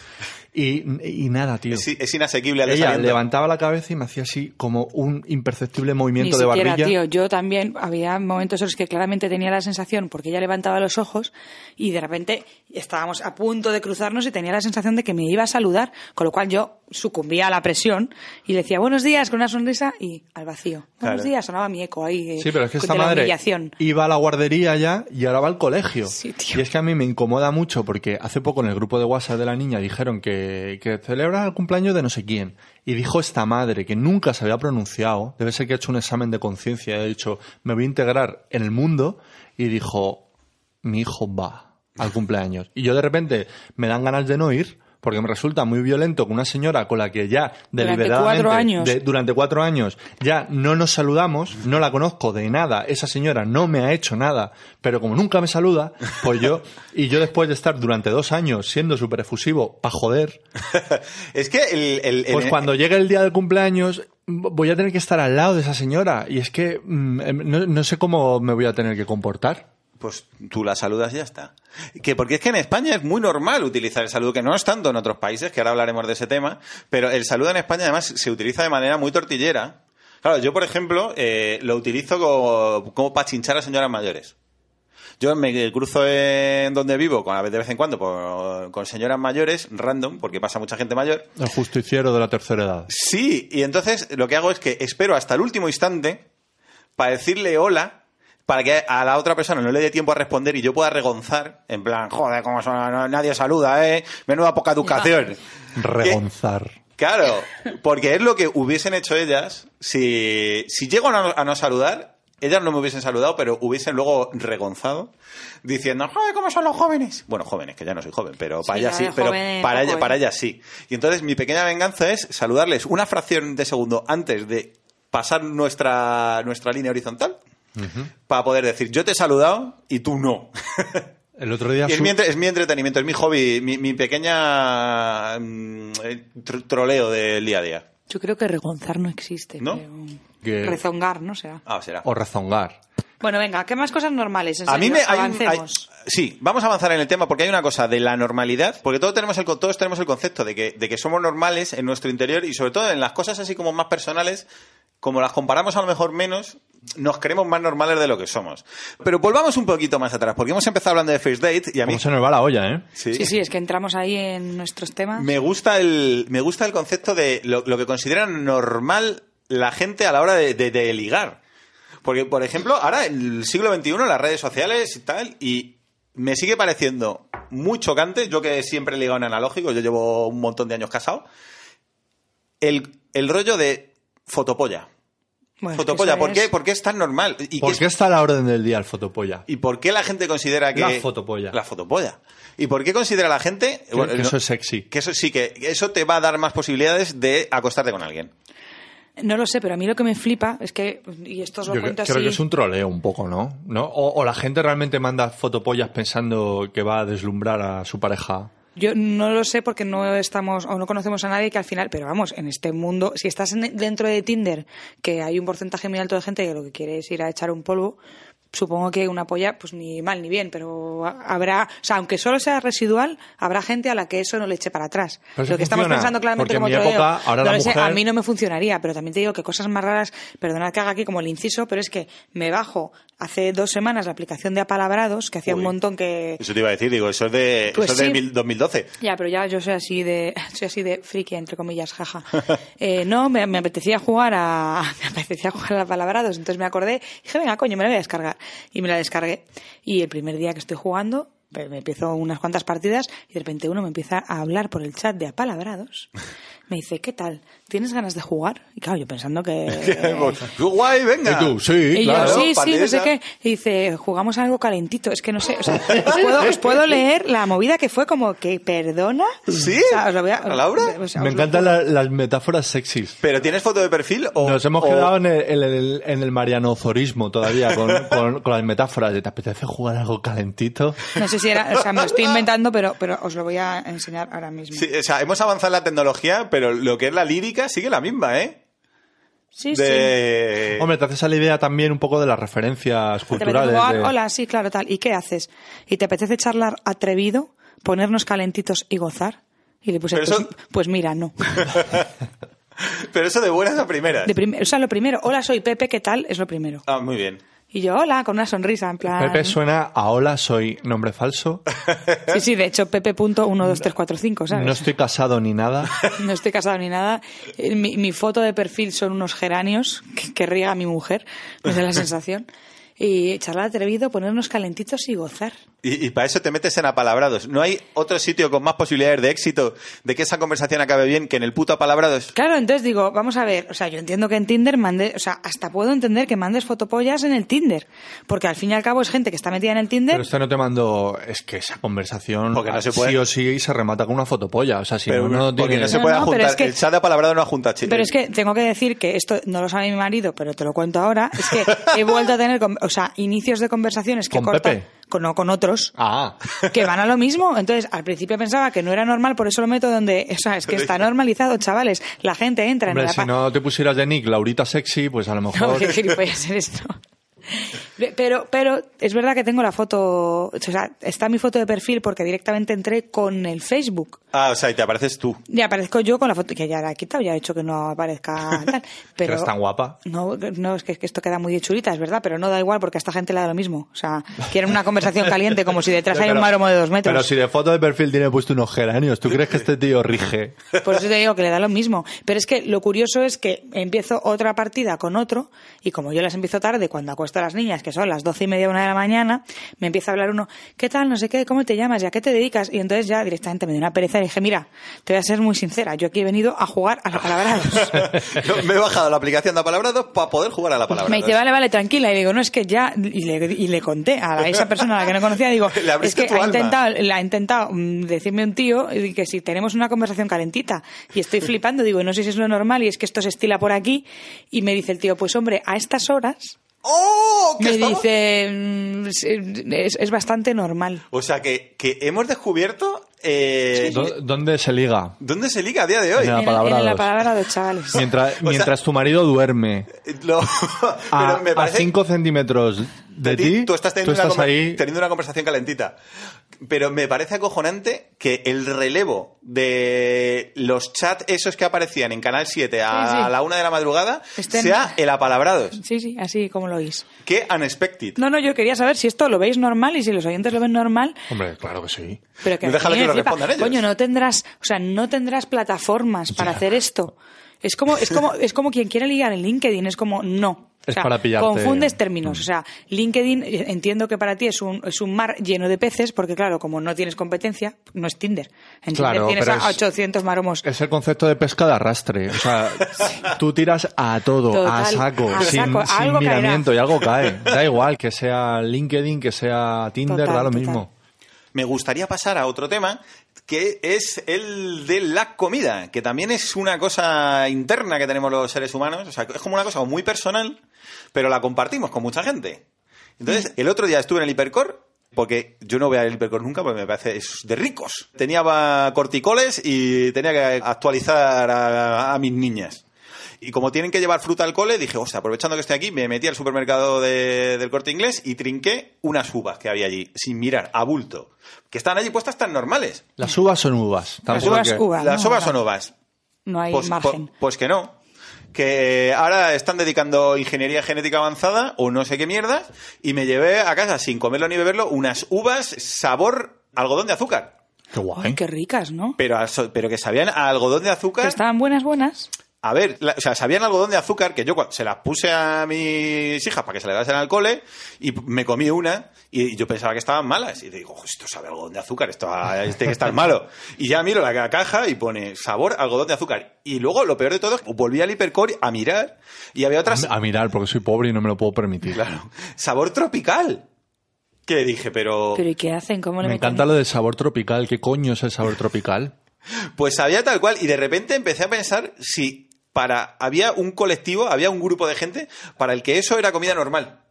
[SPEAKER 7] Y, y nada, tío.
[SPEAKER 5] Es, es inasequible al
[SPEAKER 7] Ella
[SPEAKER 5] desaliento.
[SPEAKER 7] levantaba la cabeza y me hacía así como un imperceptible movimiento
[SPEAKER 6] Ni
[SPEAKER 7] de
[SPEAKER 6] siquiera,
[SPEAKER 7] barbilla.
[SPEAKER 6] tío. Yo también había momentos en los que claramente tenía la sensación, porque ella levantaba los ojos y de repente estábamos a punto de cruzarnos y tenía la sensación de que me iba a saludar, con lo cual yo sucumbía a la presión y le decía buenos días con una sonrisa y al vacío. Buenos
[SPEAKER 5] Claro.
[SPEAKER 6] días, sonaba mi eco ahí. eh,
[SPEAKER 7] Sí, pero es que
[SPEAKER 6] de
[SPEAKER 7] esta
[SPEAKER 6] la
[SPEAKER 7] madre
[SPEAKER 6] humillación.
[SPEAKER 7] iba a la guardería ya y ahora va al colegio.
[SPEAKER 6] Sí, tío.
[SPEAKER 7] y es que a mí me incomoda mucho porque hace poco en el grupo de WhatsApp de la niña dijeron que, que celebra el cumpleaños de no sé quién. Y dijo esta madre que nunca se había pronunciado, debe ser que ha hecho un examen de conciencia, ha dicho, me voy a integrar en el mundo. Y dijo, mi hijo va al cumpleaños. Y yo de repente me dan ganas de no ir. Porque me resulta muy violento que una señora con la que ya
[SPEAKER 6] Durante
[SPEAKER 7] deliberadamente
[SPEAKER 6] cuatro años.
[SPEAKER 7] de- durante cuatro años ya no nos saludamos, no la conozco de nada, esa señora no me ha hecho nada, pero como nunca me saluda, pues yo, y yo después de estar durante dos años siendo súper efusivo para joder,
[SPEAKER 5] Es que el, el- el-
[SPEAKER 7] pues cuando llegue el día del cumpleaños voy a tener que estar al lado de esa señora y es que mm, em, no, no sé cómo me voy a tener que comportar.
[SPEAKER 5] pues tú la saludas y ya está. Que porque es que en España es muy normal utilizar el saludo, que no es tanto en otros países, que ahora hablaremos de ese tema, pero el saludo en España además se utiliza de manera muy tortillera. Claro, yo por ejemplo eh, lo utilizo como, como para chinchar a señoras mayores. Yo me cruzo en donde vivo con, de vez en cuando por- con señoras mayores, random, porque pasa mucha gente mayor,
[SPEAKER 7] El justiciero de la tercera edad.
[SPEAKER 5] Sí, y entonces lo que hago es que espero hasta el último instante para decirle hola, para que a la otra persona no le dé tiempo a responder y yo pueda regonzar, en plan, joder, cómo son, no- nadie saluda, ¿eh? Menuda poca educación.
[SPEAKER 7] Regonzar.
[SPEAKER 5] Claro, porque es lo que hubiesen hecho ellas si, si llego a no, a no saludar, Ellas no me hubiesen saludado, pero hubiesen luego regonzado diciendo, ¡Joder, cómo son los jóvenes! Bueno, jóvenes, que ya no soy joven, pero para
[SPEAKER 6] Sí,
[SPEAKER 5] ellas
[SPEAKER 6] ya
[SPEAKER 5] sí,
[SPEAKER 6] de
[SPEAKER 5] pero
[SPEAKER 6] jóvenes,
[SPEAKER 5] para,
[SPEAKER 6] poco
[SPEAKER 5] ella- para
[SPEAKER 6] eres.
[SPEAKER 5] ellas sí. Y entonces mi pequeña venganza es saludarles una fracción de segundo antes de pasar nuestra, nuestra línea horizontal para poder decir, yo te he saludado y tú no.
[SPEAKER 7] El otro día.
[SPEAKER 5] Y es,
[SPEAKER 7] su-
[SPEAKER 5] mi entre- es mi entretenimiento, es mi hobby, mi, mi pequeña mm, eh, tro- troleo del día a día.
[SPEAKER 6] Yo creo que regonzar no existe.
[SPEAKER 5] ¿No?
[SPEAKER 6] creo.
[SPEAKER 7] Que-
[SPEAKER 6] Rezongar, no sea.
[SPEAKER 5] Ah, será.
[SPEAKER 7] O rezongar.
[SPEAKER 6] Bueno, venga, ¿qué más cosas normales? En
[SPEAKER 5] A mí
[SPEAKER 6] serio,
[SPEAKER 5] me hay un- hay-
[SPEAKER 6] avancemos.
[SPEAKER 5] sí, vamos a avanzar en el tema porque hay una cosa de la normalidad, porque todos tenemos el con- todos tenemos el concepto de que, de que somos normales en nuestro interior y sobre todo en las cosas así como más personales, como las comparamos a lo mejor menos, nos creemos más normales de lo que somos. Pero volvamos un poquito más atrás, porque hemos empezado hablando de first date y a mí
[SPEAKER 7] Cómo se nos va la olla, ¿eh?
[SPEAKER 5] Sí.
[SPEAKER 6] Sí, sí, es que entramos ahí en nuestros temas.
[SPEAKER 5] Me gusta el, me gusta el concepto de lo, lo que consideran normal la gente a la hora de, de- de ligar. Porque, por ejemplo, ahora en el siglo XXI, las redes sociales y tal, y me sigue pareciendo muy chocante, yo que siempre he ligado en analógico, yo llevo un montón de años casado, el, el rollo de fotopolla.
[SPEAKER 6] Bueno, es que
[SPEAKER 5] fotopolla,
[SPEAKER 6] eso
[SPEAKER 5] ¿por qué?
[SPEAKER 6] es-
[SPEAKER 5] ¿Por qué es tan normal? ¿Y
[SPEAKER 7] ¿Por
[SPEAKER 5] qué
[SPEAKER 7] qué
[SPEAKER 5] es-
[SPEAKER 7] está a la orden del día el fotopolla?
[SPEAKER 5] ¿Y por qué la gente considera que...
[SPEAKER 7] La fotopolla.
[SPEAKER 5] La fotopolla. ¿Y por qué considera la gente...
[SPEAKER 7] Que-
[SPEAKER 5] bueno,
[SPEAKER 7] que
[SPEAKER 5] no-
[SPEAKER 7] eso es sexy.
[SPEAKER 5] que eso sí, que eso te va a dar más posibilidades de acostarte con alguien.
[SPEAKER 6] No lo sé, pero a mí lo que me flipa es que, pues, y esto os lo
[SPEAKER 7] Yo
[SPEAKER 6] cuento
[SPEAKER 7] creo
[SPEAKER 6] así,
[SPEAKER 7] creo que es un troleo un poco, ¿no? ¿No? O, o la gente realmente manda fotopollas pensando que va a deslumbrar a su pareja.
[SPEAKER 6] yo no lo sé porque no estamos o no conocemos a nadie que al final, pero vamos, en este mundo, si estás en- dentro de Tinder, que hay un porcentaje muy alto de gente que lo que quiere es ir a echar un polvo, supongo que una polla, pues ni mal ni bien, pero ha- habrá, o sea, aunque solo sea residual, habrá gente a la que eso no le eche para atrás.
[SPEAKER 7] Pero eso
[SPEAKER 6] lo que estamos
[SPEAKER 7] funciona,
[SPEAKER 6] pensando claramente
[SPEAKER 7] porque en
[SPEAKER 6] como
[SPEAKER 7] mi
[SPEAKER 6] troleo,
[SPEAKER 7] época, ahora
[SPEAKER 6] no
[SPEAKER 7] la
[SPEAKER 6] lo sé, a
[SPEAKER 7] mujer-
[SPEAKER 6] mí no me funcionaría, pero también te digo que cosas más raras, perdonad que haga aquí como el inciso, pero es que me bajo hace dos semanas la aplicación de apalabrados, que hacía
[SPEAKER 5] Uy.
[SPEAKER 6] un montón que...
[SPEAKER 5] Eso te iba a decir, digo, eso es de
[SPEAKER 6] Eh. Pues
[SPEAKER 5] eso es del
[SPEAKER 6] sí.
[SPEAKER 5] mil- 2012.
[SPEAKER 6] Ya, pero ya yo soy así de, soy así de friki, entre comillas, jaja. Eh, no, me, me apetecía jugar a, me apetecía jugar a la palabrados, entonces me acordé, dije, venga, coño, me la voy a descargar. Y me la descargué. Y el primer día que estoy jugando, pues, me empiezo unas cuantas partidas y de repente uno me empieza a hablar por el chat de apalabrados. Me dice, ¿qué tal? ¿Tienes ganas de jugar? Y claro, yo pensando que...
[SPEAKER 5] Pues Guay, venga.
[SPEAKER 7] Y tú, sí,
[SPEAKER 6] Y
[SPEAKER 7] claro.
[SPEAKER 6] yo, sí, sí, no sé
[SPEAKER 5] Patita.
[SPEAKER 6] qué. Y dice, jugamos algo calentito. Es que no sé, o sea, os, puedo, os puedo leer la movida que fue como que, ¿perdona?
[SPEAKER 5] ¿Sí?
[SPEAKER 6] O sea, os lo voy
[SPEAKER 5] ¿A Laura?
[SPEAKER 6] o sea,
[SPEAKER 7] Me
[SPEAKER 6] os lo-
[SPEAKER 7] encantan la- las metáforas sexys.
[SPEAKER 5] ¿Pero tienes foto de perfil o...?
[SPEAKER 7] Nos hemos
[SPEAKER 5] o-
[SPEAKER 7] quedado en el, en el, en el marianozorismo todavía con, con- con las metáforas de ¿te apetece jugar algo calentito?
[SPEAKER 6] No sé si era, o sea, me lo estoy inventando, pero, pero os lo voy a enseñar ahora mismo.
[SPEAKER 5] Sí, o sea, hemos avanzado en la tecnología, pero lo que es la lírica sigue la misma, ¿eh?
[SPEAKER 6] sí. sí.
[SPEAKER 5] de...
[SPEAKER 7] Hombre, te haces a la idea también un poco de las referencias
[SPEAKER 6] ¿Te apetece
[SPEAKER 7] culturales.
[SPEAKER 6] jugar?
[SPEAKER 7] de-
[SPEAKER 6] "Ah, Hola, sí, claro, tal. ¿Y qué haces? ¿Y te apetece charlar atrevido, ponernos calentitos y gozar? Y le puse,
[SPEAKER 5] Pero
[SPEAKER 6] pues,
[SPEAKER 5] eso-
[SPEAKER 6] pues mira, no.
[SPEAKER 5] Pero eso de buenas a primeras.
[SPEAKER 6] De prim- o sea, lo primero, hola, soy Pepe, ¿qué tal? Es lo primero.
[SPEAKER 5] Ah, muy bien.
[SPEAKER 6] Y yo, hola, con una sonrisa, en plan...
[SPEAKER 7] Pepe suena a hola, soy nombre falso,
[SPEAKER 6] Sí, sí, de hecho, Pepe.12345, ¿sabes?
[SPEAKER 7] no estoy casado ni nada.
[SPEAKER 6] No estoy casado ni nada. Eh, Mi, mi foto de perfil son unos geranios que, que riega mi mujer, me da la sensación. Y charlar atrevido, ponernos calentitos y gozar.
[SPEAKER 5] Y, y para eso te metes en apalabrados. ¿No hay otro sitio con más posibilidades de éxito de que esa conversación acabe bien que en el puto apalabrados?
[SPEAKER 6] Claro, entonces digo, vamos a ver, o sea, yo entiendo que en Tinder mande, o sea, hasta puedo entender que mandes fotopollas en el Tinder, porque al fin y al cabo es gente que está metida en el Tinder.
[SPEAKER 7] Pero esto no te mando. Es que esa conversación
[SPEAKER 5] Porque no se puede.
[SPEAKER 7] sí o sí se remata con una fotopolla. O sea, si
[SPEAKER 5] Pero
[SPEAKER 7] no, no
[SPEAKER 5] porque
[SPEAKER 7] tiene-
[SPEAKER 5] no se
[SPEAKER 6] No,
[SPEAKER 5] puede
[SPEAKER 6] no, pero
[SPEAKER 5] juntar.
[SPEAKER 6] es que-
[SPEAKER 5] El chat de apalabrado no junta chicos.
[SPEAKER 7] eh.
[SPEAKER 6] Pero es que tengo que decir que esto no lo sabe mi marido, pero te lo cuento ahora. Es que he vuelto a tener, con- o sea, inicios de conversaciones que
[SPEAKER 7] ¿Con
[SPEAKER 6] cortan
[SPEAKER 7] Pepe?
[SPEAKER 6] con, no, con otros
[SPEAKER 7] Ah,
[SPEAKER 6] que van a lo mismo. Entonces, al principio pensaba que no era normal, por eso lo meto donde, o sea, es que está normalizado, chavales. La gente entra
[SPEAKER 7] hombre,
[SPEAKER 6] en la
[SPEAKER 7] si
[SPEAKER 6] pa-
[SPEAKER 7] no te pusieras de Nick, Laurita Sexy, pues a lo
[SPEAKER 6] No,
[SPEAKER 7] mejor.
[SPEAKER 6] qué gilipollas eres, no. Pero, pero es verdad que tengo la foto, o sea, está mi foto de perfil porque directamente entré con el Facebook.
[SPEAKER 5] Ah, o sea, y te apareces tú.
[SPEAKER 6] Y aparezco yo con la foto que ya la he quitado, ya he hecho que no aparezca tal. Pero
[SPEAKER 7] eres tan guapa.
[SPEAKER 6] No, no es que, es que esto queda muy de churita, es verdad, pero no da igual porque a esta gente le da lo mismo. O sea, quieren una conversación caliente como si detrás hay un
[SPEAKER 7] Pero-
[SPEAKER 6] maromo de dos metros.
[SPEAKER 7] Pero si de foto de perfil tiene puesto unos geranios, ¿tú crees que este tío rige?
[SPEAKER 6] Por eso te digo que le da lo mismo. Pero es que lo curioso es que empiezo otra partida con otro y como yo las empiezo tarde, cuando acuesto a las niñas, que que son las doce y media, una de la mañana, me empieza a hablar uno, ¿qué tal? No sé qué, ¿cómo te llamas? ¿Y a qué te dedicas? Y entonces ya directamente me dio una pereza y dije, mira, te voy a ser muy sincera, yo aquí he venido a jugar a la palabra dos".
[SPEAKER 5] Yo me he bajado la aplicación de palabra 2 para poder jugar a la palabra
[SPEAKER 6] Me dice,
[SPEAKER 5] dos.
[SPEAKER 6] vale, vale, tranquila. Y digo, no, es que ya. Y le, y le conté a la- esa persona a la que no conocía, digo,
[SPEAKER 5] Le
[SPEAKER 6] es
[SPEAKER 5] abriste
[SPEAKER 6] que
[SPEAKER 5] tu
[SPEAKER 6] ha
[SPEAKER 5] alma.
[SPEAKER 6] intentado, la ha intentado mm, decirme un tío y que si tenemos una conversación calentita. Y estoy flipando, digo, no sé si es lo normal y es que esto se estila por aquí. Y me dice el tío, pues hombre, a estas horas.
[SPEAKER 5] ¡Oh! ¿qué
[SPEAKER 6] Me
[SPEAKER 5] estamos?
[SPEAKER 6] dice, mm, "es- es, es bastante normal.
[SPEAKER 5] O sea, que, que hemos descubierto eh,
[SPEAKER 7] ¿Dó- ¿Dónde se liga?
[SPEAKER 5] dónde se liga a día de hoy.
[SPEAKER 7] En la-
[SPEAKER 6] En-
[SPEAKER 7] palabra
[SPEAKER 6] en la
[SPEAKER 7] dos.
[SPEAKER 6] palabra de chavales.
[SPEAKER 7] Mientras,
[SPEAKER 5] sea-
[SPEAKER 7] mientras tu marido duerme
[SPEAKER 5] Eh, Lo-
[SPEAKER 7] a,
[SPEAKER 5] pero me parece...
[SPEAKER 7] 5 centímetros de
[SPEAKER 5] ti,
[SPEAKER 7] ti,
[SPEAKER 5] tú estás, teniendo, una conver-
[SPEAKER 7] ahí...
[SPEAKER 5] teniendo una conversación calentita. Pero me parece acojonante que el relevo de los chats esos que aparecían en Canal 7 a
[SPEAKER 6] Sí, sí.
[SPEAKER 5] la una de la madrugada
[SPEAKER 6] Estén-
[SPEAKER 5] sea el apalabrados.
[SPEAKER 6] Sí, sí, así como lo oís.
[SPEAKER 5] Qué unexpected.
[SPEAKER 6] No, no, yo quería saber si esto lo veis normal y si los oyentes lo ven normal,
[SPEAKER 7] Hombre, claro que sí.
[SPEAKER 6] Pero que
[SPEAKER 5] Déjale
[SPEAKER 6] a mí me
[SPEAKER 5] que lo
[SPEAKER 6] flipa.
[SPEAKER 5] respondan ellos.
[SPEAKER 6] Coño, no tendrás, o sea, no tendrás plataformas para hacer esto. Es como, es como, es como quien quiere ligar en LinkedIn, es como no. O
[SPEAKER 7] Es
[SPEAKER 6] sea,
[SPEAKER 7] para pillarte. Mm.
[SPEAKER 6] Confundes términos. O sea, LinkedIn eh, entiendo que para ti es un, es un mar lleno de peces, porque claro, como no tienes competencia, no es Tinder. En Tinder
[SPEAKER 7] Claro,
[SPEAKER 6] tienes
[SPEAKER 7] pero
[SPEAKER 6] a
[SPEAKER 7] es-
[SPEAKER 6] 800 maromos.
[SPEAKER 7] Es el concepto de pesca de arrastre. O sea, tú tiras a todo, a
[SPEAKER 6] Total,
[SPEAKER 7] saco,
[SPEAKER 6] a
[SPEAKER 7] sin,
[SPEAKER 6] saco,
[SPEAKER 7] sin
[SPEAKER 6] algo caerá.
[SPEAKER 7] miramiento y algo cae. Da igual que sea LinkedIn, que sea Tinder,
[SPEAKER 6] Total,
[SPEAKER 7] da lo
[SPEAKER 6] total.
[SPEAKER 7] mismo.
[SPEAKER 5] Me gustaría pasar a otro tema que es el de la comida, que también es una cosa interna que tenemos los seres humanos, o sea, es como una cosa muy personal, pero la compartimos con mucha gente. Entonces, el otro día estuve en el hipercor, porque yo no voy al hipercor nunca, porque me parece es de ricos. Tenía va, corticoles y tenía que actualizar a- a mis niñas. Y como tienen que llevar fruta al cole, dije, hostia, aprovechando que estoy aquí, me metí al supermercado de- del corte inglés y trinqué unas uvas que había allí, sin mirar, a bulto. Que están allí puestas tan normales.
[SPEAKER 7] Las uvas son uvas. Tampoco
[SPEAKER 6] uvas,
[SPEAKER 7] Ah, pues que-
[SPEAKER 6] uvas. Uva,
[SPEAKER 5] Las
[SPEAKER 6] ¿no?
[SPEAKER 5] uvas son uvas.
[SPEAKER 6] No hay
[SPEAKER 5] Pues,
[SPEAKER 6] margen.
[SPEAKER 5] po- pues que no. Que ahora están dedicando ingeniería genética avanzada o no sé qué mierda y me llevé a casa sin comerlo ni beberlo unas uvas sabor algodón de azúcar.
[SPEAKER 7] Qué guay.
[SPEAKER 6] Ay, qué ricas, ¿no?
[SPEAKER 5] Pero, al so- pero que sabían a algodón de azúcar.
[SPEAKER 6] Pero estaban buenas, buenas.
[SPEAKER 5] A ver, la- o sea, sabían algodón de azúcar que yo cua- se las puse a mis hijas para que se le dasen al cole y p- me comí una y yo pensaba que estaban malas. Y digo, "Ojo, esto sabe a algodón de azúcar, esto a- este que estar malo. Y ya miro la ca- caja y pone sabor algodón de azúcar. Y luego, lo peor de todo, es que volví al hipercore a mirar y había otras
[SPEAKER 7] A mirar, porque soy pobre y no me lo puedo permitir.
[SPEAKER 5] claro, sabor tropical. Que dije, pero
[SPEAKER 6] Pero ¿y qué hacen? ¿Cómo le
[SPEAKER 7] Me
[SPEAKER 6] meten?
[SPEAKER 7] encanta lo del sabor tropical. ¿Qué coño es el sabor tropical?
[SPEAKER 5] pues sabía tal cual. Y de repente empecé a pensar si para había un colectivo, había un grupo de gente para el que eso era comida normal.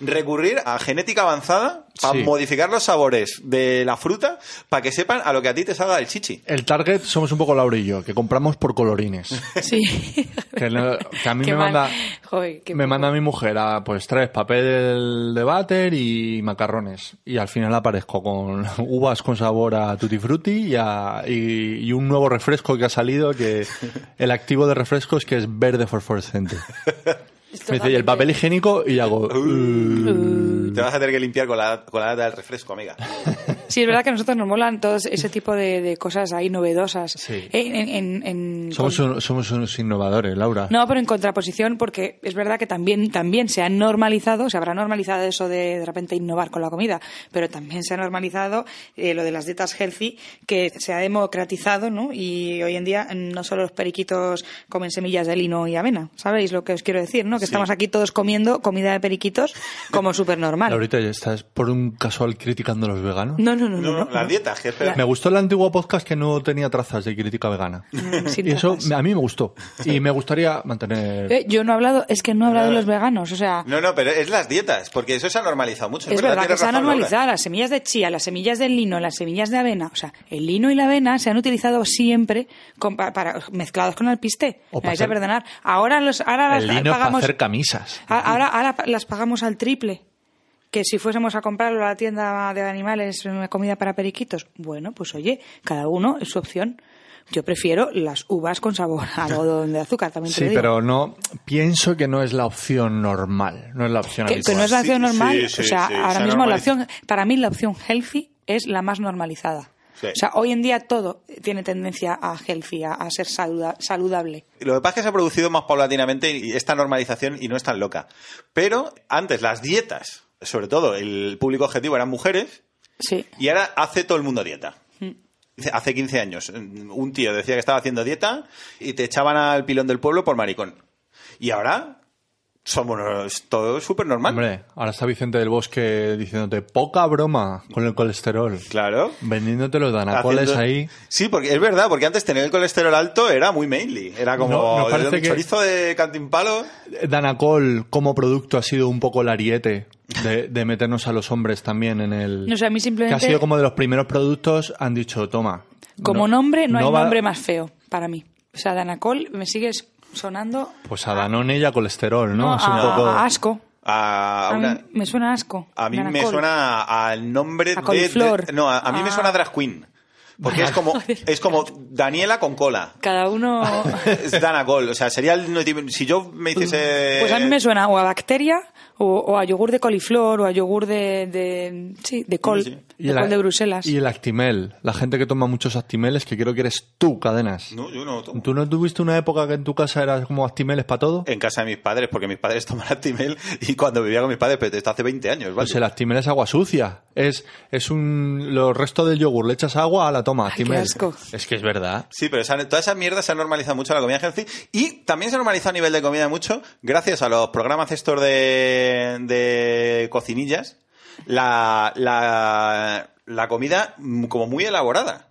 [SPEAKER 5] recurrir a genética avanzada para
[SPEAKER 7] Sí.
[SPEAKER 5] modificar los sabores de la fruta para que sepan a lo que a ti te salga el chichi.
[SPEAKER 7] El target somos un poco Laura y yo, que compramos por colorines.
[SPEAKER 6] Sí.
[SPEAKER 7] Que, no- que a mí
[SPEAKER 6] Qué
[SPEAKER 7] me
[SPEAKER 6] mal.
[SPEAKER 7] manda...
[SPEAKER 6] Joder, qué
[SPEAKER 7] me
[SPEAKER 6] poco.
[SPEAKER 7] manda mi mujer a pues tres papel de váter y macarrones y al final aparezco con uvas con sabor a tutti frutti y, a- y- y un nuevo refresco que ha salido que el activo de refrescos que es verde fosforescente me dice y el papel higiénico y hago "Uh".
[SPEAKER 5] Te vas a tener que limpiar con la, con la lata del refresco, amiga.
[SPEAKER 6] Sí, es verdad que a nosotros nos molan todo ese tipo de, de cosas ahí novedosas.
[SPEAKER 7] Sí.
[SPEAKER 6] En- en- en- en-
[SPEAKER 7] somos, un- somos unos innovadores Laura
[SPEAKER 6] No, pero en contraposición, porque es verdad que también, también se ha normalizado, se habrá normalizado eso de de repente innovar con la comida, pero también se ha normalizado eh, lo de las dietas healthy, que se ha democratizado, ¿no? Y hoy en día mm, no solo los periquitos comen semillas de lino y avena, ¿sabéis lo que os quiero decir, no? Que estamos aquí todos comiendo comida de periquitos como súper normal.
[SPEAKER 7] Laurita estás por un casual criticando a los veganos
[SPEAKER 6] No, no, no,
[SPEAKER 5] No,
[SPEAKER 6] no.
[SPEAKER 5] no, las dietas, que es peor.
[SPEAKER 7] Me gustó el antiguo podcast que no tenía trazas de crítica vegana.
[SPEAKER 6] sin
[SPEAKER 7] y eso
[SPEAKER 6] trazas.
[SPEAKER 7] me- a mí me gustó. Y me gustaría mantener.
[SPEAKER 6] Eh, yo no he hablado, es que no he hablado de los veganos, o sea...
[SPEAKER 5] No, no, pero es las dietas, porque eso se ha normalizado mucho.
[SPEAKER 6] Es verdad que
[SPEAKER 5] tienes
[SPEAKER 6] se han
[SPEAKER 5] razón, Laura.
[SPEAKER 6] normalizado las semillas de chía, las semillas del lino, las semillas de avena. O sea, el lino y la avena se han utilizado siempre con- pa- para, mezclados con alpiste.
[SPEAKER 7] O
[SPEAKER 6] Me
[SPEAKER 7] para
[SPEAKER 6] vais a
[SPEAKER 7] hacer-
[SPEAKER 6] perdonar. Ahora, los, ahora
[SPEAKER 7] el
[SPEAKER 6] las
[SPEAKER 7] lino es para
[SPEAKER 6] pagamos. Ah,
[SPEAKER 7] hacer camisas.
[SPEAKER 6] a- ahora, ahora pa- las pagamos al triple. Que si fuésemos a comprarlo a la tienda de animales, eh, comida para periquitos. Bueno, pues oye, cada uno es su opción. Yo prefiero las uvas con sabor a algodón de azúcar, también te
[SPEAKER 7] Sí,
[SPEAKER 6] lo digo.
[SPEAKER 7] pero no pienso que no es la opción normal, no es la opción
[SPEAKER 6] que, que no
[SPEAKER 7] habitual.
[SPEAKER 6] es la
[SPEAKER 5] Sí,
[SPEAKER 6] opción normal.
[SPEAKER 5] sí, sí,
[SPEAKER 6] o sea,
[SPEAKER 5] sí, se
[SPEAKER 6] ahora
[SPEAKER 5] ha
[SPEAKER 6] mismo la
[SPEAKER 5] normalizado.
[SPEAKER 6] opción, para mí la opción healthy es la más normalizada.
[SPEAKER 5] Sí.
[SPEAKER 6] O sea, hoy en día todo tiene tendencia a healthy, a, a ser saluda- saludable.
[SPEAKER 5] Lo que pasa es que se ha producido más paulatinamente y esta normalización y no es tan loca. Pero antes las dietas, sobre todo el público objetivo eran mujeres
[SPEAKER 6] Sí.
[SPEAKER 5] y ahora hace todo el mundo dieta. Dice, Hace 15 años mm, un tío decía que estaba haciendo dieta y te echaban al pilón del pueblo por maricón. Y ahora somos todo súper normal.
[SPEAKER 7] Hombre, ahora está Vicente del Bosque diciéndote poca broma con el colesterol.
[SPEAKER 5] Claro.
[SPEAKER 7] Vendiéndote los danacoles
[SPEAKER 5] Haciendo-
[SPEAKER 7] ahí.
[SPEAKER 5] Sí, porque es verdad, porque antes tener el colesterol alto era muy mainly. Era como
[SPEAKER 7] No, nos parece
[SPEAKER 5] "Dame un
[SPEAKER 7] que-
[SPEAKER 5] chorizo de cantimpalo.
[SPEAKER 7] Danacol como producto ha sido un poco el ariete de, de meternos a los hombres también en el...
[SPEAKER 6] No sé, a mí simplemente-
[SPEAKER 7] Que ha sido como de los primeros productos, han dicho, toma.
[SPEAKER 6] Como nombre, no, hay
[SPEAKER 7] va-
[SPEAKER 6] nombre más feo para mí. O sea, Danacol me sigue sonando
[SPEAKER 7] Pues a Danone y a colesterol, ¿no?
[SPEAKER 6] no,
[SPEAKER 7] Es un
[SPEAKER 6] a,
[SPEAKER 7] poco...
[SPEAKER 6] a asco.
[SPEAKER 5] A,
[SPEAKER 6] A mí
[SPEAKER 5] una-
[SPEAKER 6] me suena asco.
[SPEAKER 5] a mí me
[SPEAKER 6] Danacol.
[SPEAKER 5] suena al nombre
[SPEAKER 6] A
[SPEAKER 5] de- de,
[SPEAKER 6] coliflor.
[SPEAKER 5] No, a, a mí me
[SPEAKER 6] Ah.
[SPEAKER 5] suena a drag queen. Porque es como, es como Daniela con cola.
[SPEAKER 6] Cada uno.
[SPEAKER 5] Es Dana Gol. O sea, sería el. Si yo me hiciese.
[SPEAKER 6] Pues a mí me suena o a bacteria, o, o a yogur de coliflor, o a yogur de. de- sí, de col.
[SPEAKER 5] Sí, sí.
[SPEAKER 6] de
[SPEAKER 7] el-
[SPEAKER 6] col de Bruselas.
[SPEAKER 7] Y el actimel. La gente que toma muchos actimeles, que creo que eres tú, cadenas.
[SPEAKER 5] No, yo no tomo.
[SPEAKER 7] ¿Tú no tuviste una época que en tu casa era como actimeles para todo?
[SPEAKER 5] En casa de mis padres, porque mis padres toman Actimel y cuando vivía con mis padres, pero esto hace 20 años, ¿vale?
[SPEAKER 7] Pues el actimel es agua sucia. Es, es un. Los restos del yogur, le echas agua a la toma,
[SPEAKER 6] qué
[SPEAKER 7] actimel.
[SPEAKER 6] asco.
[SPEAKER 7] Es que es verdad.
[SPEAKER 5] Sí, pero esa- toda esa mierda se ha normalizado mucho en la comida healthy y también se ha normalizado a nivel de comida mucho gracias a los programas estos de, de cocinillas, la, la, la comida mm, como muy elaborada.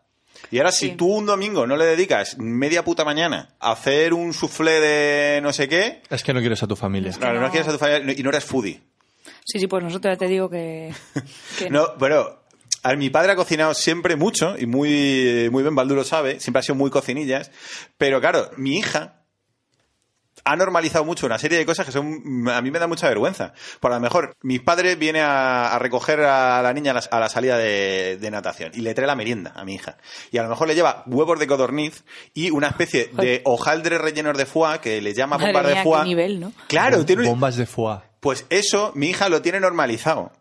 [SPEAKER 5] Y ahora si
[SPEAKER 6] Sí.
[SPEAKER 5] tú un domingo no le dedicas media puta mañana a hacer un soufflé de no sé qué,
[SPEAKER 7] Es que no quieres a tu familia.
[SPEAKER 5] no, no quieres a tu familia y no eres foodie.
[SPEAKER 6] Sí, sí, pues nosotros ya te digo que. que
[SPEAKER 5] No, pero a ver, mi padre ha cocinado siempre mucho y muy, muy bien, Baldu lo sabe, siempre ha sido muy cocinillas, pero claro, mi hija ha normalizado mucho una serie de cosas que son a mí me da mucha vergüenza. Por a lo mejor mis padres vienen a, a recoger a la niña a la, a la salida de, de natación y le trae la merienda a mi hija. Y a lo mejor le lleva huevos de codorniz y una especie de
[SPEAKER 6] Joder.
[SPEAKER 5] hojaldre rellenos de foie que le llama
[SPEAKER 6] Madre
[SPEAKER 5] bombas
[SPEAKER 6] mía,
[SPEAKER 5] de foie.
[SPEAKER 6] qué nivel, ¿no?
[SPEAKER 5] Claro, tiene un,
[SPEAKER 7] Bombas de foie.
[SPEAKER 5] pues eso mi hija lo tiene normalizado.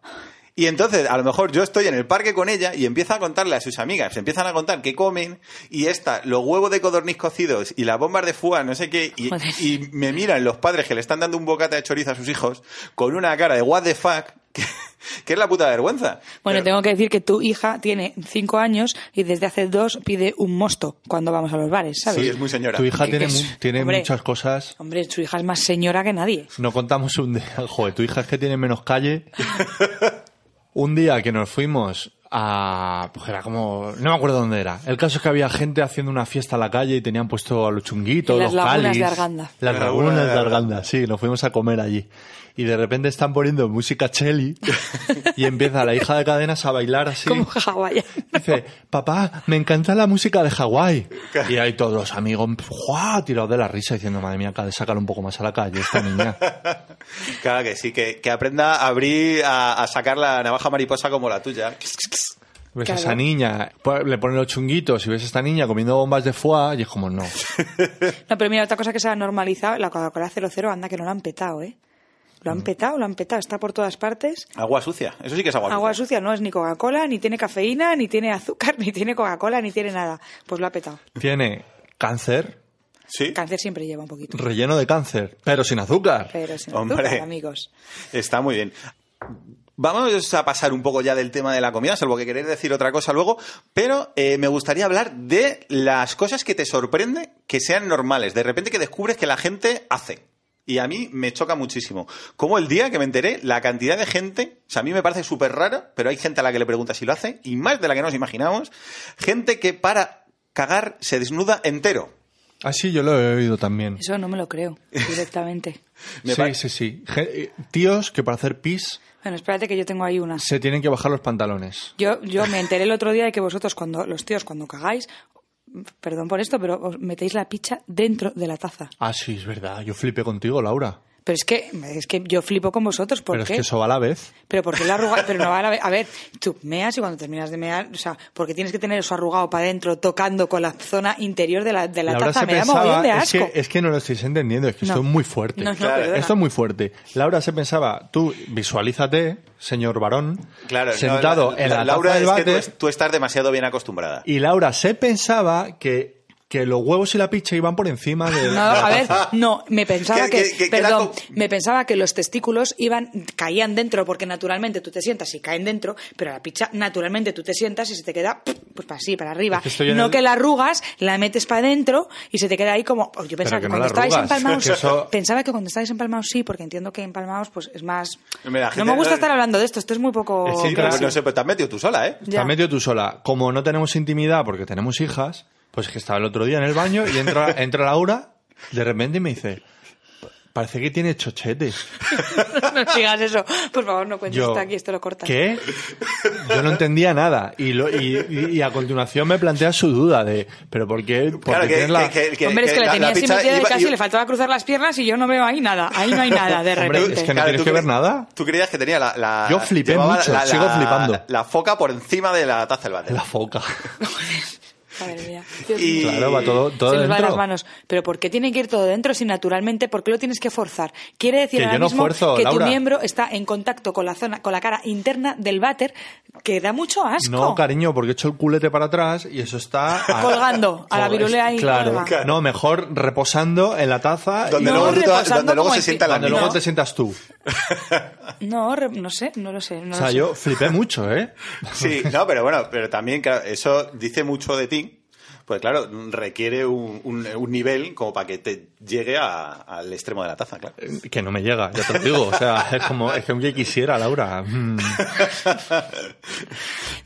[SPEAKER 5] Y entonces, a lo mejor yo estoy en el parque con ella y empieza a contarle a sus amigas, empiezan a contar qué comen y esta, los huevos de codorniz cocidos y las bombas de fuga, no sé qué, y,
[SPEAKER 6] Joder.
[SPEAKER 5] y me miran los padres que le están dando un bocata de chorizo a sus hijos con una cara de what the fuck, que, que es la puta vergüenza.
[SPEAKER 6] Bueno,
[SPEAKER 5] Pero-
[SPEAKER 6] tengo que decir que tu hija tiene cinco años y desde hace dos pide un mosto cuando vamos a los bares, ¿sabes?
[SPEAKER 5] Sí, es muy señora.
[SPEAKER 7] Tu hija
[SPEAKER 6] Que-
[SPEAKER 7] tiene,
[SPEAKER 6] que es-
[SPEAKER 7] mu- tiene
[SPEAKER 6] hombre.
[SPEAKER 7] muchas cosas.
[SPEAKER 6] Hombre, su hija es más señora que nadie.
[SPEAKER 7] No contamos un día. Joder, tu hija es que tiene menos calle. un día que nos fuimos a. Pues era como. No me acuerdo dónde era. El caso es que había gente haciendo una fiesta a la calle y tenían puesto a los chunguitos,
[SPEAKER 6] En las
[SPEAKER 7] los
[SPEAKER 6] lagunas
[SPEAKER 7] cáliz.
[SPEAKER 6] de Arganda.
[SPEAKER 7] Las
[SPEAKER 5] En la laguna
[SPEAKER 7] lagunas
[SPEAKER 5] de
[SPEAKER 7] de Arganda, sí. Nos fuimos a comer allí. Y de repente están poniendo música cheli y empieza la hija de cadenas a bailar así.
[SPEAKER 6] Como hawaiana.
[SPEAKER 7] Dice, papá, me encanta la música de Hawái. Y ahí todos los amigos, ¡guau! tirados de la risa diciendo, madre mía, acaba de sacar un poco más a la calle esta niña.
[SPEAKER 5] Claro que sí, que, que aprenda a abrir, a, a sacar la navaja mariposa como la tuya.
[SPEAKER 7] Ves
[SPEAKER 6] Claro.
[SPEAKER 7] a esa niña, po- le ponen los chunguitos y ves a esta niña comiendo bombas de foie y es como, no.
[SPEAKER 6] No, pero mira, otra cosa que se ha normalizado, la Coca-Cola 00, anda que no la han petado, ¿eh? Lo
[SPEAKER 5] Mm.
[SPEAKER 6] han petado, lo han petado, está por todas partes.
[SPEAKER 5] Agua sucia, eso sí que es agua,
[SPEAKER 6] Agua
[SPEAKER 5] sucia.
[SPEAKER 6] sucia no es ni Coca-Cola, ni tiene cafeína, ni tiene azúcar, ni tiene Coca-Cola, ni tiene nada. Pues lo ha petado.
[SPEAKER 7] Tiene cáncer,
[SPEAKER 5] Sí.
[SPEAKER 6] Cáncer siempre lleva un poquito.
[SPEAKER 7] relleno de cáncer, pero sin azúcar.
[SPEAKER 6] Pero sin
[SPEAKER 5] Hombre.
[SPEAKER 6] azúcar, amigos.
[SPEAKER 5] Está muy bien. Vamos a pasar un poco ya del tema de la comida, salvo que queréis decir otra cosa luego, pero eh, me gustaría hablar de las cosas que te sorprende que sean normales, de repente que descubres que la gente hace. Y a mí me choca muchísimo. Como el día que me enteré, la cantidad de gente, o sea, a mí me parece súper raro, pero hay gente a la que le pregunta si lo hace, y más de la que nos imaginamos, gente que para cagar se desnuda entero.
[SPEAKER 7] Ah, sí, yo lo he oído también.
[SPEAKER 6] Eso no me lo creo, directamente.
[SPEAKER 5] Me
[SPEAKER 7] Sí,
[SPEAKER 5] pare-
[SPEAKER 7] sí, sí. Je- eh, Tíos que para hacer pis
[SPEAKER 6] Bueno, espérate que yo tengo ahí una.
[SPEAKER 7] se tienen que bajar los pantalones.
[SPEAKER 6] Yo, yo me enteré el otro día de que vosotros, cuando los tíos, cuando cagáis, perdón por esto, pero os metéis la picha dentro de la taza.
[SPEAKER 7] Ah, sí, es verdad. Yo flipé contigo, Laura.
[SPEAKER 6] Pero es que, es que yo flipo con vosotros. ¿por
[SPEAKER 7] Pero es
[SPEAKER 6] qué?
[SPEAKER 7] que eso va a la vez.
[SPEAKER 6] Pero ¿por qué la arruga? Pero no va a la vez. A ver, tú meas y cuando terminas de mear, o sea, porque tienes que tener eso arrugado para adentro, tocando con la zona interior de la, de la,
[SPEAKER 7] Laura
[SPEAKER 6] taza.
[SPEAKER 7] se
[SPEAKER 6] Me da mogollón de
[SPEAKER 7] pensaba, es
[SPEAKER 6] asco.
[SPEAKER 7] que, es que no lo estáis entendiendo, es que
[SPEAKER 6] No.
[SPEAKER 7] esto es muy fuerte.
[SPEAKER 6] No, no,
[SPEAKER 5] Claro.
[SPEAKER 6] perdona.
[SPEAKER 7] Esto es muy fuerte. Laura se pensaba, tú visualízate, señor varón,
[SPEAKER 5] Claro, no,
[SPEAKER 7] sentado
[SPEAKER 5] la-
[SPEAKER 7] en
[SPEAKER 5] la-
[SPEAKER 7] la,
[SPEAKER 5] Laura,
[SPEAKER 7] taza del
[SPEAKER 5] es que tú
[SPEAKER 7] váter,
[SPEAKER 5] es- tú estás demasiado bien acostumbrada.
[SPEAKER 7] y Laura se pensaba que, que los huevos y la picha iban por encima de...
[SPEAKER 6] No, a ver, no, me pensaba
[SPEAKER 5] Que-
[SPEAKER 6] que,
[SPEAKER 5] que- que- que era
[SPEAKER 6] perdón,
[SPEAKER 5] co-
[SPEAKER 6] me pensaba que los testículos iban, caían dentro, porque naturalmente tú te sientas y caen dentro, pero la picha, naturalmente tú te sientas y se te queda, pues para así, para arriba.
[SPEAKER 7] Es que estoy en
[SPEAKER 6] no
[SPEAKER 7] el-
[SPEAKER 6] que la arrugas, la metes para adentro y se te queda ahí como, oh, yo pensaba
[SPEAKER 7] que
[SPEAKER 6] que,
[SPEAKER 7] no
[SPEAKER 6] cuando
[SPEAKER 7] la
[SPEAKER 6] estabais
[SPEAKER 7] arrugas,
[SPEAKER 6] empalmados,
[SPEAKER 7] que eso-
[SPEAKER 6] pensaba que cuando estabais empalmados sí, porque entiendo que empalmados pues es más,
[SPEAKER 5] Hombre, la
[SPEAKER 6] no
[SPEAKER 5] gente-
[SPEAKER 6] me gusta estar hablando de esto, esto es muy poco,
[SPEAKER 7] Es
[SPEAKER 5] Sí,
[SPEAKER 7] Entra-
[SPEAKER 5] pues no sé, pero te has metido tú sola, ¿eh?
[SPEAKER 7] Te has metido tú sola. Como no tenemos intimidad porque tenemos hijas, pues es que estaba el otro día en el baño y entra, entra Laura de repente y me dice, parece que tiene chochetes.
[SPEAKER 6] no digas eso, por favor no cuentes esto Pues aquí, esto lo cortas.
[SPEAKER 7] ¿Qué? Yo no entendía nada. Y, lo- y, y- y a continuación me plantea su duda de, ¿pero por qué? Porque
[SPEAKER 5] Claro, que,
[SPEAKER 7] tienes la...
[SPEAKER 5] que- que- que-
[SPEAKER 6] Hombre, es que la, tenía así
[SPEAKER 5] pizza
[SPEAKER 6] metida de
[SPEAKER 5] iba-
[SPEAKER 6] casi,
[SPEAKER 5] iba-
[SPEAKER 6] le faltaba cruzar las piernas y yo no veo ahí nada. Ahí no hay nada, de
[SPEAKER 7] Hombre,
[SPEAKER 6] repente.
[SPEAKER 7] es que no tienes
[SPEAKER 5] tú
[SPEAKER 7] que ver
[SPEAKER 5] cre-
[SPEAKER 7] nada.
[SPEAKER 5] Tú creías que tenía la... la-
[SPEAKER 7] Yo flipé
[SPEAKER 5] llevaba
[SPEAKER 7] mucho, sigo flipando.
[SPEAKER 5] La foca por encima de la taza del váter.
[SPEAKER 7] La foca.
[SPEAKER 6] Madre mía. Dios
[SPEAKER 5] Y-
[SPEAKER 6] mío.
[SPEAKER 7] Claro, va todo, todo
[SPEAKER 6] Se nos va de
[SPEAKER 7] dentro.
[SPEAKER 6] las manos. Pero ¿por qué tiene que ir todo dentro si naturalmente? ¿Por qué lo tienes que forzar? Quiere decir
[SPEAKER 7] Que
[SPEAKER 6] ahora
[SPEAKER 7] yo no
[SPEAKER 6] mismo
[SPEAKER 7] fuerzo,
[SPEAKER 6] que
[SPEAKER 7] Laura.
[SPEAKER 6] tu miembro está en contacto con la zona, con la cara interna del váter, que da mucho asco.
[SPEAKER 7] No, cariño, porque he hecho el culete para atrás y eso está... a-
[SPEAKER 6] Colgando, a la
[SPEAKER 7] Joder,
[SPEAKER 6] virulea ahí
[SPEAKER 7] Claro.
[SPEAKER 6] colga.
[SPEAKER 7] No, mejor reposando en la taza
[SPEAKER 5] Donde
[SPEAKER 7] y
[SPEAKER 6] No,
[SPEAKER 5] luego, tú te vas-
[SPEAKER 6] reposando
[SPEAKER 5] donde luego
[SPEAKER 6] como
[SPEAKER 5] se
[SPEAKER 6] el
[SPEAKER 5] sienta
[SPEAKER 6] pi-
[SPEAKER 5] la
[SPEAKER 7] donde luego
[SPEAKER 6] no.
[SPEAKER 7] te sientas tú.
[SPEAKER 6] No, re- no sé, no lo sé. no
[SPEAKER 7] O
[SPEAKER 6] lo
[SPEAKER 7] sea,
[SPEAKER 6] sé.
[SPEAKER 7] yo flipé mucho, ¿eh?
[SPEAKER 5] Sí, no, pero bueno, pero también claro, eso dice mucho de ti. Pues claro, requiere un, un- un nivel como para que te llegue a- al extremo de la taza, claro.
[SPEAKER 7] Que no me llega, ya te lo digo. O sea, es como, es que aunque quisiera, Laura. mm,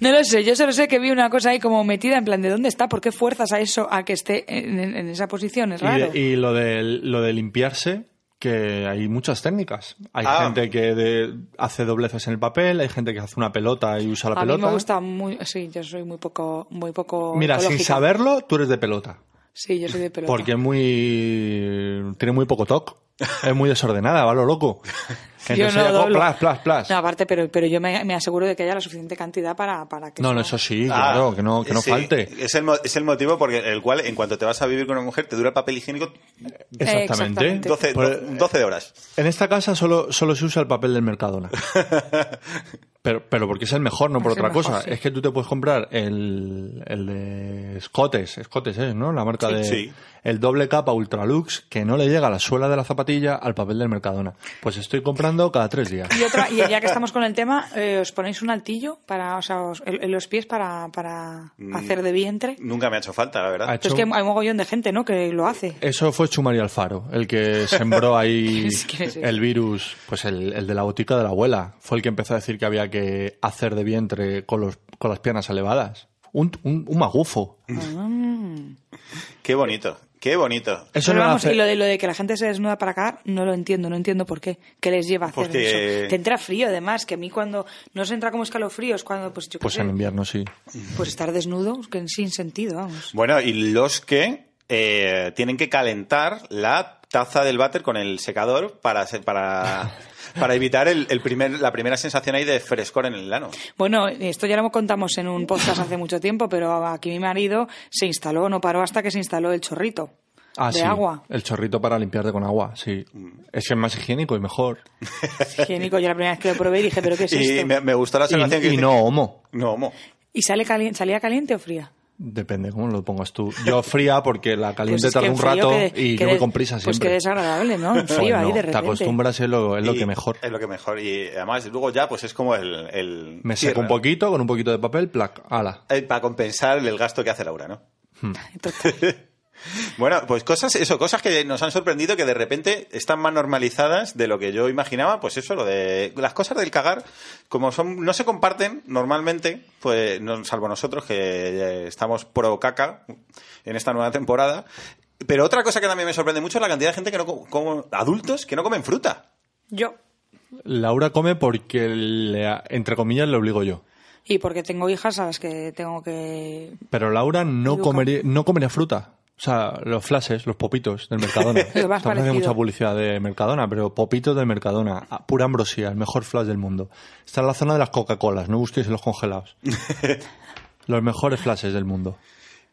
[SPEAKER 6] No lo sé, yo solo sé que vi una cosa ahí como metida en plan, ¿de dónde está? ¿Por qué fuerzas a eso a que esté en, en- en esa posición? Es
[SPEAKER 7] Y,
[SPEAKER 6] raro.
[SPEAKER 7] de- y lo, de, lo de limpiarse, que hay muchas técnicas. Hay
[SPEAKER 5] Ah.
[SPEAKER 7] gente que de- hace dobleces en el papel, hay gente que hace una pelota y usa la
[SPEAKER 6] a
[SPEAKER 7] pelota.
[SPEAKER 6] mí me gusta muy, sí, yo soy muy poco, muy poco.
[SPEAKER 7] Mira, sin
[SPEAKER 6] ecológica.
[SPEAKER 7] saberlo, tú eres de pelota.
[SPEAKER 6] Sí, yo soy de pelota.
[SPEAKER 7] Porque es muy. tiene muy poco toc. Es muy desordenada, va lo loco. Entonces
[SPEAKER 6] yo
[SPEAKER 7] ella
[SPEAKER 6] no
[SPEAKER 7] como
[SPEAKER 6] doblo.
[SPEAKER 7] oh, plas, plas, plas.
[SPEAKER 6] No, aparte, pero, pero yo me, me aseguro de que haya la suficiente cantidad para, para que.
[SPEAKER 7] No, no, eso sí,
[SPEAKER 5] Ah,
[SPEAKER 7] claro, que no, que no
[SPEAKER 5] sí,
[SPEAKER 7] falte.
[SPEAKER 6] Eh,
[SPEAKER 5] Es el, mo- es el motivo por el cual, en cuanto te vas a vivir con una mujer, te dura el papel higiénico
[SPEAKER 7] Exactamente.
[SPEAKER 6] exactamente.
[SPEAKER 5] 12,
[SPEAKER 7] Por-
[SPEAKER 5] 12 de horas.
[SPEAKER 7] En esta casa solo, solo se usa el papel del Mercadona. Pero, pero porque es el mejor, no por
[SPEAKER 6] Es el
[SPEAKER 7] otra
[SPEAKER 6] mejor,
[SPEAKER 7] cosa.
[SPEAKER 6] sí.
[SPEAKER 7] Es que tú te puedes comprar el, el de escotes, escotes es, ¿no? La marca
[SPEAKER 5] Sí.
[SPEAKER 7] de...
[SPEAKER 5] Sí.
[SPEAKER 7] El doble capa Ultralux que no le llega a la suela de la zapatilla al papel del Mercadona. Pues estoy comprando cada tres días.
[SPEAKER 6] Y otra, y ya que estamos con el tema, eh, os ponéis un altillo para, o sea, os- en en los pies para, para hacer de vientre.
[SPEAKER 5] Nunca me ha hecho falta, la
[SPEAKER 7] Ha
[SPEAKER 5] verdad.
[SPEAKER 6] Pero
[SPEAKER 7] hecho-
[SPEAKER 6] es que hay mogollón de gente, ¿no? Que lo hace.
[SPEAKER 7] Eso fue Chumari Alfaro, el que sembró ahí
[SPEAKER 6] Es que es eso.
[SPEAKER 7] el virus, pues el, el de la botica de la abuela. Fue el que empezó a decir que había que hacer de vientre con, los, con las piernas elevadas. Un, un, un magufo.
[SPEAKER 5] Qué bonito, qué bonito.
[SPEAKER 7] Eso
[SPEAKER 6] Pero
[SPEAKER 7] no era
[SPEAKER 6] vamos,
[SPEAKER 7] fe-
[SPEAKER 6] y lo de, lo de que la gente se desnuda para cagar, no lo entiendo, no entiendo por qué. ¿Qué les lleva a hacer
[SPEAKER 5] Porque-
[SPEAKER 6] eso? Te entra frío, además, que a mí cuando no se entra como escalofríos, cuando pues yo qué
[SPEAKER 7] Pues
[SPEAKER 6] sé,
[SPEAKER 7] en invierno sí.
[SPEAKER 6] pues estar desnudo, que sin sentido, vamos.
[SPEAKER 5] Bueno, y los que eh, tienen que calentar la taza del váter con el secador para, se- para, para evitar el, el primer, la primera sensación ahí de frescor en el lano.
[SPEAKER 6] Bueno, esto ya lo contamos en un podcast hace mucho tiempo, pero aquí mi marido se instaló, no paró hasta que se instaló el chorrito
[SPEAKER 7] Ah,
[SPEAKER 6] de
[SPEAKER 7] sí.
[SPEAKER 6] agua.
[SPEAKER 7] El chorrito para limpiarte con agua, sí.
[SPEAKER 5] Mm.
[SPEAKER 7] Es que es más higiénico y mejor.
[SPEAKER 6] Higiénico, yo la primera vez que lo probé dije, ¿pero qué es
[SPEAKER 5] y
[SPEAKER 6] esto?
[SPEAKER 5] me, me gustó la
[SPEAKER 7] Y,
[SPEAKER 5] sensación que
[SPEAKER 7] y
[SPEAKER 5] dice-
[SPEAKER 7] no homo.
[SPEAKER 5] No, mo.
[SPEAKER 6] ¿Y sale calien- salía caliente o fría?
[SPEAKER 7] Depende cómo lo pongas tú. Yo fría porque la
[SPEAKER 6] Pues
[SPEAKER 7] caliente
[SPEAKER 6] es que
[SPEAKER 7] tarda
[SPEAKER 6] en
[SPEAKER 7] un
[SPEAKER 6] frío
[SPEAKER 7] rato
[SPEAKER 6] que-
[SPEAKER 7] y
[SPEAKER 6] que
[SPEAKER 7] yo voy
[SPEAKER 6] de-
[SPEAKER 7] con prisa siempre.
[SPEAKER 6] Pues que desagradable, ¿no? En
[SPEAKER 7] Pues
[SPEAKER 6] frío ahí
[SPEAKER 7] no,
[SPEAKER 6] de repente.
[SPEAKER 7] Te acostumbras, es lo, es lo
[SPEAKER 5] Y
[SPEAKER 7] que mejor.
[SPEAKER 5] Es lo que mejor. Y además, luego ya, pues es como el. el
[SPEAKER 7] Me seco
[SPEAKER 5] cierre,
[SPEAKER 7] un
[SPEAKER 5] ¿no?
[SPEAKER 7] poquito, con un poquito de papel, plac, ala.
[SPEAKER 5] Eh, para compensar el gasto que hace Laura, ¿no?
[SPEAKER 6] Total.
[SPEAKER 5] Bueno, pues cosas, eso, cosas que nos han sorprendido que de repente están más normalizadas de lo que yo imaginaba, pues eso, lo de las cosas del cagar, como son, no se comparten normalmente, pues no- salvo nosotros que eh, estamos pro caca en esta nueva temporada. Pero otra cosa que también me sorprende mucho es la cantidad de gente que no co- como, adultos que no comen fruta.
[SPEAKER 6] Yo.
[SPEAKER 7] Laura come porque, le- entre comillas, le obligo yo.
[SPEAKER 6] Y porque tengo hijas a las que tengo que...
[SPEAKER 7] Pero Laura no
[SPEAKER 6] Educa.
[SPEAKER 7] comería, no comería fruta. O sea, los flashes, los popitos del Mercadona.
[SPEAKER 6] Lo más
[SPEAKER 7] Estamos haciendo
[SPEAKER 6] parecido.
[SPEAKER 7] mucha publicidad de Mercadona, pero popitos del Mercadona. Ah, Pura ambrosía, el mejor flash del mundo. Está en la zona de las Coca-Colas, no busquéis en los congelados. los mejores flashes del mundo.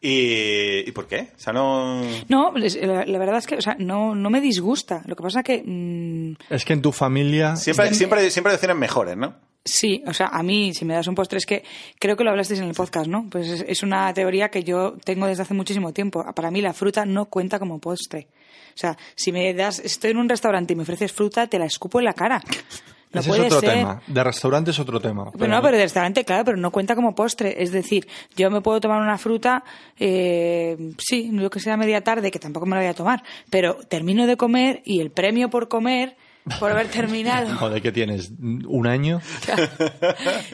[SPEAKER 5] ¿Y, ¿y por qué? O sea, no...
[SPEAKER 6] No, es- la, la verdad es que o sea, no, no me disgusta. Lo que pasa que mm,
[SPEAKER 7] Es que en tu familia...
[SPEAKER 5] Siempre, siempre, siempre decían mejores, ¿no?
[SPEAKER 6] Sí, o sea, a mí, si me das un postre, es que creo que lo hablasteis en el podcast, ¿no? Pues es, es una teoría que yo tengo desde hace muchísimo tiempo. Para mí la fruta no cuenta como postre. O sea, si me das, estoy en un restaurante y me ofreces fruta, te la escupo en la cara. No
[SPEAKER 7] Ese es
[SPEAKER 6] puede
[SPEAKER 7] otro
[SPEAKER 6] ser.
[SPEAKER 7] tema. De restaurante es otro tema.
[SPEAKER 6] Pero no, pero de restaurante, claro, pero no cuenta como postre. Es decir, yo me puedo tomar una fruta, eh, sí, lo que sea a media tarde, que tampoco me la voy a tomar, pero termino de comer y el premio por comer, por haber terminado.
[SPEAKER 7] Joder, ¿qué tienes? ¿Un año?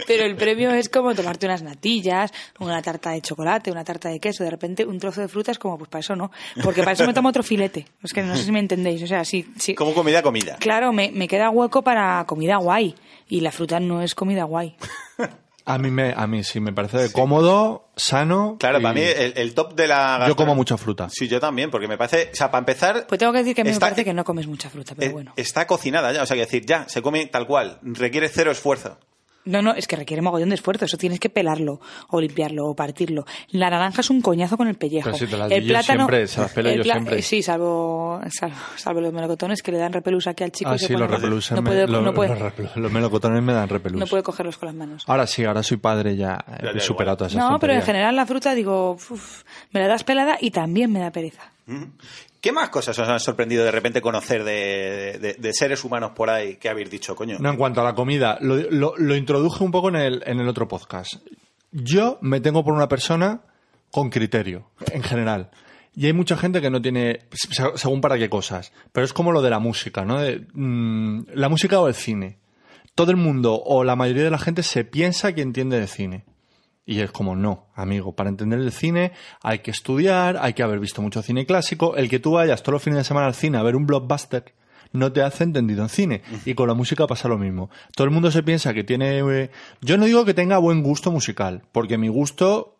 [SPEAKER 6] Pero el premio es como tomarte unas natillas, una tarta de chocolate, una tarta de queso. De repente, un trozo de fruta es como, pues para eso no. Porque para eso me tomo otro filete. Es que no sé si me entendéis. O sea, sí. sí.
[SPEAKER 5] Como comida, comida.
[SPEAKER 6] Claro, me, me queda hueco para comida guay. Y la fruta no es comida guay.
[SPEAKER 7] A mí, me, a mí sí, me parece cómodo, sano.
[SPEAKER 5] Claro,
[SPEAKER 7] y
[SPEAKER 5] para mí el, el top de la...
[SPEAKER 7] Yo
[SPEAKER 5] gastro-
[SPEAKER 7] como mucha fruta.
[SPEAKER 5] Sí, yo también, porque me parece... O sea, para empezar...
[SPEAKER 6] Pues tengo que decir que a mí
[SPEAKER 5] Está-
[SPEAKER 6] me parece que no comes mucha fruta, pero
[SPEAKER 5] eh,
[SPEAKER 6] bueno.
[SPEAKER 5] Está cocinada ya, o sea, que decir, ya, se come tal cual, requiere cero esfuerzo.
[SPEAKER 6] No, no, es que requiere mogollón de esfuerzo. Eso tienes que pelarlo, o limpiarlo, o partirlo. La naranja es un coñazo con el pellejo.
[SPEAKER 7] Pero si te las
[SPEAKER 6] el
[SPEAKER 7] di yo siempre, se las pelo
[SPEAKER 6] el
[SPEAKER 7] yo
[SPEAKER 6] pla-
[SPEAKER 7] siempre.
[SPEAKER 6] eh, Sí, salvo, salvo, salvo los melocotones que le dan repelús aquí al chico.
[SPEAKER 7] Ah,
[SPEAKER 6] y se
[SPEAKER 7] sí,
[SPEAKER 6] pone-
[SPEAKER 7] los repeluses.
[SPEAKER 6] No
[SPEAKER 7] me-
[SPEAKER 6] puede,
[SPEAKER 7] lo-
[SPEAKER 6] no puede-
[SPEAKER 7] los Ah, repelu- los melocotones me dan repelús.
[SPEAKER 6] no puede cogerlos con las manos.
[SPEAKER 7] Ahora sí, ahora soy padre ya.
[SPEAKER 5] Ya,
[SPEAKER 7] He
[SPEAKER 5] ya,
[SPEAKER 7] superado todas esas
[SPEAKER 6] No, pero en
[SPEAKER 7] tonterías.
[SPEAKER 6] general la fruta, digo, uf, me la das pelada y también me da pereza.
[SPEAKER 5] ¿Qué más cosas os han sorprendido de repente conocer de, de- de seres humanos por ahí que habéis dicho, coño?
[SPEAKER 7] No, en cuanto a la comida, lo, lo- lo introduje un poco en el, en el otro podcast. Yo me tengo por una persona con criterio, en general. Y hay mucha gente que no tiene, se- según para qué cosas. Pero es como lo de la música, ¿no? De, mm, la música o el cine. Todo el mundo o la mayoría de la gente se piensa que entiende de cine. Y es como, no, amigo, para entender el cine hay que estudiar, hay que haber visto mucho cine clásico. El que tú vayas todos los fines de semana al cine a ver un blockbuster no te hace entendido en cine. Y con la música pasa lo mismo. Todo el mundo se piensa que tiene... eh, Yo no digo que tenga buen gusto musical, porque mi gusto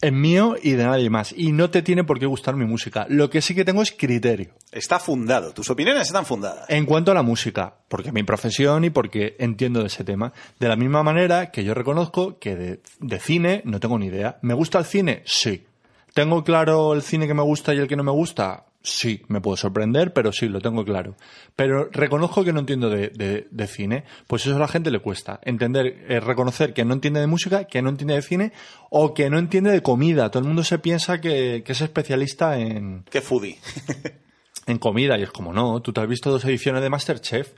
[SPEAKER 7] es mío y de nadie más. Y no te tiene por qué gustar mi música. Lo que sí que tengo es criterio.
[SPEAKER 5] Está fundado, tus opiniones están fundadas.
[SPEAKER 7] En cuanto a la música, porque es mi profesión y porque entiendo de ese tema, de la misma manera que yo reconozco que de, de cine no tengo ni idea. ¿Me gusta el cine? Sí. ¿Tengo claro el cine que me gusta y el que no me gusta? Sí, me puedo sorprender, pero sí, lo tengo claro. Pero reconozco que no entiendo de, de- de cine, pues eso a la gente le cuesta. Entender, eh, reconocer que no entiende de música, que no entiende de cine o que no entiende de comida. Todo el mundo se piensa que- que es especialista en,
[SPEAKER 5] Qué foodie.
[SPEAKER 7] en comida y es como no tú te has visto dos ediciones de Masterchef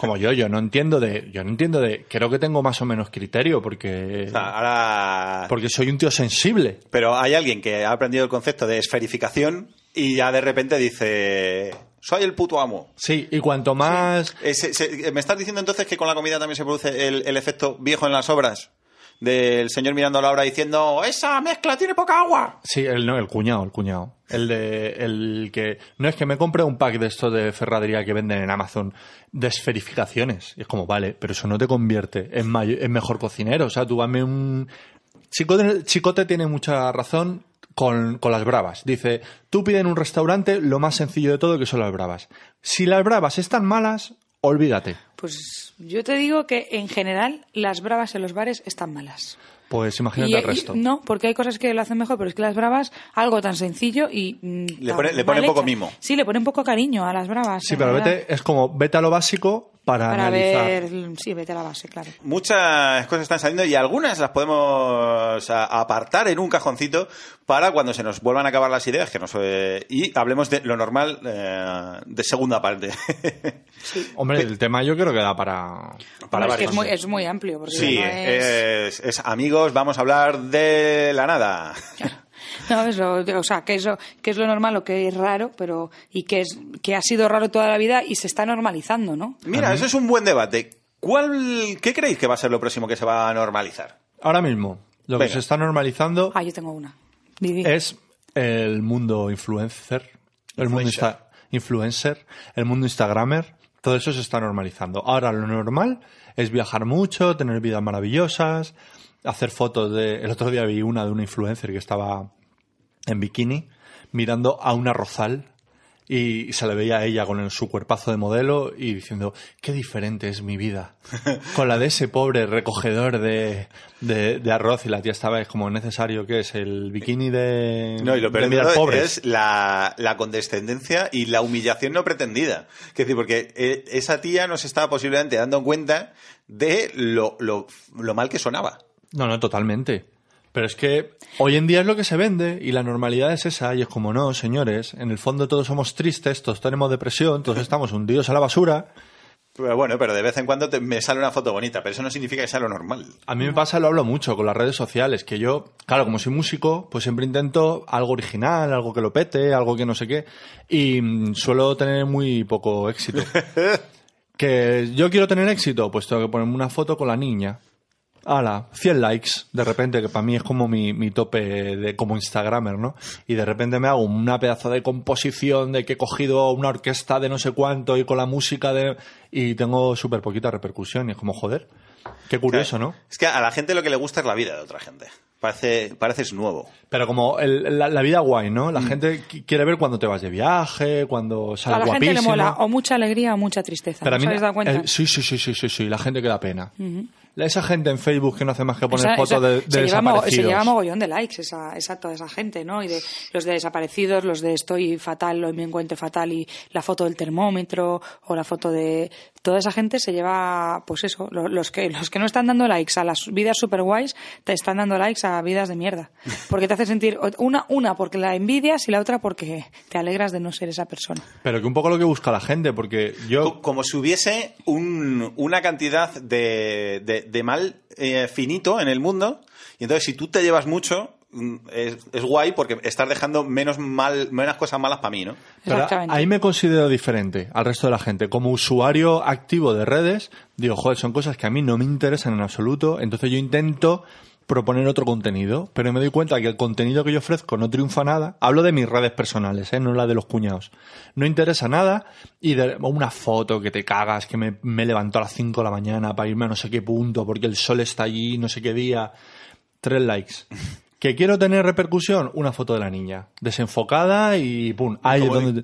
[SPEAKER 7] como yo yo no entiendo de yo no entiendo de creo que tengo más o menos criterio porque
[SPEAKER 5] O sea, ahora...
[SPEAKER 7] porque soy un tío sensible
[SPEAKER 5] Pero hay alguien que ha aprendido el concepto de esferificación y ya de repente dice, soy el puto amo.
[SPEAKER 7] sí y cuanto más
[SPEAKER 5] Eh, se- se- eh, ¿Me estás diciendo entonces que con la comida también se produce el, el efecto viejo en las obras? Del señor mirando a la obra diciendo, esa mezcla tiene poca agua.
[SPEAKER 7] Sí, el no, el cuñado, el cuñado. El de el que no es que me compré un pack de esto de ferradería que venden en Amazon de esferificaciones. Y es como, vale, pero eso no te convierte en, may- en mejor cocinero, o sea, tú dame un Chicote, Chicote tiene mucha razón con, con las bravas. Dice, tú pide en un restaurante lo más sencillo de todo que son las bravas. Si las bravas están malas, olvídate.
[SPEAKER 6] Pues yo te digo que en general las bravas en los bares están malas.
[SPEAKER 7] Pues imagínate
[SPEAKER 6] Y-
[SPEAKER 7] el resto.
[SPEAKER 6] y- no, porque hay cosas que lo hacen mejor, pero es que las bravas, algo tan sencillo y. mm,
[SPEAKER 5] Le
[SPEAKER 6] tan
[SPEAKER 5] pone- le pone
[SPEAKER 6] mal
[SPEAKER 5] poco
[SPEAKER 6] hecha.
[SPEAKER 5] mimo.
[SPEAKER 6] Sí, le pone un poco cariño a las bravas.
[SPEAKER 7] sí,
[SPEAKER 6] en
[SPEAKER 7] pero
[SPEAKER 6] verdad.
[SPEAKER 7] vete, es como vete a lo básico para,
[SPEAKER 6] Para
[SPEAKER 7] analizar.
[SPEAKER 6] ver. Sí, vete a la base, claro.
[SPEAKER 5] Muchas cosas están saliendo y algunas las podemos a- apartar en un cajoncito para cuando se nos vuelvan a acabar las ideas que nos, eh, y hablemos de lo normal eh, de segunda parte.
[SPEAKER 7] Hombre, el tema yo creo que da para
[SPEAKER 5] Para
[SPEAKER 6] Hombre, es que
[SPEAKER 5] varios.
[SPEAKER 6] es muy, es muy amplio. Porque
[SPEAKER 5] Sí, eh.
[SPEAKER 6] no es...
[SPEAKER 5] es, es amigos, vamos a hablar de la nada.
[SPEAKER 6] No, es lo- o sea, que es, lo, que es lo normal, lo que es raro, pero y que es que ha sido raro toda la vida y se está normalizando, ¿no?
[SPEAKER 5] Mira, eso es un buen debate. ¿Cuál, ¿Qué creéis que va a ser lo próximo que se va a normalizar?
[SPEAKER 7] Ahora mismo, lo
[SPEAKER 5] Venga.
[SPEAKER 7] que se está normalizando
[SPEAKER 6] Ah, yo tengo una. Di, di.
[SPEAKER 7] es el mundo influencer, el mundo insta- influencer, el mundo instagramer, todo eso se está normalizando. Ahora lo normal es viajar mucho, tener vidas maravillosas, hacer fotos de... El otro día vi una de una influencer que estaba en bikini mirando a una rozal y se le veía a ella con el- su cuerpazo de modelo y diciendo, qué diferente es mi vida. Con la de ese pobre recogedor de, de- de arroz y la tía estaba, es como necesario que es el bikini de...
[SPEAKER 5] No, y lo
[SPEAKER 7] de
[SPEAKER 5] peor de
[SPEAKER 7] mirar
[SPEAKER 5] todo
[SPEAKER 7] pobres.
[SPEAKER 5] es la, la condescendencia y la humillación no pretendida. Es decir, porque eh, esa tía no se estaba posiblemente dando cuenta de lo, lo- lo mal que sonaba.
[SPEAKER 7] No, no, totalmente. Pero es que hoy en día es lo que se vende y la normalidad es esa y es como, no, señores, en el fondo todos somos tristes, todos tenemos depresión, todos estamos hundidos a la basura.
[SPEAKER 5] Pero bueno, pero de vez en cuando te- me sale una foto bonita, pero eso no significa que sea lo normal.
[SPEAKER 7] A mí me pasa, lo hablo mucho con las redes sociales, que yo, claro, como soy músico, pues siempre intento algo original, algo que lo pete, algo que no sé qué, y mm, suelo tener muy poco éxito. que yo quiero tener éxito, pues tengo que ponerme una foto con la niña. Ala, 100 likes, de repente, que para mí es como mi, mi tope de como Instagramer, ¿no? Y de repente me hago una pedazo de composición de que he cogido una orquesta de no sé cuánto y con la música de... Y tengo súper poquita repercusión y es como, joder, qué curioso, ¿no?
[SPEAKER 5] Es que a la gente lo que le gusta es la vida de otra gente. Parece, pareces nuevo.
[SPEAKER 7] Pero como el- la, la vida guay, ¿no? La gente qui- quiere ver cuando te vas de viaje, cuando
[SPEAKER 6] A
[SPEAKER 7] sales
[SPEAKER 6] la gente
[SPEAKER 7] guapísimo.
[SPEAKER 6] le mola o mucha alegría o mucha tristeza.
[SPEAKER 7] Pero a
[SPEAKER 6] ¿Os
[SPEAKER 7] mí-
[SPEAKER 6] habéis dado cuenta?
[SPEAKER 7] el- sí, sí, sí, sí, sí, sí, la gente que da pena. La- Esa gente en Facebook que no hace más que poner
[SPEAKER 6] Esa-
[SPEAKER 7] fotos
[SPEAKER 6] esa-
[SPEAKER 7] de, de
[SPEAKER 6] se lleva mo-
[SPEAKER 7] desaparecidos.
[SPEAKER 6] se lleva mogollón de likes esa, esa- toda esa gente, ¿no? Y de los de desaparecidos, los de estoy fatal, hoy me encuentro fatal y la foto del termómetro o la foto de toda esa gente se lleva, pues eso, lo- los que los que no están dando likes a las vidas super guays te están dando likes a vidas de mierda, porque te hace sentir una una porque la envidias y la otra porque te alegras de no ser esa persona.
[SPEAKER 7] Pero que un poco lo que busca la gente, porque
[SPEAKER 5] Co-
[SPEAKER 7] yo...
[SPEAKER 5] Como si hubiese un- una cantidad de, de- de mal eh, finito en el mundo. Y entonces, si tú te llevas mucho, mm, es, es guay porque estás dejando menos, mal, menos cosas malas para mí, ¿no?
[SPEAKER 7] pero
[SPEAKER 6] Exactamente.
[SPEAKER 7] ahí me considero diferente al resto de la gente. Como usuario activo de redes, digo, joder, son cosas que a mí no me interesan en absoluto, entonces yo intento proponer otro contenido, pero me doy cuenta que el contenido que yo ofrezco no triunfa nada. Hablo de mis redes personales, ¿eh? no la de los cuñados. No interesa nada y de una foto que te cagas, que me, me levanto a las 5 de la mañana para irme a no sé qué punto, porque el sol está allí, no sé qué día. Tres likes. ¿Que quiero tener repercusión? Una foto de la niña. Desenfocada y pum. Ahí es
[SPEAKER 5] Como
[SPEAKER 7] donde...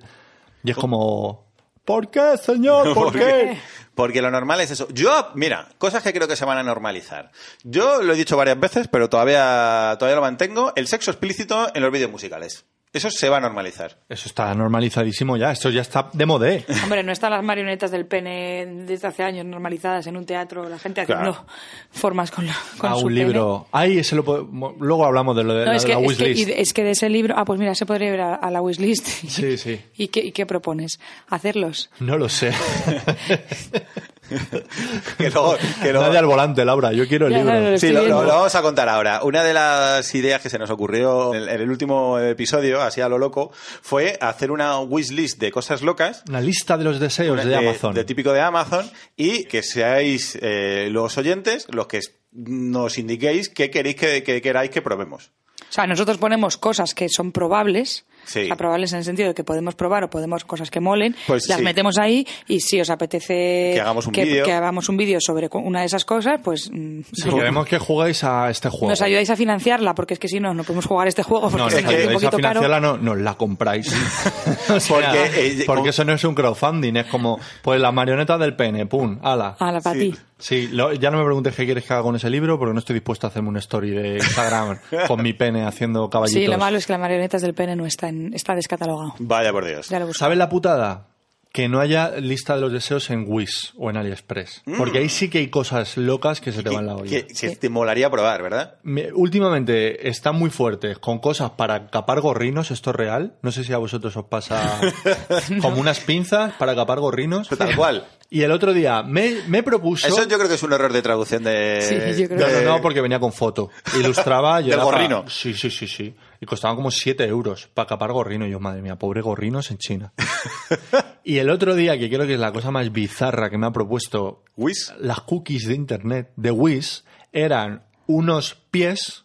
[SPEAKER 7] Y es como... ¿Por qué, señor? ¿Por qué?
[SPEAKER 5] Porque lo normal es eso. Yo, mira, cosas que creo que se van a normalizar. Yo lo he dicho varias veces, pero todavía, todavía lo mantengo. El sexo explícito en los vídeos musicales. Eso se va a normalizar.
[SPEAKER 7] Eso está normalizadísimo ya. Esto ya está de ¿eh? modé.
[SPEAKER 6] Hombre, no están las marionetas del pene desde hace años normalizadas en un teatro, la gente haciendo
[SPEAKER 5] Claro.
[SPEAKER 6] formas con, la, con
[SPEAKER 7] A
[SPEAKER 6] su
[SPEAKER 7] Ah, un
[SPEAKER 6] pene.
[SPEAKER 7] libro. Ahí ese lo po- mo- Luego hablamos de lo de
[SPEAKER 6] No,
[SPEAKER 7] la,
[SPEAKER 6] es
[SPEAKER 7] de
[SPEAKER 6] que,
[SPEAKER 7] la
[SPEAKER 6] es, que,
[SPEAKER 7] wishlist.
[SPEAKER 6] y de- es que de ese libro. Ah, pues mira, se podría ir a, a la wishlist.
[SPEAKER 7] Sí, sí.
[SPEAKER 6] ¿Y qué, y qué propones? ¿Hacerlos?
[SPEAKER 7] No lo sé.
[SPEAKER 5] Que luego- que luego-
[SPEAKER 7] Nadie al volante, Laura. Yo quiero el
[SPEAKER 6] Ya,
[SPEAKER 7] libro.
[SPEAKER 6] claro,
[SPEAKER 5] Sí,
[SPEAKER 6] Estoy
[SPEAKER 5] lo,
[SPEAKER 6] viendo.
[SPEAKER 5] lo- lo vamos a contar ahora. Una de las ideas que se nos ocurrió en, en el último episodio, así a lo loco, fue hacer una wishlist de cosas locas.
[SPEAKER 7] Una lista de los deseos Pues de, Amazon.
[SPEAKER 5] de típico de Amazon. Y que seáis eh, los oyentes los que es- nos indiquéis qué queréis que, que queráis que probemos.
[SPEAKER 6] O sea, nosotros ponemos cosas que son probables.
[SPEAKER 5] Sí.
[SPEAKER 6] O sea, probables en el sentido de que podemos probar o podemos cosas que molen,
[SPEAKER 5] Pues
[SPEAKER 6] las
[SPEAKER 5] sí.
[SPEAKER 6] metemos ahí y si os apetece
[SPEAKER 5] Que hagamos un
[SPEAKER 6] que,
[SPEAKER 5] vídeo.
[SPEAKER 6] que hagamos un vídeo sobre cu- una de esas cosas, pues mm,
[SPEAKER 7] Si queremos que juguéis a este juego.
[SPEAKER 6] nos ayudáis a financiarla, porque es que si no, no podemos jugar este juego porque
[SPEAKER 7] No, nos
[SPEAKER 6] se nos hace un
[SPEAKER 7] ayudáis a
[SPEAKER 6] poquito caro.
[SPEAKER 7] financiarla, no, nos la compráis. O sea,
[SPEAKER 5] Porque, eh,
[SPEAKER 7] porque
[SPEAKER 5] como-
[SPEAKER 7] eso no es un crowdfunding, es como, pues la marioneta del pene, pum, ala.
[SPEAKER 6] A Ah, la para
[SPEAKER 5] Sí.
[SPEAKER 6] ti.
[SPEAKER 7] Sí, lo- ya no me preguntes qué quieres que haga con ese libro, porque no estoy dispuesto a hacerme un story de Instagram con mi pene haciendo caballitos.
[SPEAKER 6] Sí, lo malo es que las marionetas del pene no está, en- está descatalogado.
[SPEAKER 5] Vaya por Dios.
[SPEAKER 6] Ya lo busco.
[SPEAKER 7] ¿Sabes la putada? Que no haya lista de los deseos en Wish o en AliExpress.
[SPEAKER 6] Mm.
[SPEAKER 7] Porque ahí sí que hay cosas locas que se te
[SPEAKER 5] Que-
[SPEAKER 7] van la olla.
[SPEAKER 5] que- que te molaría probar, ¿verdad?
[SPEAKER 7] Me- últimamente están muy fuertes con cosas para capar gorrinos, esto es real. No sé si a vosotros os pasa como unas pinzas para capar gorrinos.
[SPEAKER 5] Pero tal cual.
[SPEAKER 7] Y el otro día me, me propuso.
[SPEAKER 5] Eso yo creo que es un error de traducción de.
[SPEAKER 6] Sí, yo creo
[SPEAKER 7] No,
[SPEAKER 5] de-
[SPEAKER 7] no, no, porque venía con foto. Ilustraba. yo
[SPEAKER 5] Del
[SPEAKER 7] era para-
[SPEAKER 5] gorrino.
[SPEAKER 7] Sí, sí, sí, sí. Y costaban como 7 euros para capar gorrino. Y yo, madre mía, pobre gorrinos en China. y el otro día, que creo que es la cosa más bizarra que me ha propuesto
[SPEAKER 5] Whis.
[SPEAKER 7] las cookies de internet de Wish eran unos pies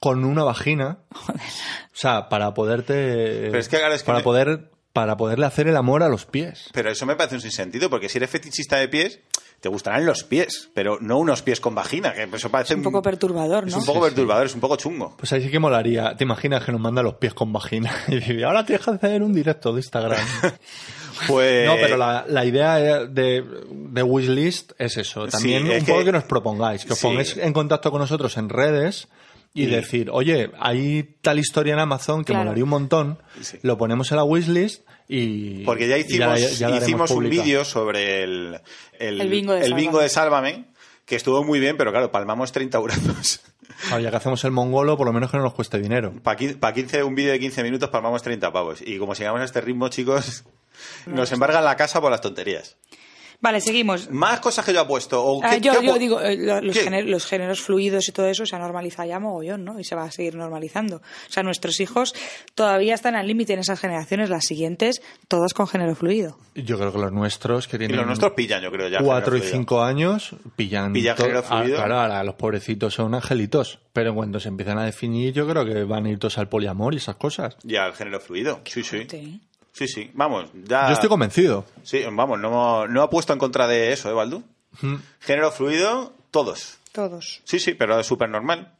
[SPEAKER 7] con una vagina. O sea, para poderte.
[SPEAKER 5] Pero es que claro, es que
[SPEAKER 7] para
[SPEAKER 5] me-
[SPEAKER 7] poder para poderle hacer el amor a los pies.
[SPEAKER 5] Pero eso me parece un sinsentido, porque si eres fetichista de pies, te gustarán los pies, pero no unos pies con vagina, que eso parece...
[SPEAKER 6] un poco perturbador,
[SPEAKER 5] Es
[SPEAKER 6] ¿no?
[SPEAKER 5] un poco perturbador, es un poco chungo.
[SPEAKER 7] Pues ahí sí que molaría. ¿Te imaginas que nos manda los pies con vagina? Y dice, ahora tienes que hacer un directo de Instagram.
[SPEAKER 5] Pues...
[SPEAKER 7] No, pero la, la idea de, de Wishlist es eso. También
[SPEAKER 5] Sí,
[SPEAKER 7] un
[SPEAKER 5] es
[SPEAKER 7] poco
[SPEAKER 5] que-
[SPEAKER 7] que, nos propongáis, que os
[SPEAKER 5] Sí.
[SPEAKER 7] pongáis en contacto con nosotros en redes y
[SPEAKER 5] Sí.
[SPEAKER 7] decir, oye, hay tal historia en Amazon que
[SPEAKER 6] Claro.
[SPEAKER 7] molaría un montón,
[SPEAKER 5] Sí.
[SPEAKER 7] lo ponemos en la Wishlist y...
[SPEAKER 5] Porque ya
[SPEAKER 7] y
[SPEAKER 5] hicimos,
[SPEAKER 7] ya la haremos
[SPEAKER 5] hicimos un
[SPEAKER 7] pública.
[SPEAKER 5] vídeo sobre el, el,
[SPEAKER 6] El bingo de
[SPEAKER 5] el
[SPEAKER 6] Sálvame.
[SPEAKER 5] de Sálvame, que estuvo muy bien, pero claro, palmamos 30 euros.
[SPEAKER 7] Claro, ya que hacemos el mongolo, por lo menos que no nos cueste dinero.
[SPEAKER 5] Para 15, un vídeo de 15 minutos palmamos 30 pavos. Y como sigamos a este ritmo, chicos, nos embargan la casa por las tonterías.
[SPEAKER 6] Vale, seguimos.
[SPEAKER 5] Más cosas que yo apuesto. O
[SPEAKER 6] Ah,
[SPEAKER 5] qué-
[SPEAKER 6] yo,
[SPEAKER 5] qué
[SPEAKER 6] yo
[SPEAKER 5] apu-
[SPEAKER 6] digo, eh, lo- los,
[SPEAKER 5] ¿Qué?
[SPEAKER 6] géner- los géneros fluidos y todo eso se ha normalizado ya mogollón, ¿no? Y se va a seguir normalizando. O sea, nuestros hijos todavía están al límite en esas generaciones, las siguientes, todas con género fluido.
[SPEAKER 7] Yo creo que los nuestros, que
[SPEAKER 5] Y
[SPEAKER 7] tienen...
[SPEAKER 5] los nuestros pillan, yo creo, ya.
[SPEAKER 7] cuatro y
[SPEAKER 5] generalmente.
[SPEAKER 7] cinco años pillan,
[SPEAKER 5] Pillan
[SPEAKER 7] to-
[SPEAKER 5] género
[SPEAKER 7] Ah,
[SPEAKER 5] fluido.
[SPEAKER 7] claro, ahora los pobrecitos son angelitos, pero cuando se empiezan a definir yo creo que van a ir todos al poliamor y esas cosas.
[SPEAKER 5] Ya, el género fluido. Sí, sí.
[SPEAKER 6] Sí.
[SPEAKER 5] Sí, sí. Vamos, ya.
[SPEAKER 7] Yo estoy convencido.
[SPEAKER 5] Sí, vamos, no, no ha puesto en contra de eso, ¿eh, Baldu?
[SPEAKER 7] Mm.
[SPEAKER 5] Género fluido, todos.
[SPEAKER 6] Todos.
[SPEAKER 5] Sí, sí, pero es súper normal.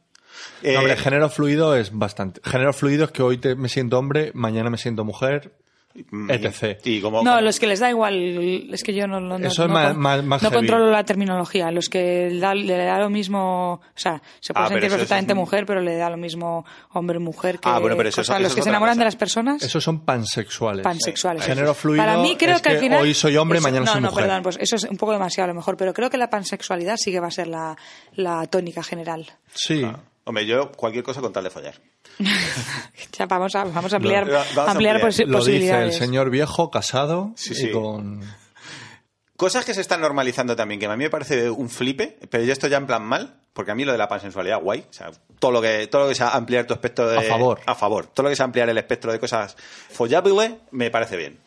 [SPEAKER 5] Eh,
[SPEAKER 7] No, hombre, género fluido es bastante. Género fluido es que hoy te- me siento hombre, mañana me siento mujer, etc.
[SPEAKER 5] mm, Y como,
[SPEAKER 6] No, los que les da igual, es que yo no, no, no-
[SPEAKER 7] Eso es
[SPEAKER 6] no
[SPEAKER 7] más-
[SPEAKER 6] con-
[SPEAKER 7] más- más
[SPEAKER 6] no
[SPEAKER 7] heavy.
[SPEAKER 6] controlo la terminología. Los que da- le da lo mismo, o sea, se puede
[SPEAKER 5] Ah, pero eso-
[SPEAKER 6] sentir
[SPEAKER 5] eso es
[SPEAKER 6] perfectamente
[SPEAKER 5] un-
[SPEAKER 6] mujer, pero le da lo mismo hombre-mujer que.
[SPEAKER 5] Ah, bueno, pero eso-
[SPEAKER 6] o sea,
[SPEAKER 5] eso
[SPEAKER 6] los
[SPEAKER 5] es
[SPEAKER 6] que se
[SPEAKER 5] otra
[SPEAKER 6] enamoran
[SPEAKER 5] cosa.
[SPEAKER 6] de las personas.
[SPEAKER 7] Esos son pansexuales. Eh,
[SPEAKER 6] pansexuales.
[SPEAKER 7] Género fluido
[SPEAKER 6] Para mí creo
[SPEAKER 7] es
[SPEAKER 6] que, al
[SPEAKER 7] que
[SPEAKER 6] final
[SPEAKER 7] hoy soy hombre,
[SPEAKER 6] eso-
[SPEAKER 7] mañana
[SPEAKER 6] no,
[SPEAKER 7] soy
[SPEAKER 6] no,
[SPEAKER 7] mujer.
[SPEAKER 6] perdón, pues eso es un poco demasiado a lo mejor, pero creo que la pansexualidad sí que va a ser la, la tónica general.
[SPEAKER 7] Sí.
[SPEAKER 6] ah.
[SPEAKER 5] Hombre, yo cualquier cosa con tal de follar.
[SPEAKER 6] Ya vamos a vamos a ampliar
[SPEAKER 5] Lo- vamos a
[SPEAKER 6] ampliar,
[SPEAKER 5] ampliar.
[SPEAKER 6] posi-
[SPEAKER 7] Lo dice el
[SPEAKER 6] posibilidades.
[SPEAKER 7] señor viejo, casado
[SPEAKER 5] Sí,
[SPEAKER 7] y
[SPEAKER 5] sí.
[SPEAKER 7] con.
[SPEAKER 5] Cosas que se están normalizando también, que a mí me parece un flipe, pero yo esto ya en plan mal, porque a mí lo de la pansensualidad, guay. O sea, todo lo que, todo lo que sea ampliar tu espectro de.
[SPEAKER 7] A favor.
[SPEAKER 5] A favor. Todo lo que sea ampliar el espectro de cosas follables, me parece bien.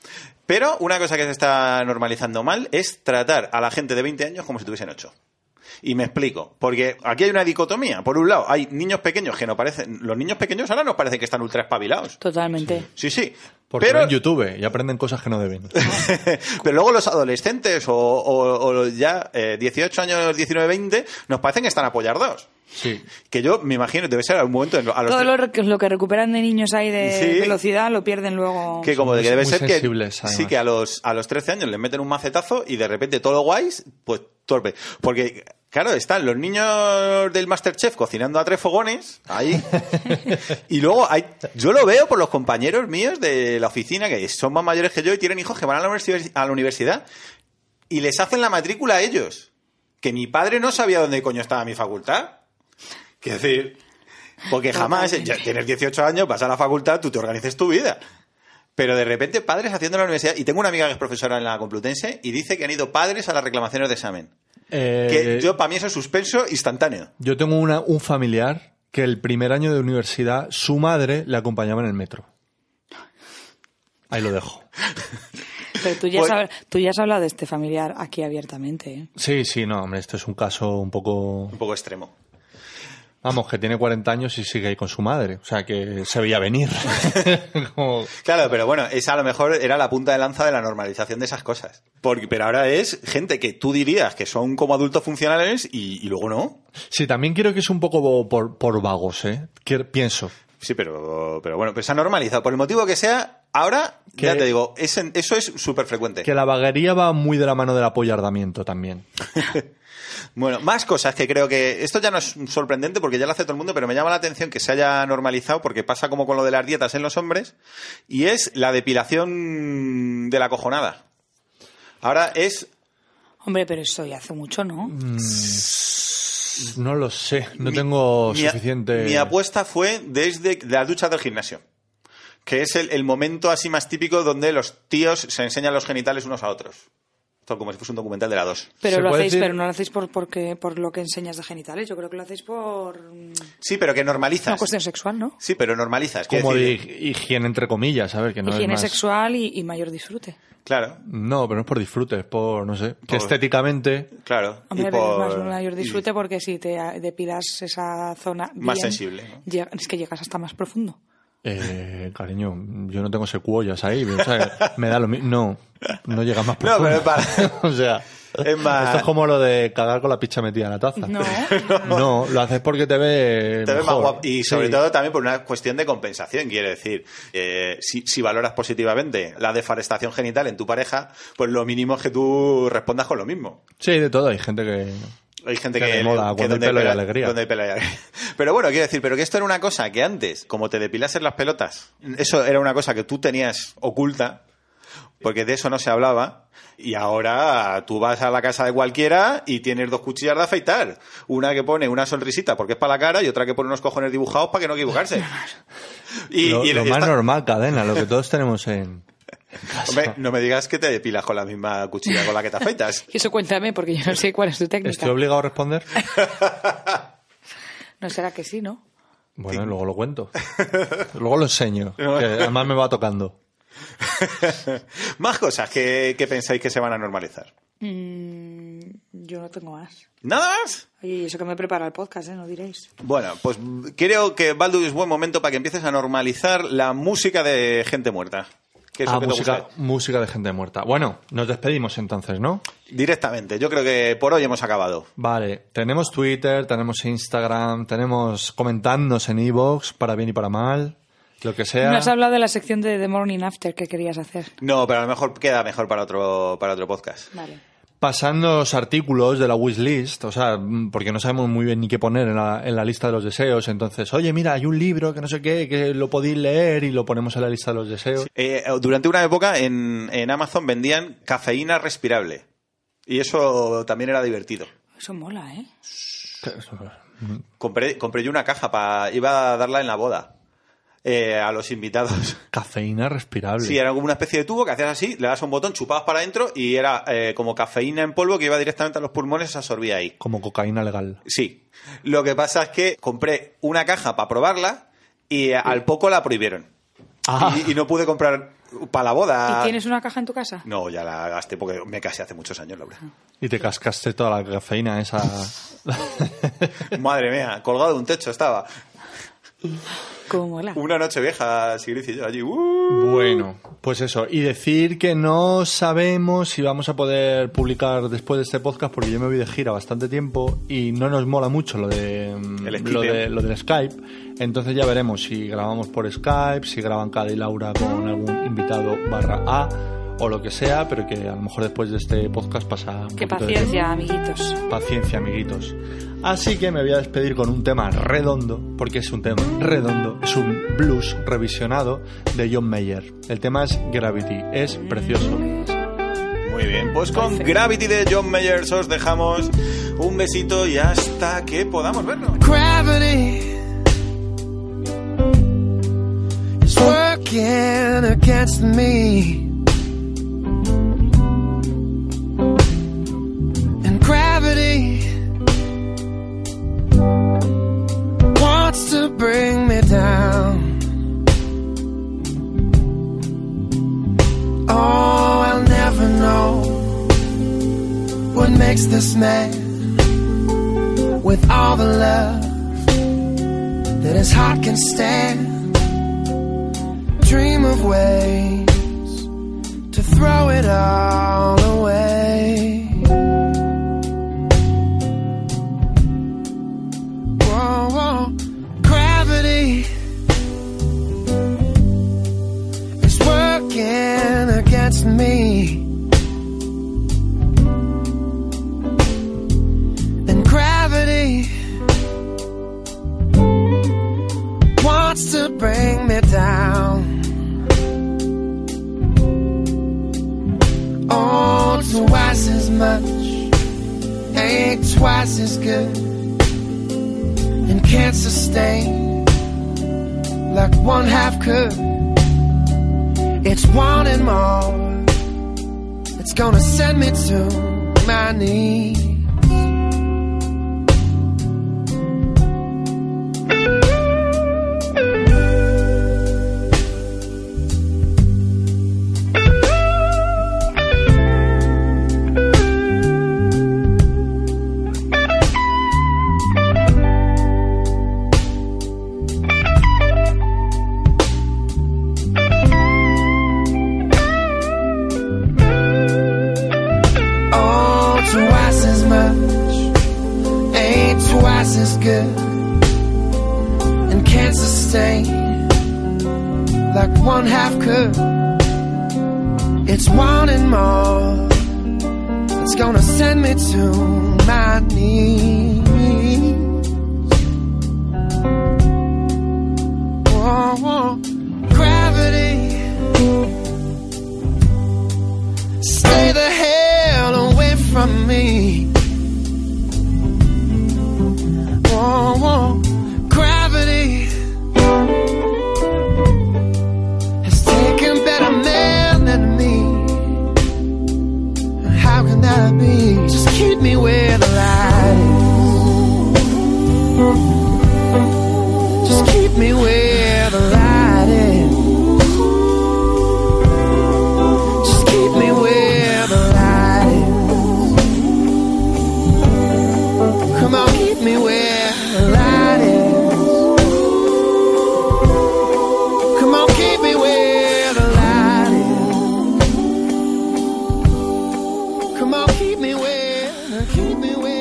[SPEAKER 5] Pero una cosa que se está normalizando mal es tratar a la gente de 20 años como si tuviesen 8. Y me explico, porque aquí hay una dicotomía. Por un lado, hay niños pequeños que no parecen. Los niños pequeños ahora nos parece que están ultra espabilados.
[SPEAKER 6] Totalmente.
[SPEAKER 5] Sí, sí.
[SPEAKER 7] Porque
[SPEAKER 5] pero
[SPEAKER 7] ven YouTube y aprenden cosas que no deben.
[SPEAKER 5] Pero luego los adolescentes o, o- o ya eh, 18 años, 19, 20, nos parecen que están apoyardos.
[SPEAKER 7] Sí.
[SPEAKER 5] Que yo me imagino, debe ser algún momento en lo- a los
[SPEAKER 6] Todo
[SPEAKER 5] tre-
[SPEAKER 6] lo, que- lo que recuperan de niños ahí de
[SPEAKER 5] Sí.
[SPEAKER 6] velocidad lo pierden luego.
[SPEAKER 5] que como de que
[SPEAKER 7] Son
[SPEAKER 5] debe
[SPEAKER 7] muy
[SPEAKER 5] ser que
[SPEAKER 7] sensibles,
[SPEAKER 5] sí
[SPEAKER 7] además.
[SPEAKER 5] que a los a los 13 años les meten un macetazo y de repente todo lo guays, pues torpe, porque claro, están los niños del MasterChef cocinando a tres fogones ahí. y luego hay yo lo veo por los compañeros míos de la oficina que son más mayores que yo y tienen hijos que van a la universi- a la universidad y les hacen la matrícula a ellos. Que mi padre no sabía dónde coño estaba mi facultad. Quiero decir, porque jamás, ya tienes 18 años, vas a la facultad, tú te organices tu vida. Pero de repente padres haciendo la universidad, y tengo una amiga que es profesora en la Complutense, y dice que han ido padres a las reclamaciones de examen.
[SPEAKER 7] Eh,
[SPEAKER 5] Que yo, para mí eso es suspenso instantáneo.
[SPEAKER 7] Yo tengo una- un familiar que el primer año de universidad su madre le acompañaba en el metro. Ahí lo dejo.
[SPEAKER 6] Pero tú ya,
[SPEAKER 5] Pues-
[SPEAKER 6] sabes- tú ya has hablado de este familiar aquí abiertamente. ¿eh?
[SPEAKER 7] Sí, sí, no, hombre, esto es un caso un poco...
[SPEAKER 5] Un poco extremo.
[SPEAKER 7] Vamos, que tiene 40 años y sigue ahí con su madre. O sea, que se veía venir. Como-
[SPEAKER 5] Claro, pero bueno, esa a lo mejor era la punta de lanza de la normalización de esas cosas. Porque, pero ahora es gente que tú dirías que son como adultos funcionales y, y luego no.
[SPEAKER 7] Sí, también creo que es un poco por, por vagos, ¿eh? Que- pienso.
[SPEAKER 5] Sí, pero, pero bueno, pero se ha normalizado. Por el motivo que sea, ahora, ya
[SPEAKER 7] Que-
[SPEAKER 5] te digo, es en- eso es súper frecuente.
[SPEAKER 7] Que la vaguería va muy de la mano del apoyardamiento también.
[SPEAKER 5] Bueno, más cosas que creo que. Esto ya no es sorprendente porque ya lo hace todo el mundo, pero me llama la atención que se haya normalizado porque pasa como con lo de las dietas en los hombres. Y es la depilación de la cojonada. Ahora es.
[SPEAKER 6] Hombre, pero eso ya hace mucho, ¿no?
[SPEAKER 7] Mm. No lo sé, no
[SPEAKER 5] mi-
[SPEAKER 7] tengo
[SPEAKER 5] mi a-
[SPEAKER 7] suficiente...
[SPEAKER 5] Mi apuesta fue desde la ducha del gimnasio. Que es el, el momento así más típico donde los tíos se enseñan los genitales unos a otros. Esto como si fuese un documental de la 2.
[SPEAKER 6] Pero
[SPEAKER 7] ¿Se
[SPEAKER 6] lo
[SPEAKER 7] puede
[SPEAKER 6] hacéis,
[SPEAKER 7] decir-
[SPEAKER 6] pero no lo hacéis por porque por lo que enseñas de genitales. Yo creo que lo hacéis por mm,
[SPEAKER 5] Sí, pero que normalizas.
[SPEAKER 6] una cuestión sexual, ¿no?
[SPEAKER 5] Sí, pero normalizas. quiero
[SPEAKER 7] Como de
[SPEAKER 5] decir,
[SPEAKER 7] hig- higiene entre comillas, a ver, que no
[SPEAKER 6] Higiene
[SPEAKER 7] es más...
[SPEAKER 6] sexual y, y mayor disfrute.
[SPEAKER 5] Claro,
[SPEAKER 7] No, pero no es por disfrute, es por, no sé, que
[SPEAKER 5] Por-
[SPEAKER 7] estéticamente...
[SPEAKER 5] claro.
[SPEAKER 6] Hombre,
[SPEAKER 5] y
[SPEAKER 6] pero es
[SPEAKER 5] por-
[SPEAKER 6] más un mayor
[SPEAKER 5] y-
[SPEAKER 6] disfrute porque si te a- depilas esa zona
[SPEAKER 5] Más
[SPEAKER 6] bien,
[SPEAKER 5] sensible, ¿no?
[SPEAKER 6] llega- es que llegas hasta más profundo.
[SPEAKER 7] Eh, cariño, yo no tengo secuoyas ahí, o sea, me da lo mismo. No, no llega más
[SPEAKER 5] No, pero es
[SPEAKER 7] profundo.
[SPEAKER 5] para-
[SPEAKER 7] o sea,
[SPEAKER 5] es más-
[SPEAKER 7] esto es como lo de cagar con la picha metida en la taza.
[SPEAKER 6] No.
[SPEAKER 7] No, lo haces porque te ve
[SPEAKER 6] pues
[SPEAKER 5] Te ves más
[SPEAKER 7] mejor.
[SPEAKER 5] guapo. Y sobre
[SPEAKER 7] Sí.
[SPEAKER 5] todo también por una cuestión de compensación, quiere decir, eh, si, si valoras positivamente la deforestación genital en tu pareja, pues lo mínimo es que tú respondas con lo mismo.
[SPEAKER 7] Sí, de todo. Hay gente que...
[SPEAKER 5] Hay gente
[SPEAKER 7] Que
[SPEAKER 5] que,
[SPEAKER 7] le mola,
[SPEAKER 5] que
[SPEAKER 7] cuando hay
[SPEAKER 5] donde
[SPEAKER 7] pelo y
[SPEAKER 5] pela-
[SPEAKER 7] alegría.
[SPEAKER 5] donde hay pelo y alegría. Pero bueno, quiero decir, pero que esto era una cosa que antes, como te depilases las pelotas, eso era una cosa que tú tenías oculta, porque de eso no se hablaba. Y ahora tú vas a la casa de cualquiera y tienes dos cuchillas de afeitar. Una que pone una sonrisita porque es para la cara y otra que pone unos cojones dibujados para que no equivocarse. Y,
[SPEAKER 7] lo,
[SPEAKER 5] y-
[SPEAKER 7] lo
[SPEAKER 5] y
[SPEAKER 7] más
[SPEAKER 5] está-
[SPEAKER 7] normal, cadena, lo que todos tenemos en...
[SPEAKER 5] Hombre, no me digas que te depilas con la misma cuchilla con la que te afeitas.
[SPEAKER 6] Y eso cuéntame, porque yo no sé cuál es tu técnica.
[SPEAKER 7] ¿Estoy obligado a responder?
[SPEAKER 6] No será que sí, ¿no?
[SPEAKER 7] Bueno, luego lo cuento. Luego lo enseño. Que además me va tocando.
[SPEAKER 5] Más cosas que, que pensáis que se van a normalizar.
[SPEAKER 6] Mm, yo no tengo más.
[SPEAKER 5] ¿Nada más?
[SPEAKER 6] Oye, y eso que me prepara el podcast, ¿eh? No diréis.
[SPEAKER 5] Bueno, pues mm, creo que Baldu es buen momento para que empieces a normalizar la música de gente muerta. Que es lo
[SPEAKER 7] Ah,
[SPEAKER 5] que te
[SPEAKER 7] música,
[SPEAKER 5] gusta.
[SPEAKER 7] música de gente muerta. Bueno, nos despedimos entonces, ¿no?
[SPEAKER 5] Directamente. Yo creo que por hoy hemos acabado.
[SPEAKER 7] Vale, tenemos Twitter, tenemos Instagram, tenemos comentándonos en Evox, para bien y para mal, lo que sea.
[SPEAKER 6] No has hablado de la sección de The Morning After que querías hacer.
[SPEAKER 5] No, pero a lo mejor queda mejor para otro, para otro podcast.
[SPEAKER 6] Vale.
[SPEAKER 7] Pasando los artículos de la wishlist, o sea, mm, porque no sabemos muy bien ni qué poner en la, en la lista de los deseos, entonces, oye, mira, hay un libro que no sé qué, que lo podéis leer y lo ponemos en la lista de los deseos.
[SPEAKER 5] Eh, durante una época en, en Amazon vendían cafeína respirable. Y eso también era divertido.
[SPEAKER 6] Eso mola, ¿eh?
[SPEAKER 5] Compré, compré yo una caja para. iba a darla en la boda. eh, a los invitados.
[SPEAKER 7] Cafeína respirable.
[SPEAKER 5] Sí, era como una especie de tubo que hacías así, le das a un botón, chupabas para adentro y era eh, como cafeína en polvo que iba directamente a los pulmones y se absorbía ahí.
[SPEAKER 7] Como cocaína legal.
[SPEAKER 5] Sí. Lo que pasa es que compré una caja para probarla y eh, al poco la prohibieron.
[SPEAKER 7] Ah.
[SPEAKER 5] Y, y no pude comprar para la boda.
[SPEAKER 6] ¿Y tienes una caja en tu casa?
[SPEAKER 5] No, ya la gasté porque me casé hace muchos años, Laura.
[SPEAKER 6] Ah.
[SPEAKER 7] Y te cascaste toda la cafeína esa.
[SPEAKER 5] Madre mía, colgado de un techo estaba.
[SPEAKER 6] ¿Cómo mola?
[SPEAKER 5] Una noche vieja, Sigrid y yo allí. ¡uh!
[SPEAKER 7] bueno, pues eso. Y decir que no sabemos si vamos a poder publicar después de este podcast porque yo me voy de gira bastante tiempo y no nos mola mucho lo, de, mm,
[SPEAKER 5] El
[SPEAKER 7] lo,
[SPEAKER 5] Skype.
[SPEAKER 7] de- lo del Skype. Entonces ya veremos si grabamos por Skype, si graban Cada y Laura con algún invitado barra A o lo que sea, pero que a lo mejor después de este podcast pasa un
[SPEAKER 6] Qué
[SPEAKER 7] poquito de tiempo.
[SPEAKER 6] paciencia, amiguitos.
[SPEAKER 7] Paciencia, amiguitos. Así que me voy a despedir con un tema redondo, porque es un tema redondo, es un blues revisionado de John Mayer. El tema es Gravity, es precioso.
[SPEAKER 5] Muy bien, pues con Gravity de John Mayer os dejamos un besito y hasta que podamos vernos.
[SPEAKER 3] gravity is working against me. And gravity wants to bring me down. Oh, I'll never know what makes this man with all the love that his heart can stand. Dream of ways to throw it all away. Whoa, whoa. Gravity is working against me. And gravity. wants to bring me down. Oh, twice as much ain't twice as good and can't sustain like one half could. It's wanting more, it's gonna send me to my knees. twice as much, ain't twice as good, and can't sustain like one half could. It's wanting more, it's gonna send me to my knees. Oh, oh. Gravity. Stay the hell away from me. Oh, oh, gravity has taken better men than me. How can that be? Just keep me where the light is. Just keep me where the light is. Just keep me where the light is. Come on, keep me where the light is. Come on, keep me where the light is. Come on, keep me where, keep me where.